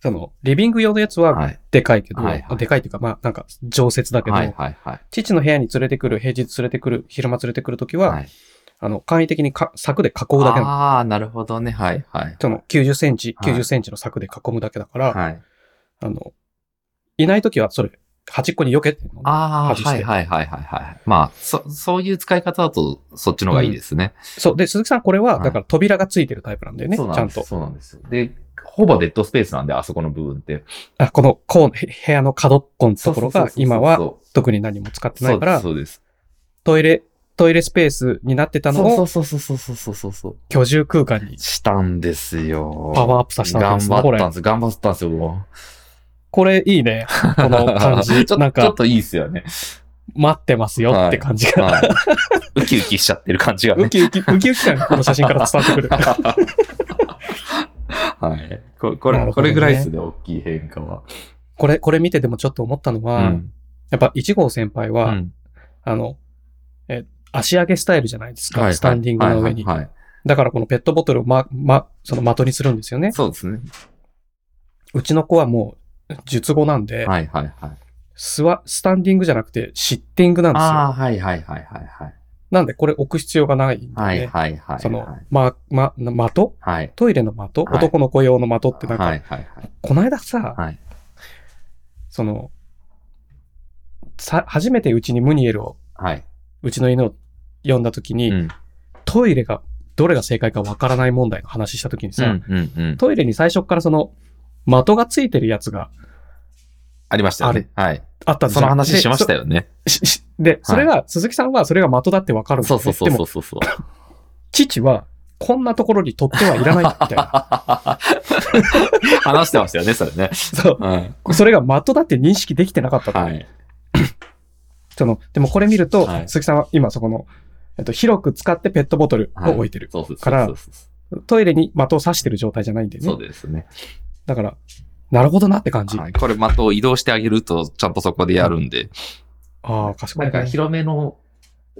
A: その、リビング用のやつ
B: い。
A: は
B: はい
A: でかいけど、
B: はいはい
A: でかいっていうか、まあ、なんか、常設だけど、
B: はいはいはい。
A: 父の部屋に連れてくる、平日連れてくる、昼間連れてくるときは、
B: はい、
A: あの、簡易的にか柵で囲うだけなの。
B: ああ、なるほどね。はいはい。
A: その90センチ、
B: はい
A: 90センチの柵で囲むだけだから、
B: はい。
A: あの、いないときはそれ、端っこに避けてんのね
B: ああ、
A: 外し
B: はい
A: て
B: はいはいはいはい。まあ、そ、そういう使い方だと、そっちの方がいいですね。
A: そう。で、鈴木さん、これは、
B: はい
A: だから扉がついてるタイプなんだよね、ち
B: そうな
A: ゃ
B: ん
A: ん
B: です
A: と。
B: そうなんですよ。で、ほぼデッドスペースなんで、あそこの部分って。
A: あ、この、こう、部屋の角っこのところ
B: そう
A: が
B: そうそう、そう
A: 今は
B: そ
A: 特に何も使っ
B: う
A: てないから、
B: そうです。
A: トイレ、トイレスペースになってたの
B: そう
A: を、
B: そうそうそうそうそうそうそう。
A: 居住空間に
B: したんですよ。
A: パワーアップさせたわけ
B: 頑
A: ですね、こ
B: 張った
A: れ。
B: んです。頑張ったんですよ、もう。
A: これいいね。この感じ
B: ちょっと
A: なんか
B: ちょっといいですよね。
A: 待ってますよって感じが。
B: はい。ウキウキしちゃってる感じが
A: ウ
B: ね。
A: キウキ、ウキウキ感がこの写真から伝わってく る。
B: はい。ここ
A: な
B: れ、
A: るほど
B: こ
A: ね
B: れぐらいですね、大きい変化は。
A: これ、これ見てでもちょっと思ったの
B: う
A: は、
B: ん。
A: やっぱ1号先輩
B: う
A: は、
B: ん
A: あの、え、足上げスタイルじゃないですか、
B: はいはい
A: スタンディングの上に。
B: はいはいは
A: だからこのペットボトルをま、ま、その的にするんですよね
B: い。。そうですね。
A: うちの子はもう、術後なんで、
B: はいはいはい。
A: スワ、スタンディングじゃなくて、シッティングなんですよ。
B: ああ、はいはいはいはいはい。
A: なんでこれ置く必要がないんで、ね
B: はいはいはい。
A: その、ま、ま、的
B: はい。
A: トイレの的、
B: はい
A: 男の子用の的ってなんか、
B: はいはいはい。
A: こないださ、
B: はい
A: その、さ、初めてうちにムニエルを、
B: はい。
A: うちの犬を呼んだ時に、
B: うん
A: トイレが、どれが正解かわからない問題の話した時に
B: う
A: さ、
B: んうんうん。
A: トイレに最初からその、的がついてるやつが
B: ありましたよね。はい。
A: あったんです
B: その話しましたよね。
A: で、そししで、それが、鈴木さんはそれが的だってわかるんです
B: そ
A: よ
B: う
A: ね
B: そうそう
A: で
B: そ
A: も、
B: う そう。
A: 父は、こんなところに取ってはいらないみ たいな。
B: 話してましたよね、それね。
A: そ
B: うん
A: う。それが的だって認識できてなかったと。
B: はい。
A: その、でもこれ見ると、
B: はい
A: 鈴木さんは今そこの、えっと、広く使ってペットボトルを置いてる。
B: そうそうそ
A: か
B: う
A: ら
B: そうそう。
A: トイレに的を刺してる状態じゃないんだよね。
B: そうですね。
A: だから、なるほどなって感じ。
B: はい。これ的を移動してあげると、ちゃんとそこでやるんで。
A: ああ、賢、
B: ないんか
A: ね。
B: 広めの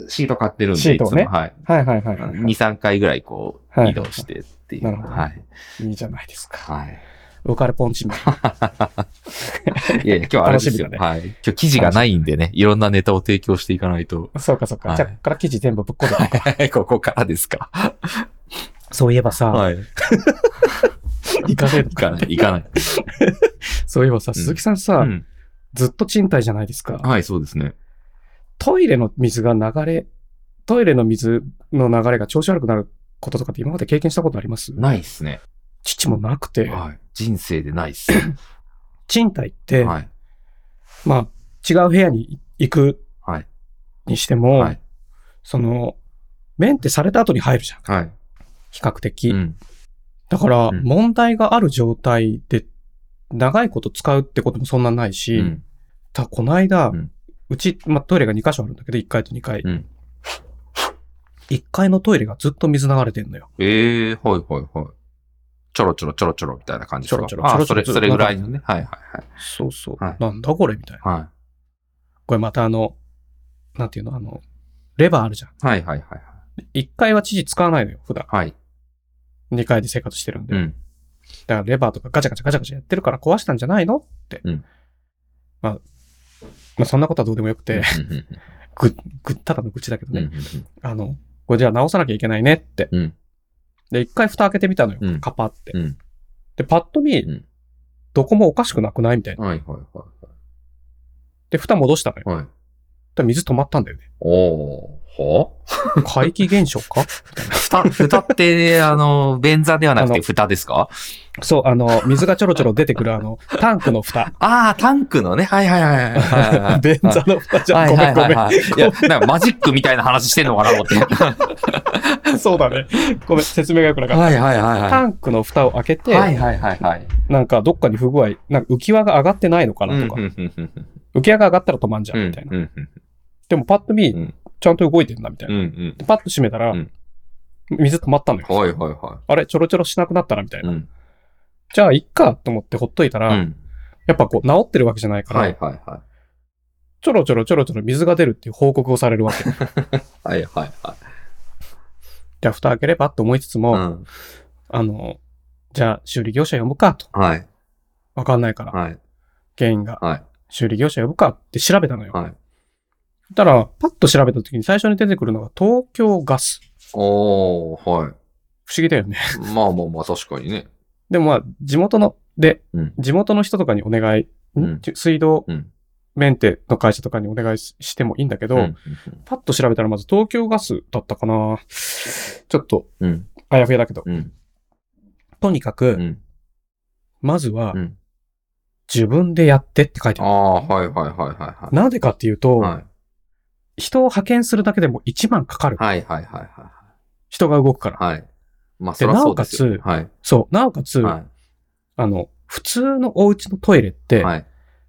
B: シート買ってるんで、
A: シートをね
B: いつもはい。
A: はいはいはいはい、
B: 2、3回ぐらいこ
A: は
B: う、
A: い
B: 移動してっていう。
A: なるほど
B: はい。
A: いいじゃないですか。
B: はい。
A: ウカルポンチミ。
B: いやいや、今日はあれ
A: 楽
B: ですよ。
A: しみだね
B: はい。今日記事がないんでね、いろんなネタを提供していかないと。
A: そうかそうか。
B: はい
A: じゃあ、ここから記事全部ぶっ込んでいこうか。
B: ここからですか。
A: そういえばさ、
B: はい。
A: 行かねえの
B: 行
A: か
B: かない、行かない。
A: そういえばさ、
B: ん
A: 鈴木さんさ、
B: うん
A: ずっと賃貸じゃないですか。
B: はい、そうですね。
A: トイレの水が流れ、トイレの水の流れが調子悪くなることとかって今まで経験したことあります
B: ないっすね。
A: 父もなくて、
B: はい。人生でないっす。
A: 賃貸って、
B: はい。
A: まあ、違う部屋に行く
B: はい。
A: にしても、
B: はい。
A: その、メンテされた後に入るじゃん。
B: はい。
A: 比較的。
B: うん。
A: だから、
B: うん
A: 問題がある状態で、長いこと使うってこともそんなないし、
B: うん
A: ただこの間、
B: うん
A: うち、まあ、トイレが2箇所あるんだけど、1階と2階。
B: うん
A: 1階のトイレがずっと水流れてんのよ。
B: ええはいはいはい。ちょろちょろちょろちょろみたいな感じですか
A: ちょろちょろ
B: あー
A: ちょろちょろ
B: それ、それぐらいのね。はいはい
A: そうそう。
B: はい
A: なんだこれみたいな。
B: はい。はい
A: これまたあの、なんていうのあの、レバーあるじゃん。
B: はいはいはい
A: 1階は知事使わないのよ、普段。
B: はい。はい。
A: 2階で生活してるんで。
B: うん。
A: だからレバーとかガチャガチャガチャガチャやってるから壊したんじゃないのって。
B: うん
A: まあ、まあそんなことはどうでもよくて、
B: うんうん
A: ぐ、ぐったらの愚痴だけど
B: うん、
A: ね。
B: うんうん
A: あの、これじゃあ直さなきゃいけないねって。
B: うん
A: で、一回蓋開けてみたのよ。
B: うん
A: カパって。
B: うん
A: で、パッと見、
B: うん
A: どこもおかしくなくないみたいな。
B: はいはいは
A: で、蓋戻したのよ。
B: い。はい。
A: で水止まったんだよね。
B: おー、は
A: 怪奇現象か
B: 蓋、蓋って、あの、便座ではなく
A: あ
B: て
A: の
B: 蓋ですか
A: そう、あの、水がちょろちょろ出てくるあ の、タンクの蓋。
B: ああ、タンクのね。はいはいはいはいはいはい。
A: 便座の蓋じゃ
B: は
A: ん。
B: い
A: ご
B: は
A: め
B: い
A: んご
B: はい
A: め
B: はい。いや、なんかマジックみたいな話してんのかなと思って。は
A: ん。そうだね。ごめん、説明が良くなかっ
B: いはいはい
A: た。
B: は
A: タンクの蓋を開け
B: い。
A: て、
B: はいはいはいはい。
A: なんかどっかに不具合、なんか浮き輪が上がってないのかなとか、
B: うんうんうん
A: 浮き輪が上がったら止まんじゃ
B: うんん
A: みたいな。
B: うんうん
A: でもパッと見、
B: うん
A: ちゃんと動いてんなみたいな
B: うん。うん
A: でパッと閉めたら、
B: うん
A: 水止まったのよ。
B: うん。はいはいは
A: あれ、ちょろちょろしなくなったな、みたい
B: い。
A: な。
B: うん。
A: じゃあ、いっか、と思ってほっといた
B: う
A: ら、
B: ん。
A: やっぱこう、治ってるわけじゃないから、
B: はいはいは
A: ちょろちょろちょろちょろ水が出るっていう報告をされるわけ。じ
B: い。はいはいはい。
A: ゃあ、蓋開ければと思いつつも、
B: うん。
A: あの、じゃあ、修理業者呼ぶか、と。
B: はい。
A: わかんないから、
B: はい。
A: 原因が。
B: はい。
A: 修理業者呼ぶかって調べたのよ。
B: はい。
A: そしたら、パッと調べた時に最初に出てくるのが東京ガス。
B: おー、はい。
A: 不思議だよね。
B: まあまあまあ、確かにね。
A: でもまあ、地元の、で、
B: うん
A: 地元の人とかにお願い、
B: うん
A: ん水道
B: うん。
A: メンテの会社とかにお願いししてもいいんだけど、
B: うんうん
A: パッと調べたらまず東京ガスだったかなちょっと、
B: うん。
A: あやふやだけど。
B: うん。
A: とにか
B: う
A: く、
B: ん。
A: まずは
B: う、ん。
A: 自分でやってって書いて
B: あ
A: ある。
B: あ、はいはいはいはいはい。
A: なぜかっていうと、
B: はい。
A: 人を派遣するだけでも1万かかる。
B: はいはいはいは
A: 人が動くから。
B: い。はい。まあ、そりゃそうですよ
A: なおか
B: はい。
A: そう。なおかつ、
B: は
A: あの、普通のお家のトイレっ
B: い。
A: て、
B: はい。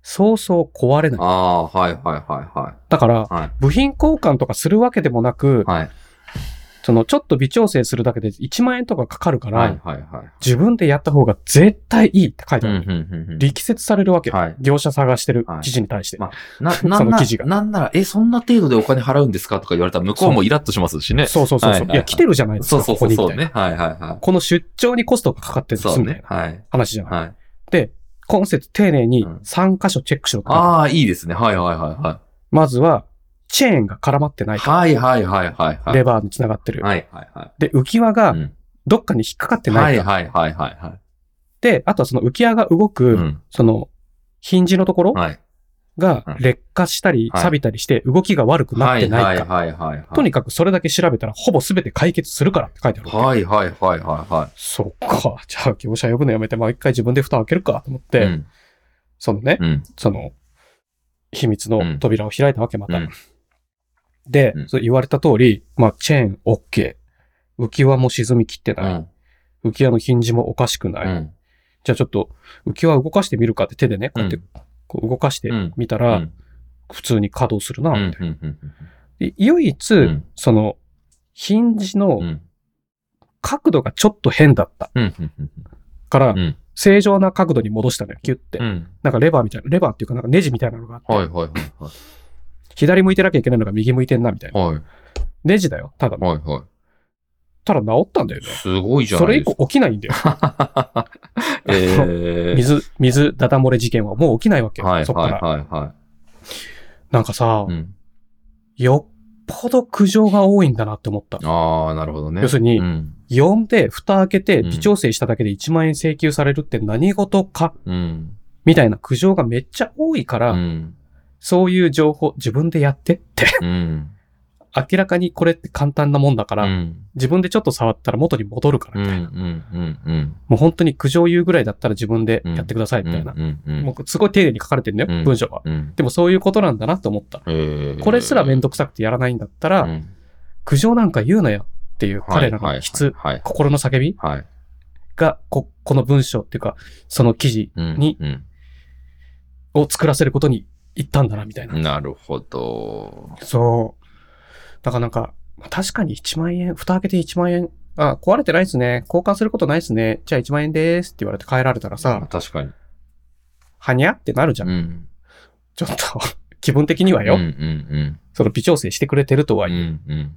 A: そうそう壊れない。
B: ああ、はいはいはいは
A: だから
B: い。、はい。
A: 部品交換とかするわけでもなく、
B: はい。
A: その、ちょっと微調整するだけで1万円とかかかるから、
B: はいはいはい。
A: 自分でやった方が絶対いいって書いて
B: う
A: あ
B: ん
A: る。
B: うんうんうん
A: 力説されるわけ。
B: はい
A: 業者探してる
B: はい
A: 記事に対して。
B: まな、な
A: そ
B: ん
A: の
B: な
A: 記事が
B: ら、なんなら、え、そんな程度でお金払うんですかとか言われたら、向こうもイラッとしますしね。
A: そうそうそうそう。い
B: はいはいはい
A: や、来てるじゃないです
B: そ
A: か、
B: うそう
A: こ
B: そ
A: こ
B: う
A: にみ
B: そ
A: た
B: う
A: い
B: ね
A: な。。
B: はいはいは
A: この出張にコストがかかって
B: い。
A: る
B: そう
A: みたい
B: ね。
A: な
B: はい。
A: 話じゃない。
B: はい。
A: で、今節丁寧に
B: うん
A: 3箇所チェックしろって書いてある
B: ああ、いいですね。はいはいはいは。
A: まずは、チェーンが絡まってないいか
B: はいはいはいはいは
A: ら。
B: い。
A: レバーに繋がってる。
B: はいはいは
A: で、浮き輪
B: い。
A: が
B: うん
A: どっかに引っかかって
B: は
A: ない
B: い
A: か。
B: はいはいはいは
A: で、あとはその浮き輪が動
B: い。う
A: く、
B: ん。
A: その、ヒンジのところ
B: はい。
A: が
B: うん
A: 劣化したり、
B: はい
A: 錆びたりして動きが悪くな
B: は
A: って
B: いは
A: ない
B: い
A: か。
B: はいはいはい。
A: とにかくそれだけ調べたら、ほぼ全て解決するからって書いてある。
B: はいはいはいはいは
A: そっか。じゃあ、業者呼ぶのやめて、まあ一回自分で蓋開けるかと思っ
B: い。
A: て、
B: うん
A: そのね、
B: うん。
A: その、秘密
B: うん
A: の扉を開いたわけ、また。
B: うん
A: で、
B: うん
A: そう言われた通り、まあ、チェーン OK。浮き輪も沈み切って
B: う
A: ない。
B: ん。
A: 浮き輪のヒンジもおかしくない。
B: うん。
A: じゃあちょっと、浮き輪動かしてみるかって手でね、こうやって
B: うん
A: こう動かして
B: うん
A: みた
B: う
A: ら、
B: ん
A: 普通に稼働するな、
B: う
A: み
B: ん
A: たいな。
B: うんうん
A: で唯一、
B: うん
A: その、ヒンジの
B: うん
A: 角度がちょっと変だった
B: うんうんうん
A: から、
B: うん
A: 正常な角度に戻したのよ、キュッて。
B: うん
A: なんかレバーみたいな、レバーっていうかなんかネジみたいなのがあって、
B: はいはいは
A: 左向いてなきゃいけないのが右向いてんな、みたい
B: い
A: な。
B: はい。はい
A: ネジだよ、ただの。
B: はいはい。
A: ただ治ったんだよね。
B: すごいじゃ
A: そ
B: な
A: れ
B: い
A: 以
B: ですか。
A: 降起きないんだよ。
B: え ー
A: 水、水ダダ漏れ事件はもう起きないわけよ。
B: はい
A: そっか
B: はい
A: ら。
B: はいは
A: なんかさ
B: い。う、ん
A: よっぽど苦情が多いんだなって思った。
B: ああ、なるほどね。
A: 要するに
B: うん。
A: 呼んで、蓋開けて、
B: うん
A: 微調整しただけで1万円請求されるって何事か、
B: うん。
A: みたいな苦情がめっちゃ多いか
B: う
A: ら、
B: ん。
A: そういう情報自分でやってって、
B: うん。
A: 明らかにこれって簡単なもんだか
B: う
A: ら、
B: ん。
A: 自分でちょっと触ったら元に戻るか
B: う
A: ら、
B: ん。
A: み
B: う
A: たいな。
B: ん。うん。
A: もう本当に苦情言うぐらいだったら自分でやってください、みたいな。
B: うん。うん。
A: もうすごい丁寧に書かれてるんだよ、
B: うん
A: 文章は。
B: うん。
A: でもそういうことなんだなって思った。
B: えー
A: これすらめんどくさくてやらないんだったら、
B: うん
A: 苦情なんか言うなよっていう彼らの悲痛、
B: はい。
A: 心の叫び
B: はい。
A: がこ、この文章っていうか、その記事
B: うん
A: に、
B: う
A: を作らせることに行ったんだな、みたいな。
B: んなるほど。
A: そう。だからなんか、まあ確かに1万円、蓋開けて1万円、あ、壊れてないですね。交換することないですね。じゃあ1万円ですって言われて帰られたら
B: まあ
A: さ、
B: 確かに。
A: はにゃってなるじゃん。
B: うん。
A: ちょっと、 気分的にはよ、
B: うんうん
A: その微調整してくれてるとは
B: うん。う
A: いえ、
B: ん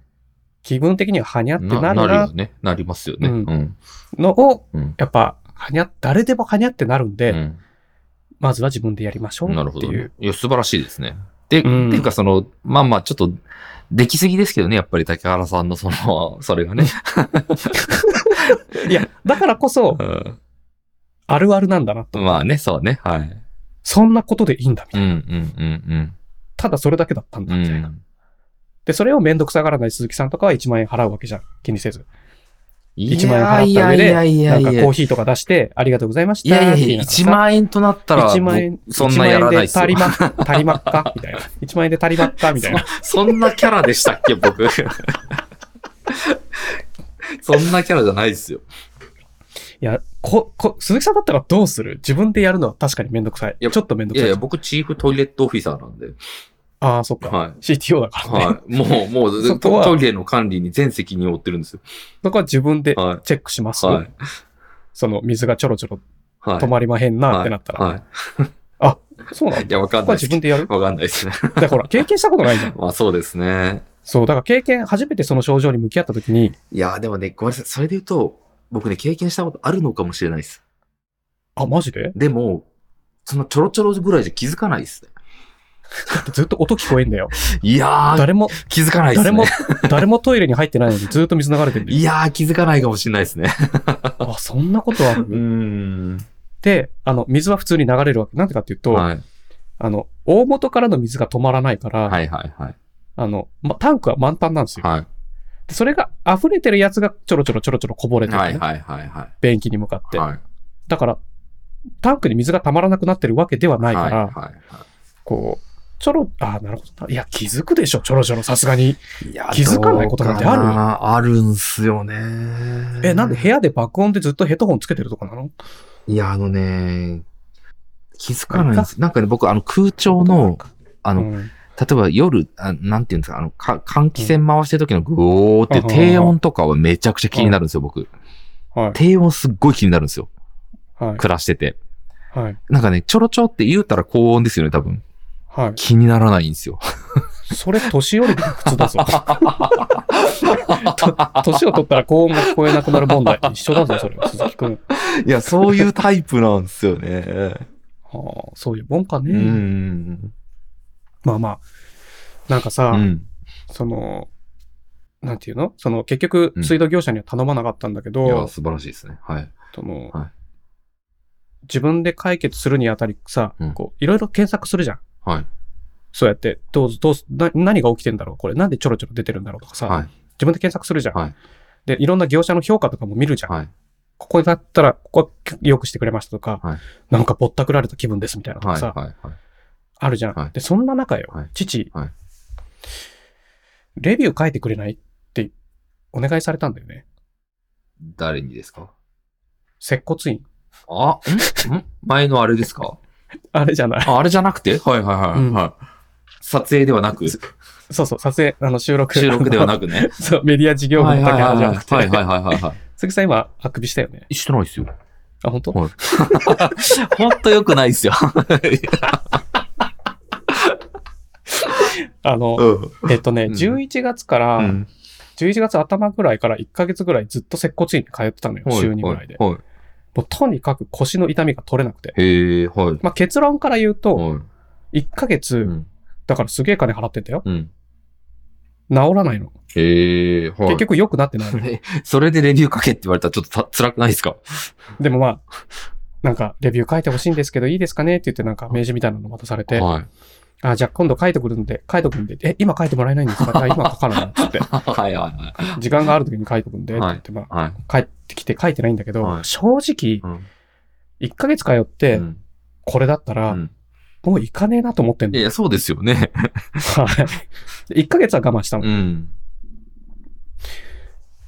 A: 気分的にははにゃっ
B: う
A: て
B: ん。
A: なる
B: るよ
A: な、
B: ね。なりますよね。
A: う
B: うんん。
A: のを、
B: うん。
A: やっぱ、はにゃ、誰でもはにゃってなるんで、
B: うん
A: まずは自分でやりましょう
B: なる
A: っ
B: ほ
A: て
B: ど、
A: いう。
B: ね。いや、素晴らしいですね。で、
A: うん
B: っていうか、その、まあまあ、ちょっと、できすぎですけどね、やっぱり竹原さんのその、 それがね。
A: いや、だからこ そ、
B: う
A: あるあるなんだなと。
B: ん、まあね、そうね、はい。
A: そんなことでいいんだ、みた
B: う
A: い
B: ん、
A: な。
B: うん、
A: ただそれだけだったん
B: うん、う
A: だ、みたいな。
B: ん。
A: で、それをめんどくさがらない鈴木さんとかは1万円払うわけじゃん。気にせず。
B: い
A: 1万円払った上で
B: い
A: なんか
B: い
A: コーヒーとか出して、ありがとうございまし
B: い
A: た。
B: や
A: って
B: い
A: 言なが
B: や、
A: らさ
B: 1万円となったら、
A: 1万円
B: 僕、そんなやらないっすよ
A: 1。万円 で足りま、足りまっかみたいな。1万円で足りまっかみたいな。
B: そんなキャラでしたっけ、僕。 そんなキャラじゃないですよ。
A: いや、こ、こ、鈴木さんだったらどうする自分でやるのは確かにめんどくさい。
B: いや
A: ちょっとめんど
B: い
A: く
B: や
A: さ
B: い
A: い。
B: や、僕、チーフトイレットオフィサーなんで。
A: ああ、そっか。
B: はい。
A: CTO だからね。
B: はい。もう、 も、
A: そうこは
B: トトイレの管理に全責任を負ってるんですよ。
A: そこは自分で
B: は
A: チェックしま
B: い。
A: す。
B: はい。
A: その水がちょろちょろ
B: はい。
A: 止まりまへんなってなったら。
B: はい。はい
A: そうなん
B: い
A: だ。
B: や、わか
A: そ
B: ん
A: こ
B: な
A: はい自
B: です。
A: 分でやる
B: わかんないですね。
A: だからほら、経験したことないじゃん。
B: まあ、そうですね。
A: そう、だから経験、初めてその症状に向き合った時に、
B: いや、でもね、ごめんなさい。それで言うと、僕ね、経験したことあるのかもしれないです。
A: あ、マジで
B: でも、そのちょろちょろぐらいじゃ気づかないですね。
A: だってずっと音聞こえんだよ。
B: いやー、
A: 誰も、
B: 気づかないです
A: 誰
B: ね。
A: も、誰もトイレに入ってないのにずっと水流れてるんだよ
B: いやー、気づかないかもしれないですね。
A: あ、そんなことある
B: うーん。
A: で、あの、水は普通に流れるわけ。なんでかっていうと、
B: はい。
A: あの、大元からの水が止まらないから、
B: はいはいはい。
A: あの、ま、タンクは満タンなんですよ。
B: は
A: でそれが溢れてるやつがちょろちょろちょろちょろこぼれ
B: い。
A: てるね、
B: はいはいはいは
A: 便器に向かっ
B: い。
A: て。
B: はい。
A: だから、タンクに水が溜まらなくなってるわけではないから、
B: はいは
A: こう、ちょろ、あ、なるほどな。いや、気づくでしょ、ちょろちょろ、さすがに。
B: い。いや
A: 気づかないことなんてある
B: どうかなあるんすよね。
A: え、なんで部屋で爆音でずっとヘッドホンつけてるとかなの
B: いや、あのね、気づかないんです。なんかね、僕、あの、空調の、あ
A: あ
B: の、
A: うん
B: 例えば夜、あなんていうんですか、あの、か換気扇回してる時のグオーっていう低音とかはめちゃくちゃ気になるんですよ、僕。
A: は
B: 低音すっごい気になるんですよ。
A: い、はい、
B: 暮らしてて。
A: はい、
B: なんかね、ちょろちょろって言うたら高音ですよね、多分。
A: はい。
B: 気にならないんですよ。
A: それ、年寄りの苦痛だぞ。 と年を取ったら高音が聞こえなくなる問題。一緒だぞ、それは。鈴木くん。
B: いや、そういうタイプなんですよね。
A: はあ、そういうもんかね。
B: うん。
A: まあまあ。なんかさ、
B: うん。
A: その、なんていうのその、結局
B: う、ん
A: 水道業者には頼まなかったんだけ
B: いや、
A: ど、
B: 素晴らしいですね。はい。
A: その、
B: はい
A: 自分で解決するにあたりさ、
B: うん
A: こう、いろいろ検索するじゃん。
B: はい。
A: そうやって、どうぞ、どうぞ、な何が起きてんだろうこれ、なんでちょろちょろ出てるんだろうとかさ、
B: はい。
A: 自分で検索するじゃん。
B: はい
A: で、いろんな業者の評価とかも見るじゃん。
B: はい。
A: ここだったら、ここは良くしてくれましたとか、
B: はい
A: なんかぼったくられた気分ですみたいなの
B: は
A: が
B: い。
A: さ、
B: はい。
A: あるじゃん。
B: はい
A: で、そんな中よ、
B: はい
A: 父、
B: はい
A: レビュー書いてくれないってお願いされたんだよね。
B: 誰にですか
A: 接骨院。
B: あ、 んん前のあれですか
A: あれじゃない。
B: ああれじゃなくてはいはいはい、
A: うん
B: はい。撮影ではなく、
A: そうそう、撮影、あの、収録。
B: 収録ではな
A: く。
B: く ね。
A: そう、メディア事業部
B: は
A: の
B: い
A: 竹
B: は
A: 原
B: い
A: じゃ
B: は
A: なく
B: い。はい
A: て。
B: はいはいはいは
A: 鈴木さん今、あくびしたよね。
B: い。してないですよ。
A: あ、本当？
B: はい ほんと良くないですよ。
A: あの、
B: うん。
A: えっとね、
B: うん
A: 11月から、
B: うん
A: 11月頭ぐらいから1ヶ月ぐらいずっと接骨院に通ってたのよ、週2ぐらいで。
B: はい。は
A: もうとにかく腰の痛みが取れなくて。
B: いへえ、はい。
A: まあ、結論から言うと、
B: はい。
A: 1ヶ
B: う
A: 月、
B: ん。
A: だからすげえ金払ってんだよ。
B: うん。
A: 治らないの。
B: へえ、はい
A: 結。局良くなってないのよ。
B: え それでレビュー書けって言われたらちょっとた辛くないですか
A: でもまあ、なんか、レビュー書いてほしいんですけど、いいですかねって言って、なんか、名刺みたいなの渡されて、
B: はい。
A: あ、じゃあ今度書いてくるんで、書いてくるんで、え、今書いてもらえないんですか あ、今書かないのつって、
B: はいはいは
A: 時間がある時に書いてくんで、って言って、ま
B: い。はい。
A: あ、帰ってきて書いてないんだけど、
B: はい
A: 正直、
B: うん
A: 1ヶ月通っ
B: う
A: て、
B: ん
A: これだった
B: う
A: ら、
B: ん。
A: もう行かねえなと思ってん
B: い
A: の。
B: やいや、そうですよね。
A: はい。1ヶ月は我慢したの
B: う。ん。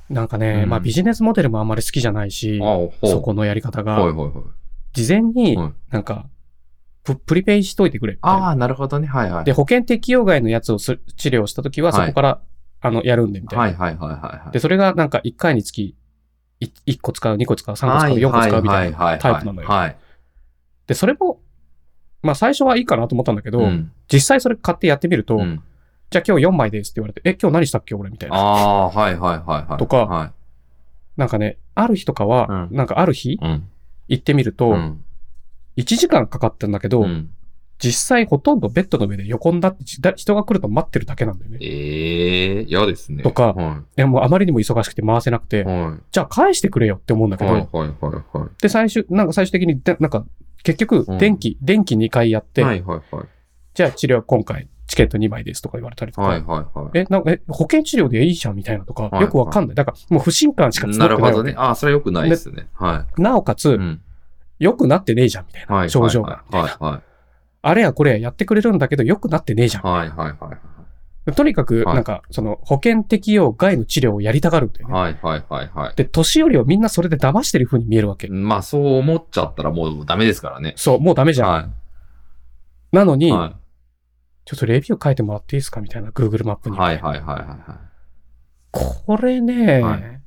A: なんかね、
B: うん
A: まあビジネスモデルもあんまり好きじゃないし
B: あ、ほう。
A: そこのやり方
B: はいはい
A: が、
B: はい。
A: 事前に
B: はい
A: なんか、ププリペイしといてくれみたいな
B: ああ、なるほどね。はいはい。
A: で、保険適用外のやつをす治療したときは、
B: はい
A: そこからあの、やるんで、みたいな。
B: はいはいはいはい。
A: で、それがなんか1回につき、い1個使う、2個使う、3個使う、4個使うみたいな。
B: な
A: タイプなのよ
B: はい。
A: で、それも、まあ最初はいいかなと思ったんだけど、
B: うん
A: 実際それ買ってやってみると、
B: うん
A: じゃあ今日4枚ですって言われて、え、今日何したっけ俺みたいな。
B: ああー、はいはいはいはい。
A: とか
B: は
A: なんかね、ある日とかは、
B: うん
A: なんかある日
B: い。うん。
A: 行ってみると、
B: うん
A: 1時間かかったんだけど、
B: うん
A: 実際ほとんどベッドの上で横になって、じだ人が来ると待ってるだけなんだよね。
B: ええ、嫌ですね。
A: とか
B: はい
A: や、もうあまりにも忙しくて回せなくて、
B: い。はい。
A: じゃあ返してくれよって思うんだけど、
B: はいはいはいはい。
A: で、最終、なんか最終的にで、なんか、結局
B: うん、
A: 電気、電気2回やって、
B: はいはいはい。
A: じゃあ治療今回チケット2枚ですとか言われたりとか、
B: はいはいはい。
A: え、なんか、え、保険治療でいいじゃんみたいなとか、
B: はい
A: よくわかんない。だから、もう不信感しか募ってな
B: ないる
A: わけ
B: ほどね。ああ、それは良くないですね。は
A: なおかつ、
B: い。うん
A: 良くなってねえじゃんみたい
B: は
A: な、
B: い。
A: 症状が。
B: はいは
A: あれやこれややってくれるんだけど、良くなってねえじゃ
B: い。はいはいはい。
A: ん。とにかく、
B: はい
A: なんか、その、保険適用外の治療をやりたがるんだよね。
B: はいはいはいはい。
A: で、年寄りをみんなそれで騙してる風に見えるわけ。
B: まあ、そう思っちゃったらもうダメですからね。
A: そう、もうダメじゃん。
B: は
A: なのに、
B: い。は
A: ちょっとレビュー書いてもらっていいですかみたいな、Google マップ
B: い
A: に。
B: はいはいはいは
A: これね、
B: はい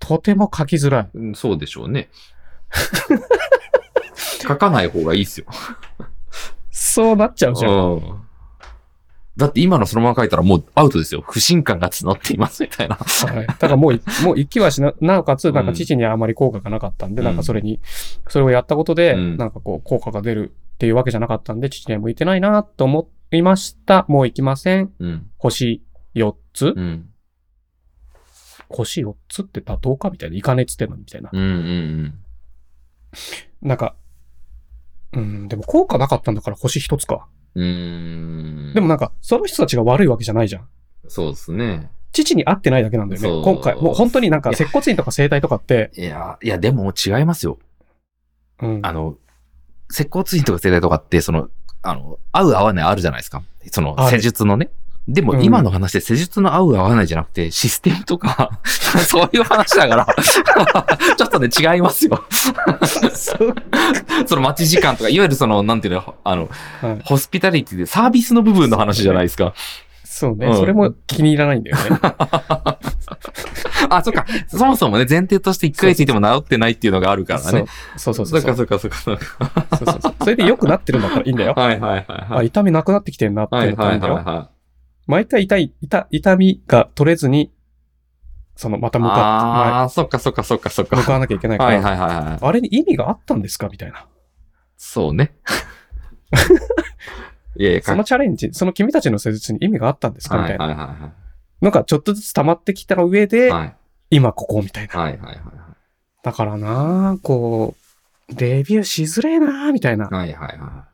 A: とても書きづらい。
B: いうん。そうでしょう ね。書かない方がいいっすよ。
A: そうなっちゃうじゃん。
B: うんだって今のそのまま書いたらもうアウトですよ。不信感が募っていますみたいな。
A: はい。だからもうい、 もう行きはしな、なおかつ、なん
B: う
A: か
B: ん
A: 父にあまり効果がなかったんで、
B: うん
A: なんかそれに、それをやったことで、
B: うん
A: なんかこう、効果が出るっていうわけじゃなかったんで、父には向いてないなと思いました。もう行きません。
B: うん。
A: 星4つ、
B: うん。
A: 星4つって妥当かみたいな。行かねえっつってんのにみたいな。
B: うんうん
A: なんか、うん、でも効果なかったんだから星1つか。
B: うん。うーん。
A: でもなんか、その人たちが悪いわけじゃないじゃん。
B: そうですね。
A: 父に会ってないだけなんだよ
B: そ
A: ね。
B: う
A: 今回。もう本当になんか、接骨院とか整体とかって、
B: いや、いや、でも違いますよ。
A: うん。
B: あの、接骨院とか整体とかって、その、あの、合う合わないあるじゃないですか。その、
A: ある
B: 施術のね。で
A: う
B: も
A: ん
B: 今の話で施術の合う合わないじゃなくて、システムとか、 そういう話だから、 ちょっとね、違いますよ。
A: そう
B: その待ち時間とか、いわゆるその、なんていうの、あの、
A: はい
B: ホスピタリティでサービスの部分の話じゃないですか。
A: そうね、
B: うん
A: それも気に入らないんだよね。
B: あ、そっか。そもそもね、前提として一回ついても治ってないっていうのがあるからね。
A: そうそうそうそう。
B: そっかそっかそっか
A: そうそうそうそれで良くなってるんだったらいいんだ
B: そっ
A: よ
B: か。。はいはいはい
A: あ、
B: はい。
A: 痛みなくなってきてんなって
B: は
A: 思
B: い
A: ったら
B: は
A: いい
B: い
A: んだ
B: はい
A: よ。
B: はい。
A: 毎回痛い、痛、痛みが取れずに、その、また向か
B: ああ、そっかそっかそっかそっ
A: って、向
B: か。
A: か
B: は
A: わなきゃいけない
B: い
A: か
B: はい
A: ら、
B: はいはい。
A: あれに意味があったんですかみたいな。
B: そ うね。いやいや、
A: そのチャレンジ、その君たちの施術に意味があったんですかみ
B: は
A: た
B: い
A: い
B: は
A: ない
B: は
A: のがちょっとずつ溜まってきた上で
B: い。、はい
A: 今ここみたいな。
B: はいはいはい。
A: だからなこう、レビューしづれえなみたいな、
B: はいはいは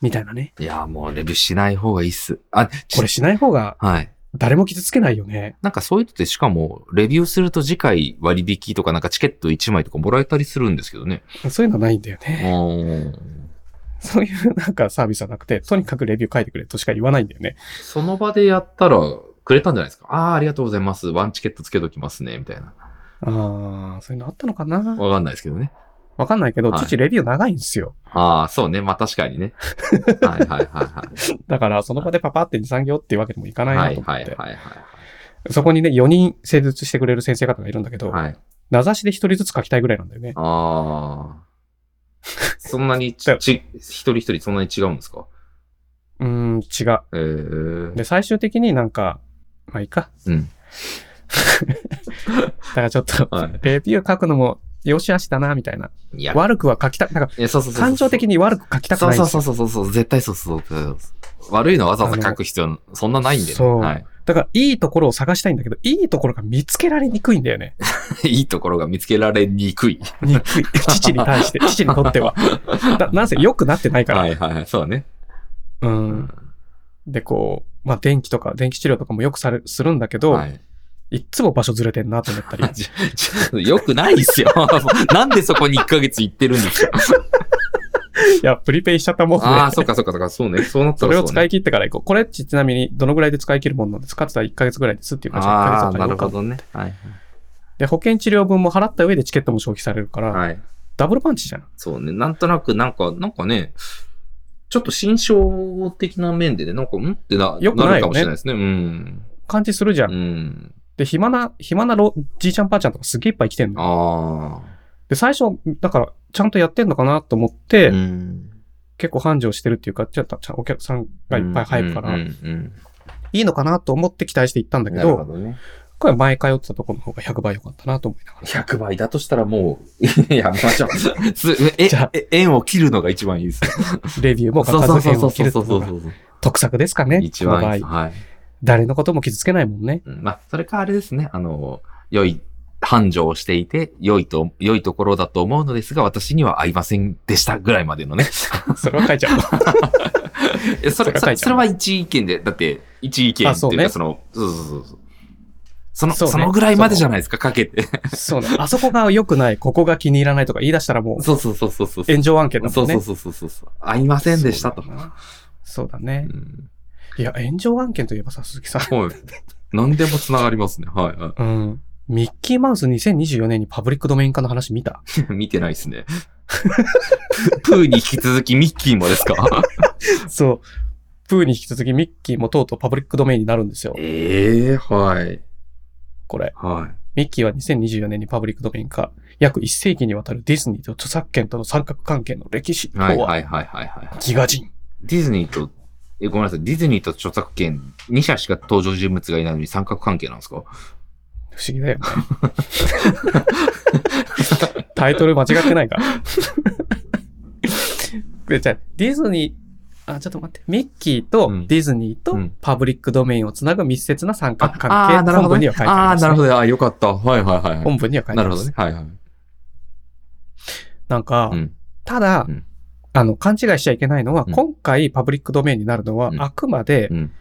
A: みたいなね。
B: い。いや、もうレビューしない方がいいっす。あ、ち
A: これしない方が
B: はい。
A: 誰も傷つけないよね。
B: なんかそういうのってしかも、レビューすると次回割引とかなんかチケット1枚とかもらえたりするんですけどね。
A: そういうのないんだよね。
B: うん。
A: そういうなんかサービスはなくて、とにかくレビュー書いてくれとしか言わないんだよね。
B: その場でやったらくれたんじゃないですか。ああ、ありがとうございます。ワンチケットつけときますね。みたいな。
A: ああ、そういうのあったのかな
B: わかんないですけどね。
A: わかんないけど、
B: はい
A: 父レビュー長いんですよ。
B: ああ、そうね。まあ確かに ね。はいはいはいはい。
A: だから、その場でパパって2、3行っていうわけにもいかない
B: は
A: ないと思
B: は
A: っ
B: い
A: て。
B: はい
A: そこにね、4人施術してくれる先生方がいるんだけど、
B: はい。はい。
A: 名指しで1人ずつ書きたいぐらいなんだよね。
B: ああ。そんなに ち、ち、一人一人そんなに違うんですか
A: うーん、違
B: ええ
A: う。で、最終的になんか、まあいいか。
B: うん。
A: だからちょっと、
B: はい
A: レビュー書くのも、よしあしだな、みたいな。
B: いや、
A: 悪くは書きたく、なんか、
B: えそうそうそうそう
A: 感情的に悪く書きたく
B: そう
A: ないんです
B: そ
A: よ
B: うそうそうそうそう、絶対そうそうそう。悪いのわざわざ書く必要、そんなないんでね。
A: そう
B: はい。
A: だから、いいところを探したいんだけど、いいところが見つけられにくいんだよね。
B: いいところが見つけられにくい。
A: に くい。父に対して、父にとっては。だなんせ良くなってないから。
B: はいはいはい、そうね。
A: うん。で、こう、まあ、電気とか、電気治療とかもよくされ、するんだけど、、
B: はいい。
A: っつも場所ずれてんなと思ったり。
B: ちちよくないですよ。 なんでそこに1ヶ月行ってるんですか。
A: いや、プリペイしちゃったもん
B: ああ、
A: ね。
B: そっかそっかそっか、そうね。そうなった
A: そ
B: ら
A: れ
B: そう、
A: を
B: ね。
A: 使い切ってから行こう。これちちなみにどのぐらいで使い切るものなんですかって言ったら1ヶ月ぐらいですっていう感じで1ヶ月
B: あ
A: と
B: あ、
A: か
B: な
A: で
B: る
A: 行こ
B: ほ
A: うか
B: どね。はい。
A: で、保険治療分も払った上でチケットも消費されるから、
B: はい。
A: ダブルパンチじゃん。
B: そうね。なんとなく、なんか、なんかね、ちょっと心象的な面でね、なんか、んってな、
A: よくないよね
B: るかもしれないですね。うん。
A: 感じするじゃん。
B: うん。
A: で、暇な、暇なろじいちゃんばあちゃんとかすげえいっぱい来てんの。
B: あ
A: で、最初、だから、ちゃんとやってんのかなと思っ
B: あ。
A: て、
B: ん。
A: 結構繁盛してるっていうか、ちょっとちゃんお客さんがいっぱい入るから、
B: うんうん
A: いいのかなと思って期待して行ったんだ
B: うん
A: け
B: なるほ
A: ど、
B: どね。
A: これは前通ってたところの方が100倍良かったなと思いながら。
B: 100倍だとしたらもう、 やめましょう。すえ
A: じゃあ、
B: え縁を切るのが一番いいですよ。
A: レビューも
B: そう
A: 爆
B: そう
A: 発
B: そう
A: 編
B: そ
A: を
B: う
A: 切
B: そう
A: るって
B: そ
A: い
B: う
A: うのが
B: そう。
A: 得策ですかね。
B: 一番いいです。
A: この場合
B: はい。
A: 誰のことも傷つけないもん ね。
B: うんまあ、それかあれですね、あの、良い、繁盛をしていて、良いと、良いところだと思うのですが、私には合いませんでしたぐらいまでのね。
A: それは書いちゃう。
B: えそれ、
A: それ書い
B: そ
A: てある
B: それは一意見で、だって、一意見
A: あ
B: って
A: そ
B: いうう
A: ね
B: か、その、そうそうそうそう。その、
A: そ
B: そう
A: ね
B: のぐらいまでじゃないですか、かけて。
A: そうね。あそこが良くない、ここが気に入らないとか言い出したらもう
B: そうそうそうそうそう。
A: 炎上案件だ
B: そ
A: もん
B: うそ
A: ね
B: う。そうそうそう。合いませんでしたと。
A: そうだなそうだ
B: う
A: ね。
B: ん
A: いや、炎上案件といえばさ、鈴木さん。
B: はい。何でも繋がりますね。はい は
A: うん。ミッキーマウス2024年にパブリックドメイン化の話見た
B: い。見てないですね。 プーに引き続きミッキーもですか
A: そう。プーに引き続きミッキーもとうとうパブリックドメインになるんですよ。
B: ええはい。
A: これ。
B: はい。
A: ミッキーは2024年にパブリックドメイン化。約1世紀にわたるディズニーと著作権との三角関係の歴史と
B: はい
A: は
B: はいはいはいはい。
A: ギガ人。
B: ディズニーと、え、ごめんなさい、ディズニーと著作権、2社しか登場人物がいないのに三角関係なんですか
A: 不思議だよね。タイトル間違って ないか。でじゃあディズニー、あ、ちょっと待って。ミッキーと
B: うん
A: ディズニーと
B: うん
A: パブリックドメインをつなぐ密接な三角関
B: あ
A: 係。
B: あー、なる
A: 本
B: ほど、
A: 文に
B: ね。
A: は書いてあ
B: ああ
A: りま
B: ー、
A: す、
B: な
A: ね。
B: るほど。あーよかった。はいはいはいはい。
A: 本文には書いて
B: な
A: あり
B: る
A: ま
B: ほ
A: す。
B: どね。はいはい。
A: なんか、
B: うん。
A: ただ、
B: うん
A: あの、勘違いしちゃいけないのは、
B: うん
A: 今回パブリックドメインになるのは、
B: うん
A: あくまで
B: うん。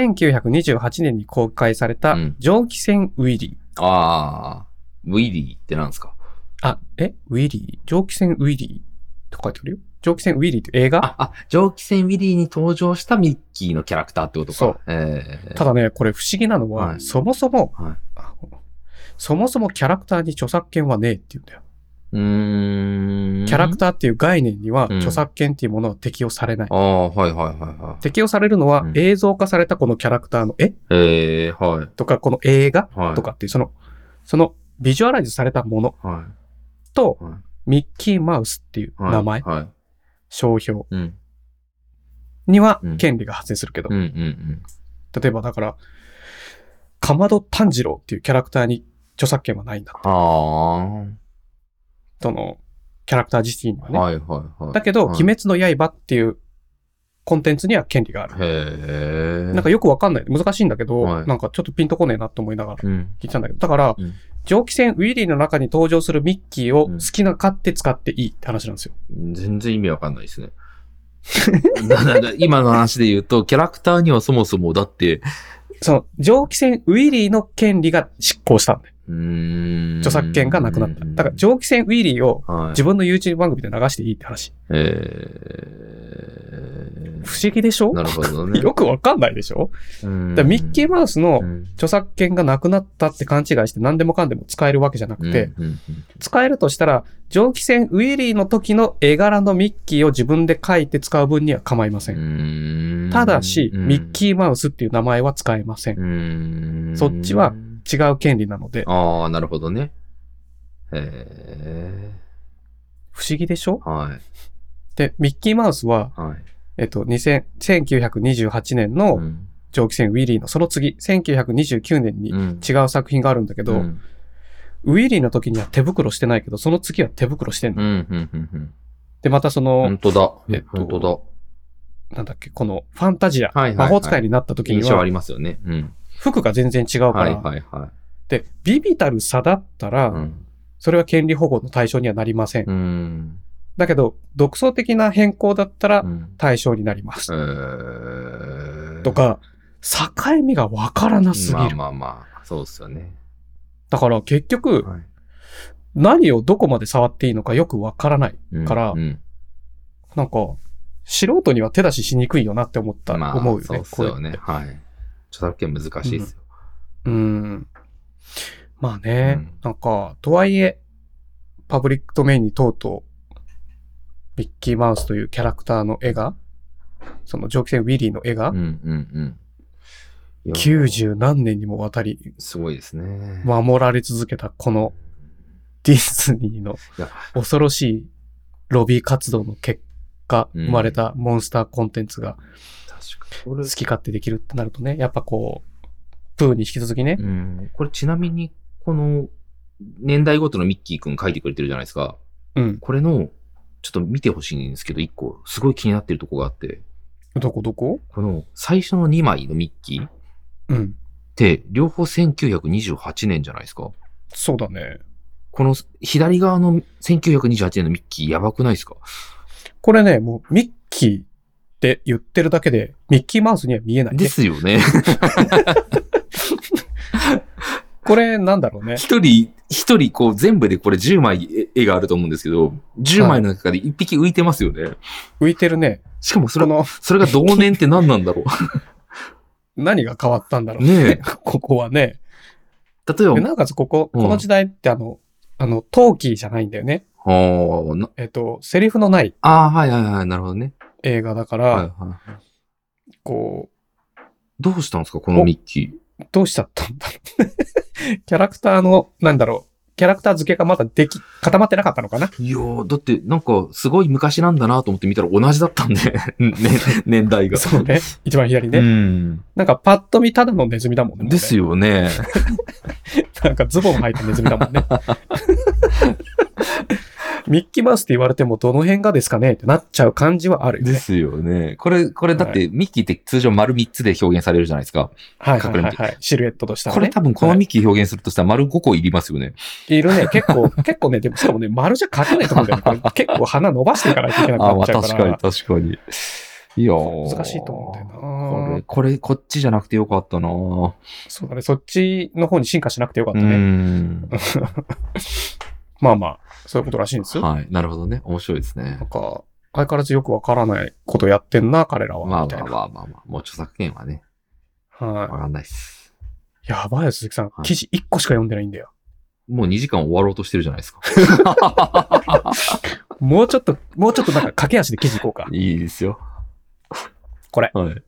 A: 1928年に公開された
B: うん
A: 蒸気船ウィリー。
B: ああ、ウィリーってなんですか
A: あ、えウィリー蒸気船ウィリーと書いてあるよ。蒸気船ウィリーって映画
B: あ、あ、蒸気船ウィリーに登場したミッキーのキャラクターってことか。
A: そう。
B: ええ
A: ただね、これ不思議なのは、
B: はい
A: そもそも、
B: はい
A: あそもそもキャラクターに著作権はねえっていうんだよ。
B: うーん。
A: キャラクターっていう概念には
B: うん
A: 著作権っていうものは適用されない。
B: ああ、はいはいはいはい。
A: 適用されるのは、
B: うん
A: 映像化されたこのキャラクターの絵
B: ええはい。
A: とか、この映画
B: はい。
A: とかっていう、その、そのビジュアライズされたもの
B: はい。
A: と
B: はい、
A: ミッキーマウスっていう
B: はい。
A: 名前、
B: はい。
A: 商標
B: うん。
A: には
B: うん
A: 権利が発生するけど
B: うんう、んうん。
A: 例えばだから、かまど炭治郎っていうキャラクターに著作権はないんだ。
B: は
A: その、キャラクター自身には
B: あ。
A: ね。
B: はいはいはい。
A: だけど、
B: はい
A: 鬼滅の刃っていうコンテンツには権利がある。
B: へえ。
A: なんか、よくわかんない。難しいんだけど、
B: はい
A: なんかちょっとピンとこねえなと思いながら
B: うん。
A: 聞いてたんだけど、だから、
B: うん
A: 蒸気船ウィリーの中に登場するミッキーを
B: うん
A: 好きな勝手使っていいって話なんですよ。
B: 全然意味わかんないですね。 だだだ今の話で言うと、キャラクターにはそもそもだって、
A: その、蒸気船ウィリーの権利が執行したんだよ。
B: うーん
A: 著作権がなくなった。だから、蒸気船ウィリーを
B: はい
A: 自。分の YouTube 番組で流していいって話。
B: え
A: 不思議でしょ
B: ー、なるほどね。
A: よくわかんないでしょだからミッキーマウスの著作権がなくなったって勘違いして何でもかんでも使えるわけじゃなくて、
B: うんうん
A: 使えるとしたら、蒸気船ウィリーの時の絵柄のミッキーを自分で描いて使う分には構いませ。
B: うんん、
A: ただし、ミッ
B: ー、
A: キーマウスっていう名前は使えません。
B: うん
A: そっちは、違う権利なので、
B: ああ、なるほどね。え
A: 不思議でしょ
B: ー、はい、
A: で、ミッキーマウスは、
B: はい。
A: えっと、2000 1928年
B: う
A: の
B: ん
A: 蒸気船ウィリーのその次、1929年に
B: うん
A: 違う作品があるんだけど、
B: うん
A: ウィリーの時には手袋してないけど、その次は手袋してん
B: う
A: の。
B: ん、うん、うん、うん。
A: で、またその、
B: 本当だ。
A: えっと
B: 本当
A: なんだっけ、このファンタジア、
B: はいはいはい
A: 魔法使いになった
B: だ。
A: 時
B: 印
A: に
B: 象あ
A: は、
B: りますよね。うん。
A: 服が全然違うから、
B: はいはいはい。
A: で、ビビたる差だったら、
B: うん。
A: それは権利保護の対象にはなりません。
B: うん。
A: だけど、独創的な変更だったら
B: うん
A: 対象になります。
B: えー
A: と、か、境目がわからなすぎる。
B: まあまあまあ、そうですよね。
A: だから結局、
B: はい
A: 何をどこまで触っていいのかよくわからない。
B: うん
A: から
B: うん
A: なんか、素人には手出ししにくいよなって思った、
B: まあ、
A: 思うよね。
B: そうっすよ
A: こ
B: ね
A: れ。
B: はい。著作権難しいですよ。
A: うん。まあね、
B: うん
A: なんか、とはいえ、パブリックドメインにとうとう、ミッキーマウスというキャラクターの絵が、その蒸気船ウィリーの絵が、
B: うんうんうん。いや
A: 90何年にもわたり
B: すごいですね。
A: 守られ続けたこのディズニーの
B: いや
A: 恐ろしいロビー活動の結果
B: うん
A: 生まれたモンスターコンテンツが
B: 確かに。これ
A: 好き勝手できるってなるとね、やっぱこう、プーに引き続きね
B: う、ん、これちなみに、この、年代ごとのミッキーくん書いてくれてるじゃないですか。
A: うん、
B: これの、ちょっと見てほしいんですけど、一個、すごい気になってるとこがあって、
A: どこどこ
B: この、最初の2枚のミッキーっ
A: うん、
B: て、両方1928年じゃないですか。
A: そうだね。
B: この、左側の1928年のミッキー、やばくないですか
A: これね、もうミッキーって言ってるだけで、ミッキーマウスには見えない、
B: で
A: ね。
B: すよね。
A: これなんだろうね。
B: 一人、一人、こう、全部でこれ10枚絵絵があると思うんですけど、10枚の中で1匹浮いてますよね。
A: 浮いてるね。
B: しかもそ
A: こ
B: れ、
A: の、
B: それが同年って何なんだろ
A: 何が変わったんだろ
B: う。
A: う。
B: ね
A: ここはね。
B: え。例えば
A: で、なおかつここ、
B: うん
A: この時代ってあの、あの、トーキーじゃないんだよね。
B: あーな
A: えっと、セリフのない
B: あー、はいはいはい、なるほどね。
A: 映画だか
B: はい
A: ら、
B: はいはい
A: こ
B: どうしたんですか、このミッキー。
A: う、どうしちゃったんだろうね。 キャラクターの、なんだろう、キャラクター付けがまだでき、固まってなかったのかな。
B: いやー、だってなんかすごい昔なんだなと思って見たら同じだったんで、 ね、年代が。
A: そう ね。一番左ね。
B: うん。
A: なんかパッと見ただのネズミだもんね。
B: です よね。
A: なんかズボン履いたネズミだもん ね。ミッキーマウスって言われてもどの辺がですかねってなっちゃう感じはあるよ
B: で
A: ね。
B: すよね。これ、これだっ
A: は
B: てミッキーって通常丸3つで表現されるじゃないですか。
A: はいはい
B: 隠れ
A: は
B: み
A: い、はい。シルエットとしたら
B: これ
A: ね
B: 多。分このミッキー表現するとしたら丸5個いりますよね。
A: いるね。結構、 結構ね、でもしかもね、丸じゃ描けないと思うんだよね。これ結構鼻伸ばしていかないといけなく
B: あ、
A: な
B: ま
A: っ
B: あ
A: ちゃう
B: 確
A: か
B: かに
A: ら。
B: 確かに。いやー
A: 難しいと思うんだ
B: こ
A: よ
B: れ、
A: な
B: これ、こっちじゃなくてよかったなぁ。
A: そうだね。そっちの方に進化しなくてよかった
B: う
A: ね。
B: ん。
A: まあまあ、そういうことらしいんですよ。
B: はい。なるほどね。面白いですね
A: なん。か、相変わらずよくわからないことやってんな、彼ら
B: ま
A: は。
B: あ
A: みたい
B: まあ
A: な。
B: まあまあまあ。もう著作権はね、わ
A: は
B: かんないっす。
A: い。やばいよ、鈴木さん
B: は。い
A: 記事1個しか読んでないんだよ。
B: もう2時間終わろうとしてるじゃないですか。
A: もうちょっと、もうちょっとなんか 駆け足で記事いこうか。
B: いいですよ。
A: これ
B: はい。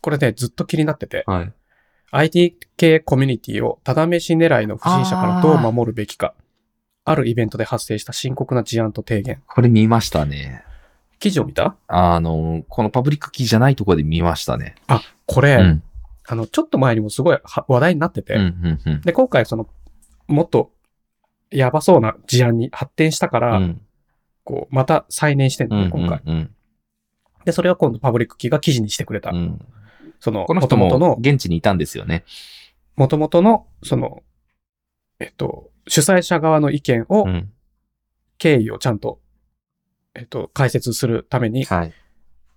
A: これね、ずっと気になってて、
B: はい。
A: IT 系コミュニティをただ飯狙いの不審者からどう守るべきか。あるイベントで発生した深刻な事案と提言。
B: これ見ましたね。
A: 記事を見た
B: あの、このパブリックキーじゃないところで見ましたね。
A: あ、これ、
B: うん。
A: あの、ちょっと前にもすごいは話題になってて、
B: うん、うん、うん。
A: で、今回その、もっとやばそうな事案に発展したから、
B: うん
A: こう、また再燃してん
B: う
A: のね、
B: ん、
A: 今回。
B: うん
A: で、それを今度パブリックキーが記事にしてくれた。
B: うん。
A: その、
B: この人
A: 元々の、
B: も現地にいたんですよね。
A: 元々の、その、えっと、主催者側の意見を、
B: うん。
A: 経緯をちゃんと、えっと、解説するために、
B: はい。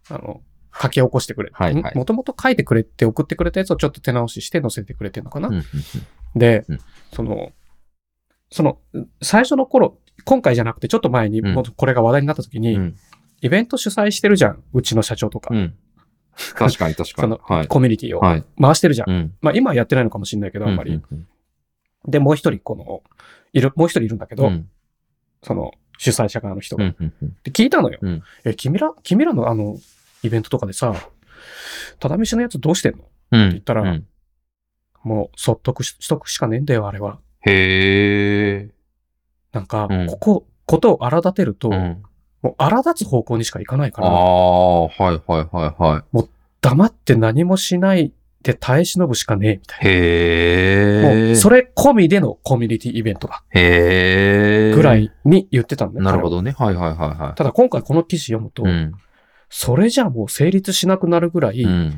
A: あの、書き起こしてくれ。
B: はいはい
A: もともと書いてくれて送ってくれたやつをちょっと手直しして載せてくれてるのかな、
B: うんうんうん
A: で、
B: うん
A: その、その、最初の頃、今回じゃなくてちょっと前に、
B: うん
A: もうこれが話題になった時に、
B: うん
A: イベント主催してるじゃん。うちの社長とか、
B: うん。確かに確
A: そ
B: かに
A: の。
B: はい。
A: コミュニティを
B: はい。
A: 回してるじゃん。
B: うん。
A: まあ今はやってないのかもしれないけど、あんまり。
B: うんうん
A: で、もう一人、この、いる、もう一人いるんだけ
B: うん。
A: ど、
B: うん
A: その、主催者側の人
B: う
A: が。
B: んうんうん。
A: で、聞いたのよ。
B: うん
A: え、君ら、君らのあの、イベントとかでさ、ただ飯のやつどうしてんの
B: うん。
A: て言ったら
B: うん
A: もう、そっとくし、しとくしかねえんだよ、あれは。
B: へえ。
A: なんか、
B: うん
A: ここ、ことを荒立てると、
B: うん。
A: もう荒立つ方向にしかいかないか
B: あ
A: ら、
B: あ、はいはいはいは
A: 黙って何もしないで耐え忍ぶしかねえ、みたい
B: い。へ
A: な。
B: え。
A: もう、それ込みでのコミュニティイベントだ、
B: へえ。
A: ぐら。いに言ってたんだよ。
B: なるほ
A: 彼は。
B: どね。はいはいはいは
A: ただ今回この記事読むと、
B: い。うん。
A: それじゃもう成立しなくなるぐらい、
B: うん。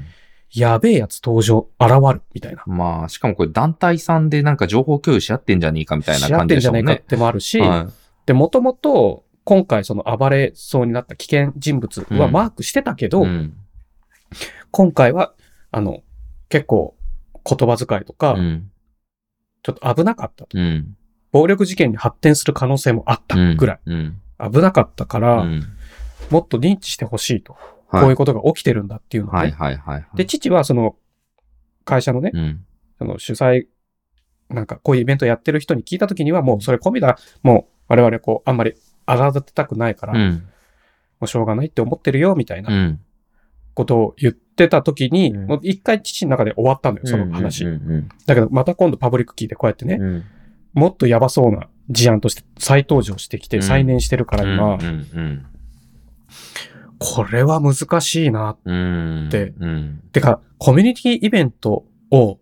A: やべえやつ登場、現る、みたいな。
B: まあ、しかもこれ団体さんでなんか情報共有し合ってんじゃねえかみたいな
A: し合っ
B: 感
A: てん
B: じでし
A: じゃ
B: た
A: ね
B: も
A: え
B: ん
A: かっ
B: ね。
A: てもあるし、
B: は
A: で、もともと、今回その暴れそうになった危険人物は
B: うん
A: マークしてたけ
B: い。
A: ど、
B: うん。
A: 今回は、あの、結構言葉遣いとか、
B: うん。
A: ちょっと危なかったと。
B: うん。
A: 暴力事件に発展する可能性もあった
B: うん
A: ぐらい。。
B: うん。
A: 危なかったから、
B: うん
A: もっと認知してほしいと。
B: はい
A: こういうことが起きてるんだっていうのをね。
B: はいはいはいはい。
A: で、父はその、会社のね、
B: うん。
A: その主催、なんかこういうイベントやってる人に聞いたときには、もうそれ込みだ、もう我々こう、あんまり荒立てたくないから、
B: う
A: も
B: ん。
A: うしょうがないって思ってるよ、みたいな
B: うん。
A: ことを言ってた時に、
B: うん
A: もう一回父の中で終わったのよ、その話。だけど、また今度パブリックキーでこうやってね、もっとやばそうな事案として再登場してき
B: う
A: て、
B: ん
A: 再燃してるから今、これは難しいな。でてか、コミュニティイベントを、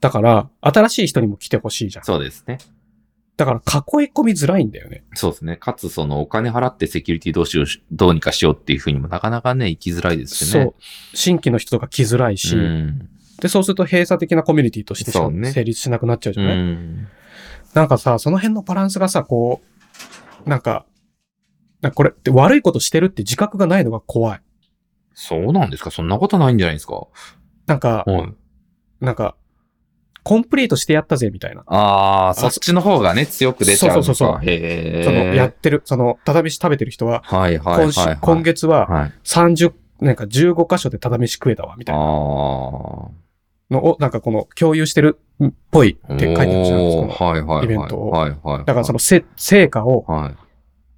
A: だから、新しい人にも来てほしいじゃん。
B: そうですね。
A: だから、囲い込みづらいんだよね。
B: そうですね。かつ、その、お金払ってセキュリティどうしようし、どうにかしようっていうふうにもなかなかね、行きづらいですし
A: そ
B: ね。
A: う。新規の人とか来づらいし、
B: うん。
A: で、そうすると閉鎖的なコミュニティとしてし
B: そ
A: か
B: うね
A: 成立しなくなっちゃうじ
B: う
A: ゃない、
B: ん。
A: なんかさ、その辺のバランスがさ、こう、なんか、なんかこれって悪いことしてるって自覚がないのが怖い。
B: そうなんですかそんなことないんじゃないですか
A: なんか、
B: はい。
A: なんか、コンプリートしてやったぜ、みたいな。
B: ああ、そっちの方がね、強く出ちゃうのか。
A: そうそうそうそう
B: へえ。
A: その、やってる、その、畳飯食べてる人は、
B: はいはいはい、
A: 今週、
B: はい。
A: 今月は
B: はい。
A: 30、なんか15箇所で畳飯食えたわ、みたいな
B: あ
A: のを、なんかこの、共有してるっぽい
B: あ。
A: って書いてあるじゃないですか。
B: おーはいはいはい。
A: イベントを
B: はいはいはい。
A: だからその、せ、成果を、
B: はい。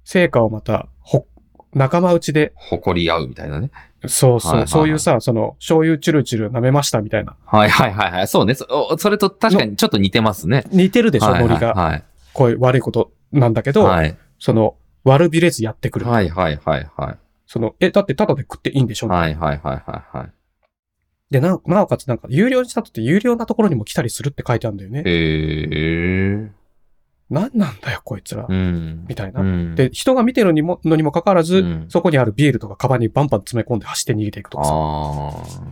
A: 成果をまた、ほ、仲間内で、
B: 誇り合うみたいなね。
A: そう
B: はいはい
A: そ
B: は
A: う、そう
B: い
A: いうさ、その、醤油チュルチュル舐めましたみたいな。
B: はいはいはいはい。そうね。そおそれと確かにちょっと似てますね。
A: 似てるでしょ、
B: はい
A: ノ
B: は
A: リ
B: い
A: が。
B: はい。
A: こういう悪いことなんだけど、
B: はい。
A: その、悪びれずやってくる。
B: はいはいはいはい。
A: その、え、だってタダで食っていいんでしょ、
B: はいはいはいはいはい。
A: で、な、なおかつなんか、有料にしたとって有料なところにも来たりするって書いてあるんだよね。
B: へえ。
A: 何なんだよ、こいつら。
B: うん。
A: みたいな。
B: な
A: で、、人が見てるのにも、のにもかかわらず、
B: うん
A: そこにあるビールとかカバンにバンバン詰め込んで走って逃げていくと
B: あ
A: かさ。
B: あ。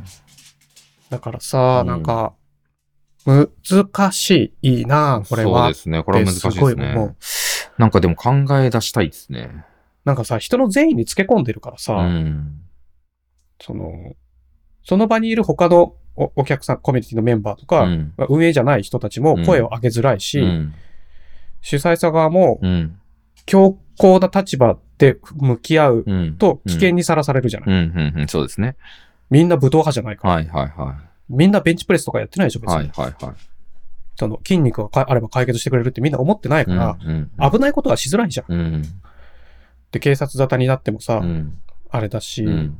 A: だからさ、
B: うん
A: なんか、難しいなこれ
B: そう
A: は。
B: ですね。これは難し
A: っ
B: い
A: て
B: です
A: ごい
B: す
A: 思
B: ね
A: う。。
B: なんかでも考え出したいですね。
A: なんかさ、人の善意につけ込んでるからさ、
B: うん。
A: その、その場にいる他のおお客さん、コミュニティのメンバーとか、
B: うん
A: まあ運営じゃない人たちも声を上げづらいし、
B: うん。
A: 主催者側も
B: うん。
A: 強硬な立場で向き合う
B: うん。
A: と危険にさらされるじゃない、
B: うん、うん、うん、そうですね。
A: みんな武闘派じゃないから、
B: はい、はい、は
A: みんなベンチプレスとかやってないでしょ、
B: い。
A: 別に。
B: はい、はい、はい。
A: その筋肉がかあれば解決してくれるってみんな思ってないか
B: うん
A: ら、
B: うん
A: 危ないことはしづらいじゃん。
B: うん。
A: で、警察沙汰になってもさ、
B: うん。
A: あれだし、
B: うん。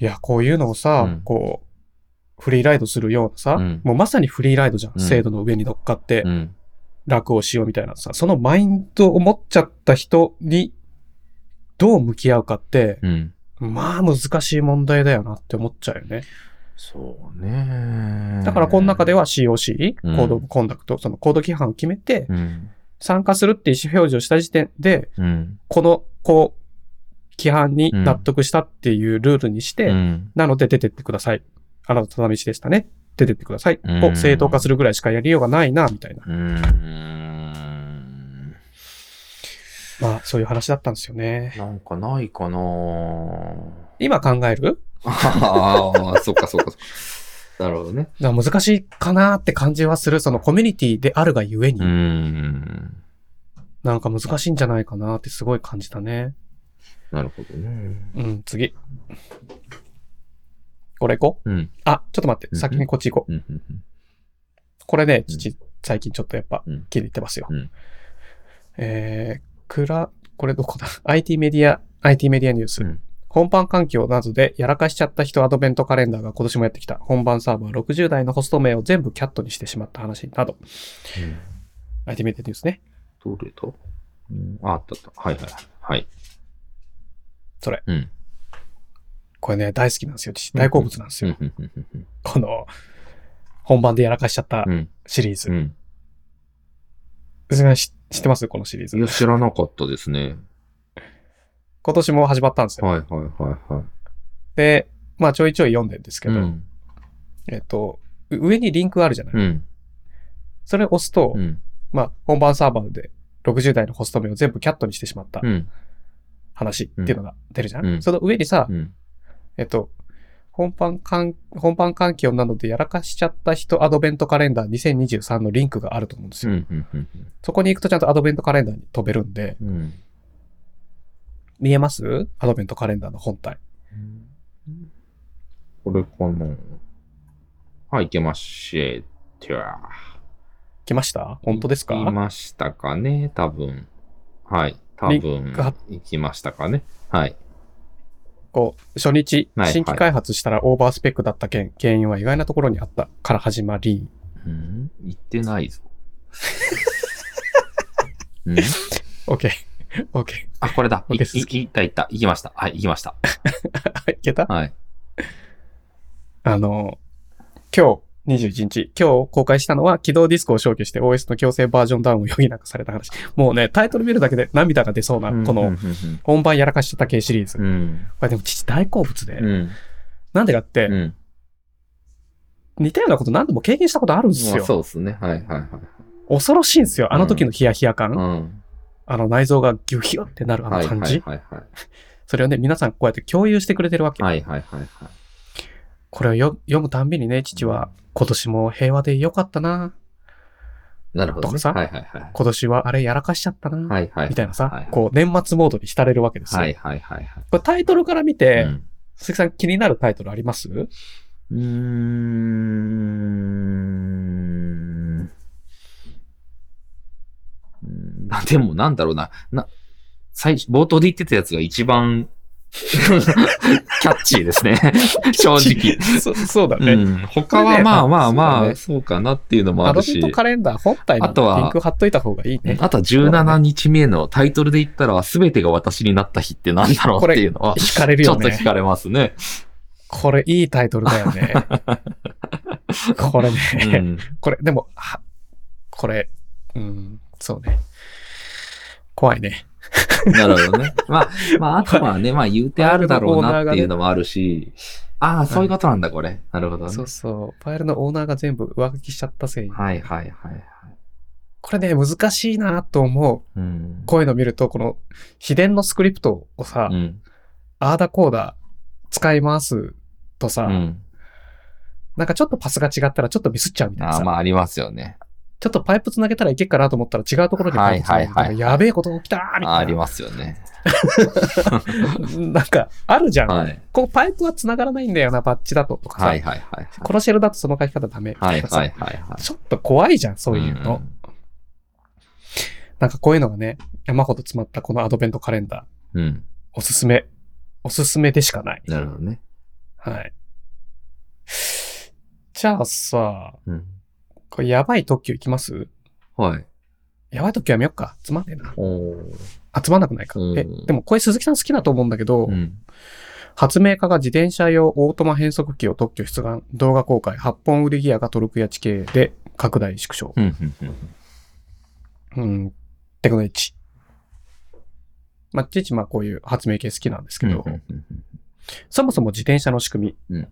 A: いや、こういうのをさ、
B: うん
A: こう、フリーライドするようなさ、
B: うん
A: もうまさにフリーライドじゃん。
B: うん
A: 制度の上に乗っかって
B: うん。
A: 楽をしようみたいなさ、そのマインドを持っちゃった人にどう向き合うかって、
B: うん。
A: まあ難しい問題だよなって思っちゃうよね。
B: そうね。
A: だからこの中では、COC、
B: うん
A: コードオブコンダクト、そのコード規範を決めて、
B: うん。
A: 参加するっていう意思表示をした時点で、
B: うん。
A: この、こう、規範に納得したっていうルールにして、
B: うん。
A: なので出てってください。あなたただ道でしたね。出てってください。
B: うん
A: を正当化するぐらいしかやりようがないな、みたいな。
B: うん。
A: まあ、そういう話だったんですよね。
B: なんかない かな
A: 今考える
B: ああ、そっかそっかそっか。なるほどね。
A: だから難しいかなって感じはする、そのコミュニティであるがゆえに、
B: うん。
A: なんか難しいんじゃないかなってすごい感じたね。
B: なるほどね。
A: うん、次。これ行こう。
B: うん。
A: あ、ちょっと待っ
B: う
A: て。
B: ん
A: 先にこっち行こう。
B: うん。うん
A: これね、
B: うん
A: 父、最近ちょっとやっぱ
B: うん、
A: 気に入ってますよ。
B: うん
A: えー、くら、これどこだ ?IT メディア、IT メディアニュース。
B: うん
A: 本番環境などでやらかしちゃった人アドベントカレンダーが今年もやってきた。本番サーバー60代のホスト名を全部キャットにしてしまった話など。IT メディアニュースね。
B: どれだうんあ、あったあった。はいはい。はい。
A: それ。
B: うん。
A: これね、大好きなんですよ。父
B: うん
A: 大好物なんです
B: う
A: よ。
B: ん。うんうんうん
A: この、本番でやらかしちゃった
B: うん。
A: シリーズ。
B: うん。
A: それ知知ってますこのシリーズ
B: い。や、知らなかったですね。
A: 今年も始まったんですよ。
B: はいはいはいはい。
A: で、まあちょいちょい読んでるんですけ
B: う
A: ど、
B: ん。
A: えっと、う上にリンクあるじゃない。
B: うん。
A: それを押すと、
B: うん。
A: まあ本番サーバーで60代のホスト名を全部キャットにしてしまった
B: うん。
A: 話っていうのが出るじゃん。
B: うん
A: その上にさ、
B: うん。
A: えっと、本番環、本番環境なのでやらかしちゃった人アドベントカレンダー2023のリンクがあると思うんです
B: う
A: よ。
B: ん。うん
A: そこに行くとちゃんとアドベントカレンダーに飛べるんで、
B: うん。
A: 見えますアドベントカレンダーの本体。
B: これかなはい、いけました。
A: 来ました本当ですか
B: 行きましたかね多分。はい。多
A: リ
B: 分
A: が。
B: 行きましたかねはい。
A: こう、初日、
B: はい
A: 新規開発したらオーバースペックだった件、原因は意外なところにあったから始まり、
B: うん言ってないぞ。うん、
A: OK。OK。
B: あ、これだ。い、い、
A: OK 鈴
B: いったいった。行きました。はい、行きました。
A: はい、いけた
B: はい。
A: あの、今日、21日、今日公開したのは、起動ディスクを消去して OS の強制バージョンダウンを余儀なくされた話。もうね、タイトル見るだけで涙が出そうな、こ
B: うん
A: の、本番やらかしてた系シリーズ。
B: う
A: こ
B: ん。
A: れでも父大好物で
B: う。ん。
A: なんでかって
B: う、ん。
A: 似たようなこと何度も経験したことあるんです
B: まあ
A: よ。
B: そうですね。はいはいはい。
A: 恐ろしいんですよ。あの時のヒヤヒヤ感。
B: ん。
A: あの内臓がギュヒュってなるあ
B: は
A: の
B: いはい
A: 感
B: はい
A: じ。
B: はい。
A: それをね、皆さんこうやって共有してくれてるわけ。
B: はいはいはいはい。
A: これをよ読むたんびにね、父は、今年も平和でよかったな。
B: なるほ
A: と
B: ど、ね。
A: かさ
B: はいはいはい。
A: 今年はあれやらかしちゃったな。
B: はいはい。
A: みたいなさ、
B: はい
A: こう年末モードに浸れるわけですよ。
B: はいはいはいはい。
A: これタイトルから見て、
B: うん
A: 鈴木さん気になるタイトルあります
B: うーん。うーんあでも、なんだろうな。な、最初、冒頭で言ってたやつが一番、 キャッチーですね。正直。
A: そそうだね。
B: うん、他はまあまあまあ、そうかなっていうのもあ
A: アド
B: る
A: ビ
B: し。
A: ートカレンダー本体の
B: あとは
A: リンク貼っといた方がいいね。
B: あとは17日目のタイトルで言ったら、すべてが私になった日ってなんだろうっていうのは、
A: 惹かれる
B: ちょ
A: よ
B: っと
A: ね
B: 惹。かれま すね。
A: これいいタイトルだよ ね。これね、
B: うん。
A: これ、でも、はこれ、うん、そうね。怖いね。
B: なるほどね。まあ、まあ、あとはね、まあ言うてあるだろうなっていうのもあるし、ああ、そういうことなんだ、これ。なるほどね
A: そ。うそう。ファイルのオーナーが全部上書きしちゃったせい。
B: はいはいはいはい。
A: これね、難しいなと思う。
B: うん。
A: こういうの見ると、この秘伝のスクリプトをさ、
B: うん。
A: アーダコーダ使いますとさ、
B: うん。
A: なんかちょっとパスが違ったらちょっとミスっちゃうみたいな
B: ああ、
A: さ、
B: まあありますよね。
A: ちょっとパイプ繋げたらいけっかなと思ったら違うところでパイプ繋げて
B: はいはいはい
A: やべえこと起きたーみ
B: あああ
A: たい
B: り
A: な。
B: ますよね。
A: なんかあるじゃん。
B: はい。
A: こうパイプは繋がらないんだよな、バッチだととかさ、
B: はいはいはい。
A: このシェルだとその書き方ダメみた
B: はいい
A: なさ
B: はいはいはい。
A: ちょっと怖いじゃん、そういうの。なんかこういうのがね、山ほど詰まったこのアドベントカレンダー、
B: うん。うん。
A: おすすめ。おすすめでしかない。
B: なるほどね。
A: はい。じゃあさ、
B: うん。
A: これやばい特急行きます
B: はい。
A: やばい特急やめよっか。つまんねえな。
B: おー。
A: あ、つまんなくないか。
B: うん
A: え、でもこれ鈴木さん好きだと思うんだけど、
B: うん。
A: 発明家が自転車用オートマ変速機を特許出願、動画公開、8本売りギアがトルクや地形で拡大縮小。
B: うんうんうん。
A: うん、テクノエッジ。まあ、ちいちまあこういう発明系好きなんですけど、
B: うんうん
A: そもそも自転車の仕組み。
B: うん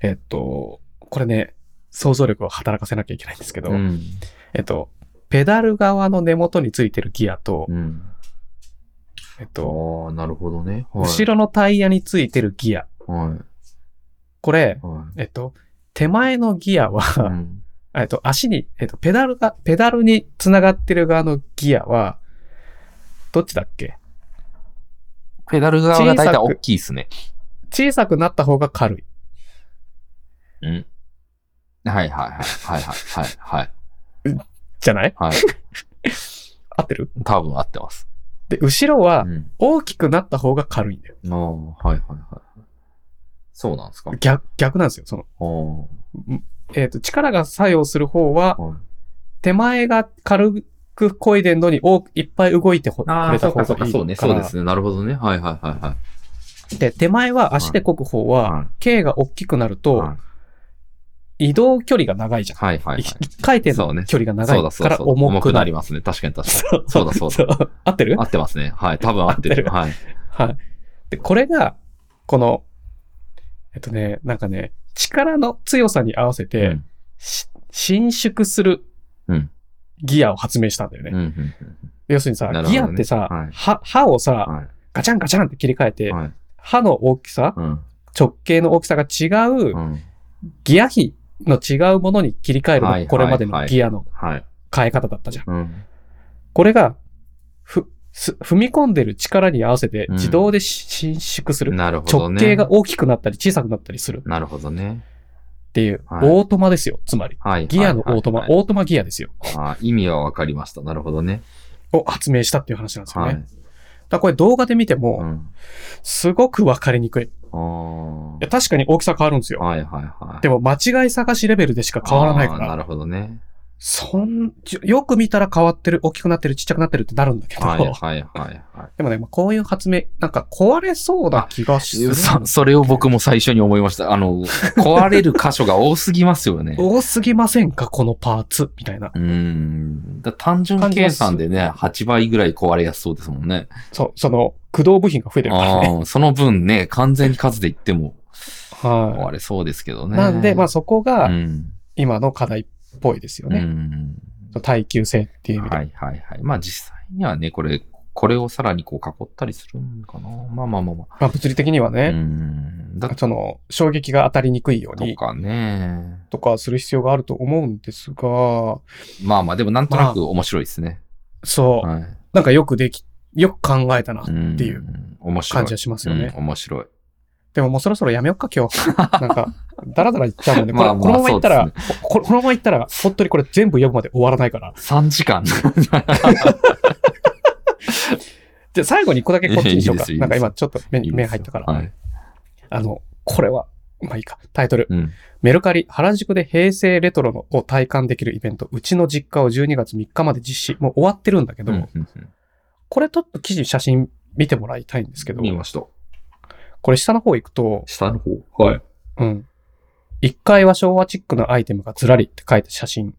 A: えっと、これね、想像力を働かせなきゃいけないんですけど、
B: うんうん
A: えっと、ペダル側の根元についてるギアと、
B: うん。
A: えっと、
B: ああ、なるほどね。はい
A: 後ろのタイヤについてるギア。
B: は
A: これ
B: い。、は
A: えっと、手前のギア
B: い。
A: は、
B: ん。
A: えっと、足に、えっと、ペダルが、ペダルにつながってる側のギアは、どっちだっけ
B: ペダル側が大体大きいっすね。
A: 小さくなった方が軽い。
B: うん。はいはいはい。はいはいはい。
A: じゃない
B: はい。はい。
A: 合ってる
B: 多分合ってます。
A: で、後ろは
B: ん。
A: 大きくなった方が軽いんだよ。
B: ああ、はいはいはい。そうなんですか。
A: 逆、逆なんですよ。その、
B: ああ、は、。
A: えっ、と、力が作用する方はい手前が軽く漕いでんのに多く、いっぱい動いてほく
B: あ
A: れ
B: あ、
A: た
B: そうか
A: 方
B: そう
A: が
B: か、
A: いい
B: そうね。そうです
A: ね。
B: ね。なるほどね。はいはいはいはい。
A: で、手前は足で漕ぐ方は、
B: はい
A: K が大きくなると
B: は、
A: 移動距離が長いじゃん。
B: いはいはい。
A: 一一回転
B: そう
A: の
B: ね
A: 距離が長
B: そう
A: い
B: だ
A: か
B: そうだ
A: ら
B: そうだ。
A: 重
B: 重
A: く
B: く
A: な
B: な
A: る
B: り。ますね。確かに確か
A: そう
B: そうだそうだ
A: だ。合ってる
B: に。合ってますね。はい。多 分合ってる。はい。
A: はい。で、これが、この、えっとね、なんかね、力の強さに合わせて、
B: うん
A: し伸縮する
B: うん
A: ギアを発明したんだよね。
B: うんうんうん
A: 要するにさ、
B: なるほど
A: ギ
B: ね
A: アってさ、
B: はい
A: 歯歯をさ、
B: は
A: ガチャンガチャンって切り替えて、
B: い。はい。
A: 歯の大きさ、
B: うん。
A: 直径の大きさが違う、
B: うん。
A: ギア比の違うものに切り替えるのが、
B: はい
A: これまでのギアの
B: はい。
A: 変え方だったじゃん。
B: うん。
A: これが、ふ、す踏み込んでる力に合わせて
B: うん
A: 自動でし伸縮する。
B: なるほど
A: 直
B: ね。
A: 径が大きくなったり小さくなったりする
B: なるほどね。
A: っていう、
B: はい
A: オートマですよ。つまり。
B: はい。
A: ギアのオートマ、
B: はいはい
A: オートマギアですよ。
B: はいあー意味はわかりました。なるほどね。
A: を発明したっていう話なんですよ
B: は
A: ね。
B: い。
A: からこれ動画で見て
B: う
A: も、
B: ん。
A: すごくわかりにくい。い
B: あー
A: や確かに大きさ変わるんですよ。
B: はいはいはい。
A: で
B: も
A: も間違い探しレベルでしか変わらないか
B: な
A: ら、
B: るほどね。
A: そん、ちょよく見たら変わってる、大きくなってる、ちっちゃくなってるってなるんだけど、
B: はいはいはいは
A: でもね、まあこういう発明、なんか壊れそうな気がす
B: い。
A: る。
B: そそれを僕も最初に思いました。あ の、壊れる箇所が多すぎますよ ね。
A: 多すぎませんかこのパーツ、みたいな。
B: うん。だ単純計算でね、8倍ぐらい壊れやすそうですもんね。
A: そう、その、駆動部品が増えてるからね。
B: ああ、その分ね、完全に数で言って も
A: は
B: 壊れそうですけど
A: い。
B: ね。
A: なんで、まあそこ
B: う
A: が
B: ん。
A: 今の課題っぽいですよ
B: う
A: ね。
B: ん。
A: その耐久性っていう意味で。
B: はいはいはい。まあ実際にはね、これ、これをさらにこう囲ったりするんかな。まあまあまあまあ。
A: まあ物理的には
B: う
A: ね、
B: ん。だ
A: その、衝撃が当たりにくいよう
B: と
A: に
B: かね。
A: とかする必要があると思うんですが、
B: まあまあ、でもなんとなく面白いですね。
A: そう、
B: はい。。
A: なんかよくでき、よく考えたなっていうん
B: 面白い。
A: 感じはしますよ
B: うん
A: ね。
B: 面白い。
A: でももうそろそろやめよっか、今 日。なんか、だらだら言っちゃうもんね。これ
B: まあまあ
A: このまま言ったら、
B: そう
A: ここのまま言ったら、本当にこれ全部読むまで終わらないから。
B: 3時間。
A: じゃあ最後に一個だけこっちにしようか。
B: いいですよいいですよ
A: なんか今ちょっと目に
B: いいですよ
A: 目入ったから。
B: はい。
A: あの、これは、まあいいか。タイトル。
B: うん。
A: メルカリ、原宿で平成レトロのを体感できるイベント、うちの実家を12月3日まで実施。もう終わってるんだけど、
B: うんうんうん
A: これちょっと記事、写真見てもらいたいんですけど、
B: 見ました。
A: これ下の方行くと、
B: 下の方。はい。
A: うん。1階は昭和チックなアイテムがずらりって書いた写真。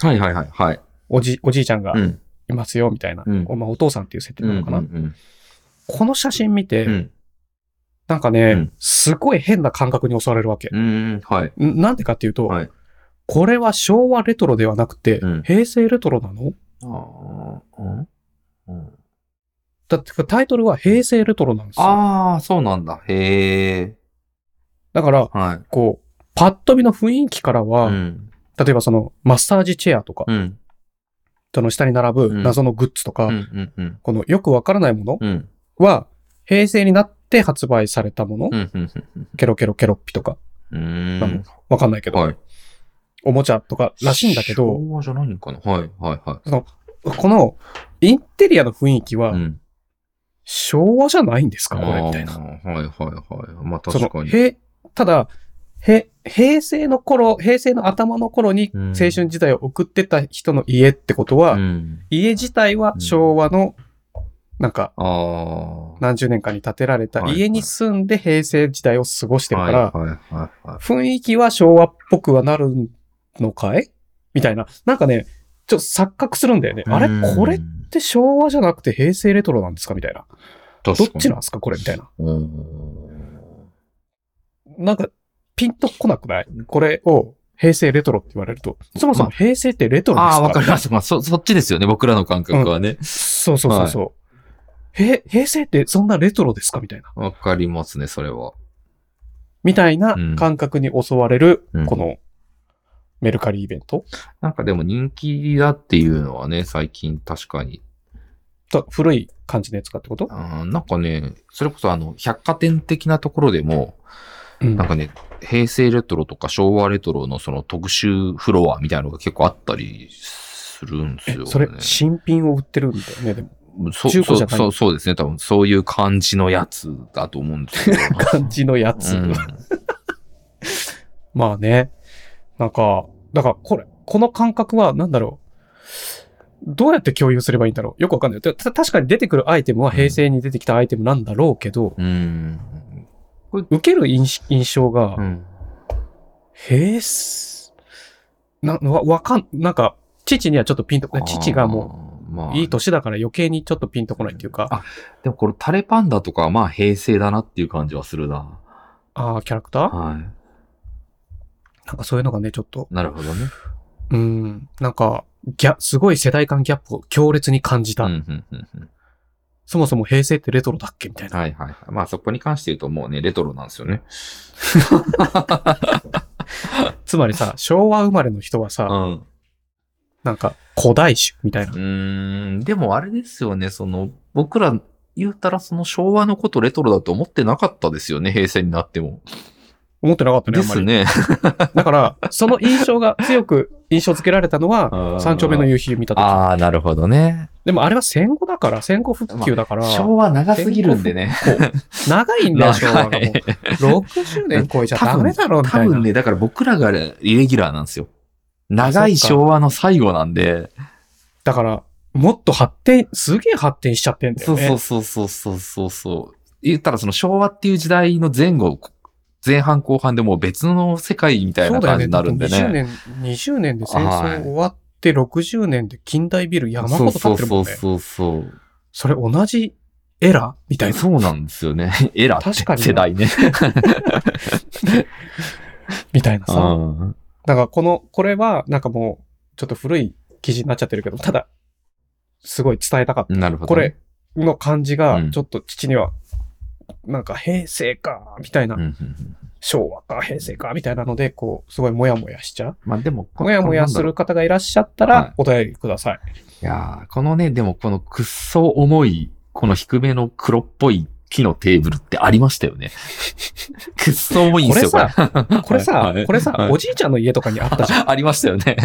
B: はいはいはい。はい。
A: おじ、おじいちゃんが
B: うん。
A: いますよ、みたいな。
B: うん
A: おまあお父さんっていう設定なのかな。
B: うんうん
A: この写真見て、
B: うん。うん
A: なんかね、
B: うん
A: すごい変な感覚に襲われるわけ。
B: うん。はい。
A: んなんでかっていうと、
B: はい。
A: これは昭和レトロではなくて、
B: うん
A: 平成レトロなの
B: あーうんうん
A: だってタイトルは平成レトロなんですよ。
B: あー、そうなんだ。へえ。
A: だから、
B: はい。
A: こう、パッと見の雰囲気からは、
B: うん。
A: 例えばそのマッサージチェアとか、
B: うん。
A: その下に並ぶ謎のグッズとか、
B: うん。うん。うん。
A: このよくわからないもの
B: うん。
A: は、平成になって発売されたもの、
B: うん。うん。
A: ケロケロケロッピとか、
B: うん。
A: まあわかんないけど、
B: はい。
A: おもちゃとからしいんだけど、
B: 昭和じゃないのかな。はい。はい。は
A: このインテリアの雰囲気は、
B: い。うん。
A: 昭和じゃないんですかこれみたいな。
B: あーはい。はい。はい。まあ
A: そ
B: 確か
A: の、
B: に。
A: へ、ただ、へ、平成の頃、平成の頭の頃に
B: うん
A: 青春時代を送ってた人の家ってことは、
B: うん。
A: 家自体は
B: うん
A: 昭和の、なんか、
B: ああ。
A: 何十年間に建てられた
B: はい
A: 家に住んで平成時代を過ごしてるから、
B: はいはいはいはい。
A: 雰囲気は昭和っぽくはなるのかいみたいな。なんかね、ちょっと錯覚するんだよね。あれ
B: うん
A: これって昭和じゃなくて平成レトロなんですかみたいな。
B: ど
A: どっちなんですかこれみたいな。なんか、ピンとこなくないこれを平成レトロって言われると、そもそも平成ってレトロですか。
B: ああ、わかりますす。まあ、そ、そっちですよね。僕らの感覚はね。
A: そうそうそうそう。へ平成ってそんなレトロですかみたいな。
B: わ、かりますね、それは。
A: みたいな
B: うん
A: 感覚に襲われる
B: うん、
A: このメルカリイベント。
B: なんかでも人気だっていうのはね、最近確かに。
A: と古い感じのやつかってこと
B: あーなんかね、それこそあの、百貨店的なところでも、
A: うん
B: なんかね、平成レトロとか昭和レトロのその特集フロアみたいなのが結構あったりするんです
A: え
B: よ、ね。
A: それ、新品を売ってるんだよね、でも。
B: そう
A: 中古じ
B: そ
A: ゃ
B: う
A: ない
B: そうそうですね。多分そういう感じのやつだと思うんですけど。
A: 感じのやつ。
B: うん
A: まあね。なんか、だからこれ、この感覚は何だろう。どうやって共有すればいいんだろうよくわかんない。た確かに出てくるアイテムは平成に出てきたアイテムなんだろうけど、
B: うん。
A: 受ける印印象が、
B: ん。
A: 平成、な、わ、わかん、なんか、父にはちょっとピンとこない。父がも
B: う、ま
A: う、いい年だから余計にちょっとピンとこないっていうか、
B: あでもこれ、タレパンダとかはまあ平成だなっていう感じはするな。
A: ああ、キャラクター
B: はい。
A: なんかそういうのがね、ちょっと、
B: なるほどね。
A: うん、なんか、ギャ、すごい世代間ギャップを強烈に感じ
B: う
A: た。
B: んうんうんうん
A: そもそも平成ってレトロだっけみたいな。
B: はいはいはい。まあそこに関して言うともうね、レトロなんですよね。
A: つまり さ、昭和生まれの人はさ、
B: うん。う
A: なんか古代種みたいな。
B: ーん。でもあれですよね、その、僕ら言うたらその昭和のことレトロだと思ってなかったですよね、平成になっても。
A: 思ってなかったね、
B: で
A: あんますり。
B: ね。
A: だから、その印象が強く印象付けられたの
B: うん
A: は、三丁目の夕日見た時。
B: ああ、なるほどね。
A: でもあれは戦後だから、戦後復旧だから、
B: 昭和長すぎるんでね。
A: 長いんだよ、昭和がもう。
B: 長い
A: 60年超えちゃダメだろ、み
B: 多
A: たいな
B: 分。ね、だから僕らがイレギュラーなんですよ。長い
A: そっか
B: 昭和の最後なんで。
A: だから、もっと発展、すげえ発展しちゃってんだよ
B: そう
A: ね。
B: そうそうそうそうそうそう。言ったらその昭和っていう時代の前後、前半後半でもう別の世界みたい
A: そ
B: な
A: うだよ
B: 感
A: ね。
B: じになるんでね。
A: 20年、20年で戦争終わって、60年で近代ビル山ほど建ってるもんね。
B: そうそうそう
A: それ同じエラーみた
B: そう。
A: いな。
B: そうなんですよね。 エラー
A: 確か
B: っ
A: に
B: て
A: な
B: 世代ね。
A: みたいなさ。
B: うん
A: なんかこの、これは、なんかもう、ちょっと古い記事になっちゃってるけど、ただ、すごい伝えたかっ
B: なる
A: た。
B: ほど。
A: これ、の感じが
B: う、ん
A: ちょっと父には、なんか平成か、みたいな
B: うんう、んうん
A: 昭和か、平成か、みたいなので、こう、すごいモヤモヤしちゃう。
B: まあでも、こ
A: モヤモヤす。
B: なん
A: る
B: だろ
A: 方がいらっしゃった
B: はい
A: ら、お便りください。
B: ういやーこのね、でもこのくっそ重い、この低めの黒っぽい木のテーブルってありましたよね。 くっそ重いんですよ、こ
A: こ
B: れ
A: れ。 これさ
B: はい、
A: これさ
B: は、い
A: おじいちゃんの家とかにあったじゃん。
B: ありましたよね。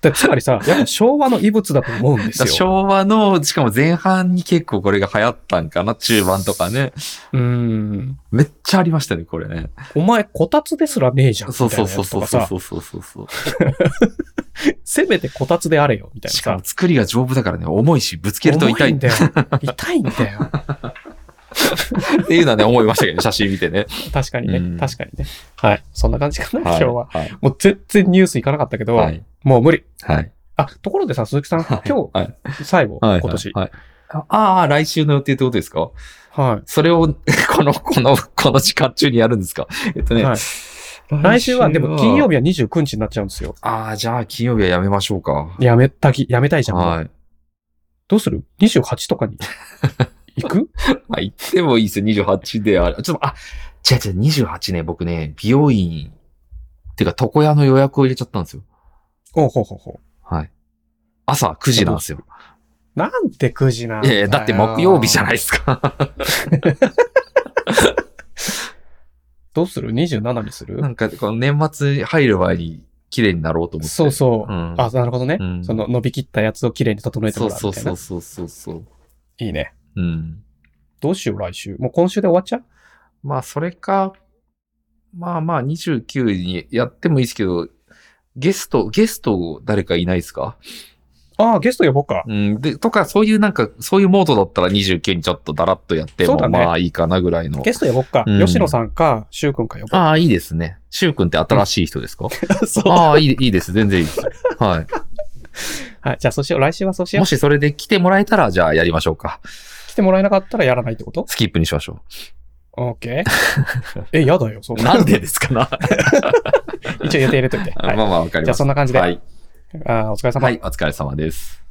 A: でつまりさ、やっぱ昭和の遺物だと思うんですよ。
B: 昭和の、しかも前半に結構これが流行ったんかな、中盤とかね。
A: うーん。
B: めっちゃありましたね、これね。
A: お前、こたつですらねえじゃん。
B: そうそう
A: みたいな
B: そう
A: やつと
B: そう
A: か
B: そう
A: さ
B: そうそうそうそう。
A: せめてこたつであれよ、みたいな
B: しか
A: さ
B: も。作りが丈夫だからね、重いし、ぶつけると痛い
A: 重ん
B: っ
A: だよ。 痛いんだよ。
B: ていうのはね、思いましたけ ど、写真見てね。
A: 確かに
B: う
A: ね。
B: ん
A: 確かにね。はい。そんな感じかな、今日は。
B: はい。
A: もう全然ニュースいかなかったけど、
B: はい。
A: もう無理。
B: はい。
A: あ、ところでさ、鈴木さん、今日、
B: はい。
A: 最後、
B: はい。
A: 今年。
B: はい。ああ、来週の予定ってことですか
A: は
B: それを、 この、この、この時間中にやるんですかえっと
A: い。
B: ね。
A: はい来週は、でも金曜日は29日になっちゃうんですよ。
B: ああ、じゃあ金曜日はやめましょうか。
A: やめたき、やめたいじゃん。もう
B: はい。
A: どうする ?28 とかに行く
B: まあ、行ってもいいですよ。28であれ。ちょっと、あ、違う違う、28ね、僕ね、美容院、てか、床屋の予約を入れちゃったんですよ。
A: おうほうほうほう。
B: はい。朝9時なんですよ。
A: なんて9時なんだ
B: い
A: よ。
B: やいや、だって木曜日じゃない
A: い。
B: ですか。
A: どうする ?27 にする
B: なんか、この年末入る前に綺麗になろうと思って。
A: そうそう。
B: うん
A: あ、なるほどね、
B: うん
A: その伸びきったやつをきれいに整えて
B: そ
A: も
B: う
A: らうみたい
B: そ
A: な。
B: うそうそうそうそう。
A: いいね。
B: うん。
A: どうしよう、来週。もう今週で終わっちゃう
B: まあ、それか、まあまあ、29にやってもいいですけど、ゲスト、ゲスト誰かいないですか
A: ああ、ゲスト呼ぼうか。
B: うん。で、とか、そういうなんか、そういうモードだったら29にちょっとだらっとやって
A: そう
B: も、
A: だね
B: まあいいかなぐらいの。
A: ゲスト呼ぼうか。
B: うん
A: 吉野さんか、シュウくんか呼ぼ
B: ああ、いいですね。シュウ君って新しい人ですか、
A: う。そう。
B: ああ、いい、いいです。全然いいです。 はい。
A: はい。じゃあ、そうしよう。来週はそうしよ
B: も
A: う。
B: しそれで来てもらえたら、じゃあやりましょうか。
A: 来てもらえなかったらやらないってこと
B: スキップにしましょ
A: オーケー。 え、やだよ、そう
B: う。。なんでです かな、
A: 一応予定入れといて。はい
B: まあまあ、わかり
A: じゃあ、
B: まし
A: そんな感じ
B: た。
A: で。
B: はい。
A: あーお疲れ様。
B: はい、お疲れ様です。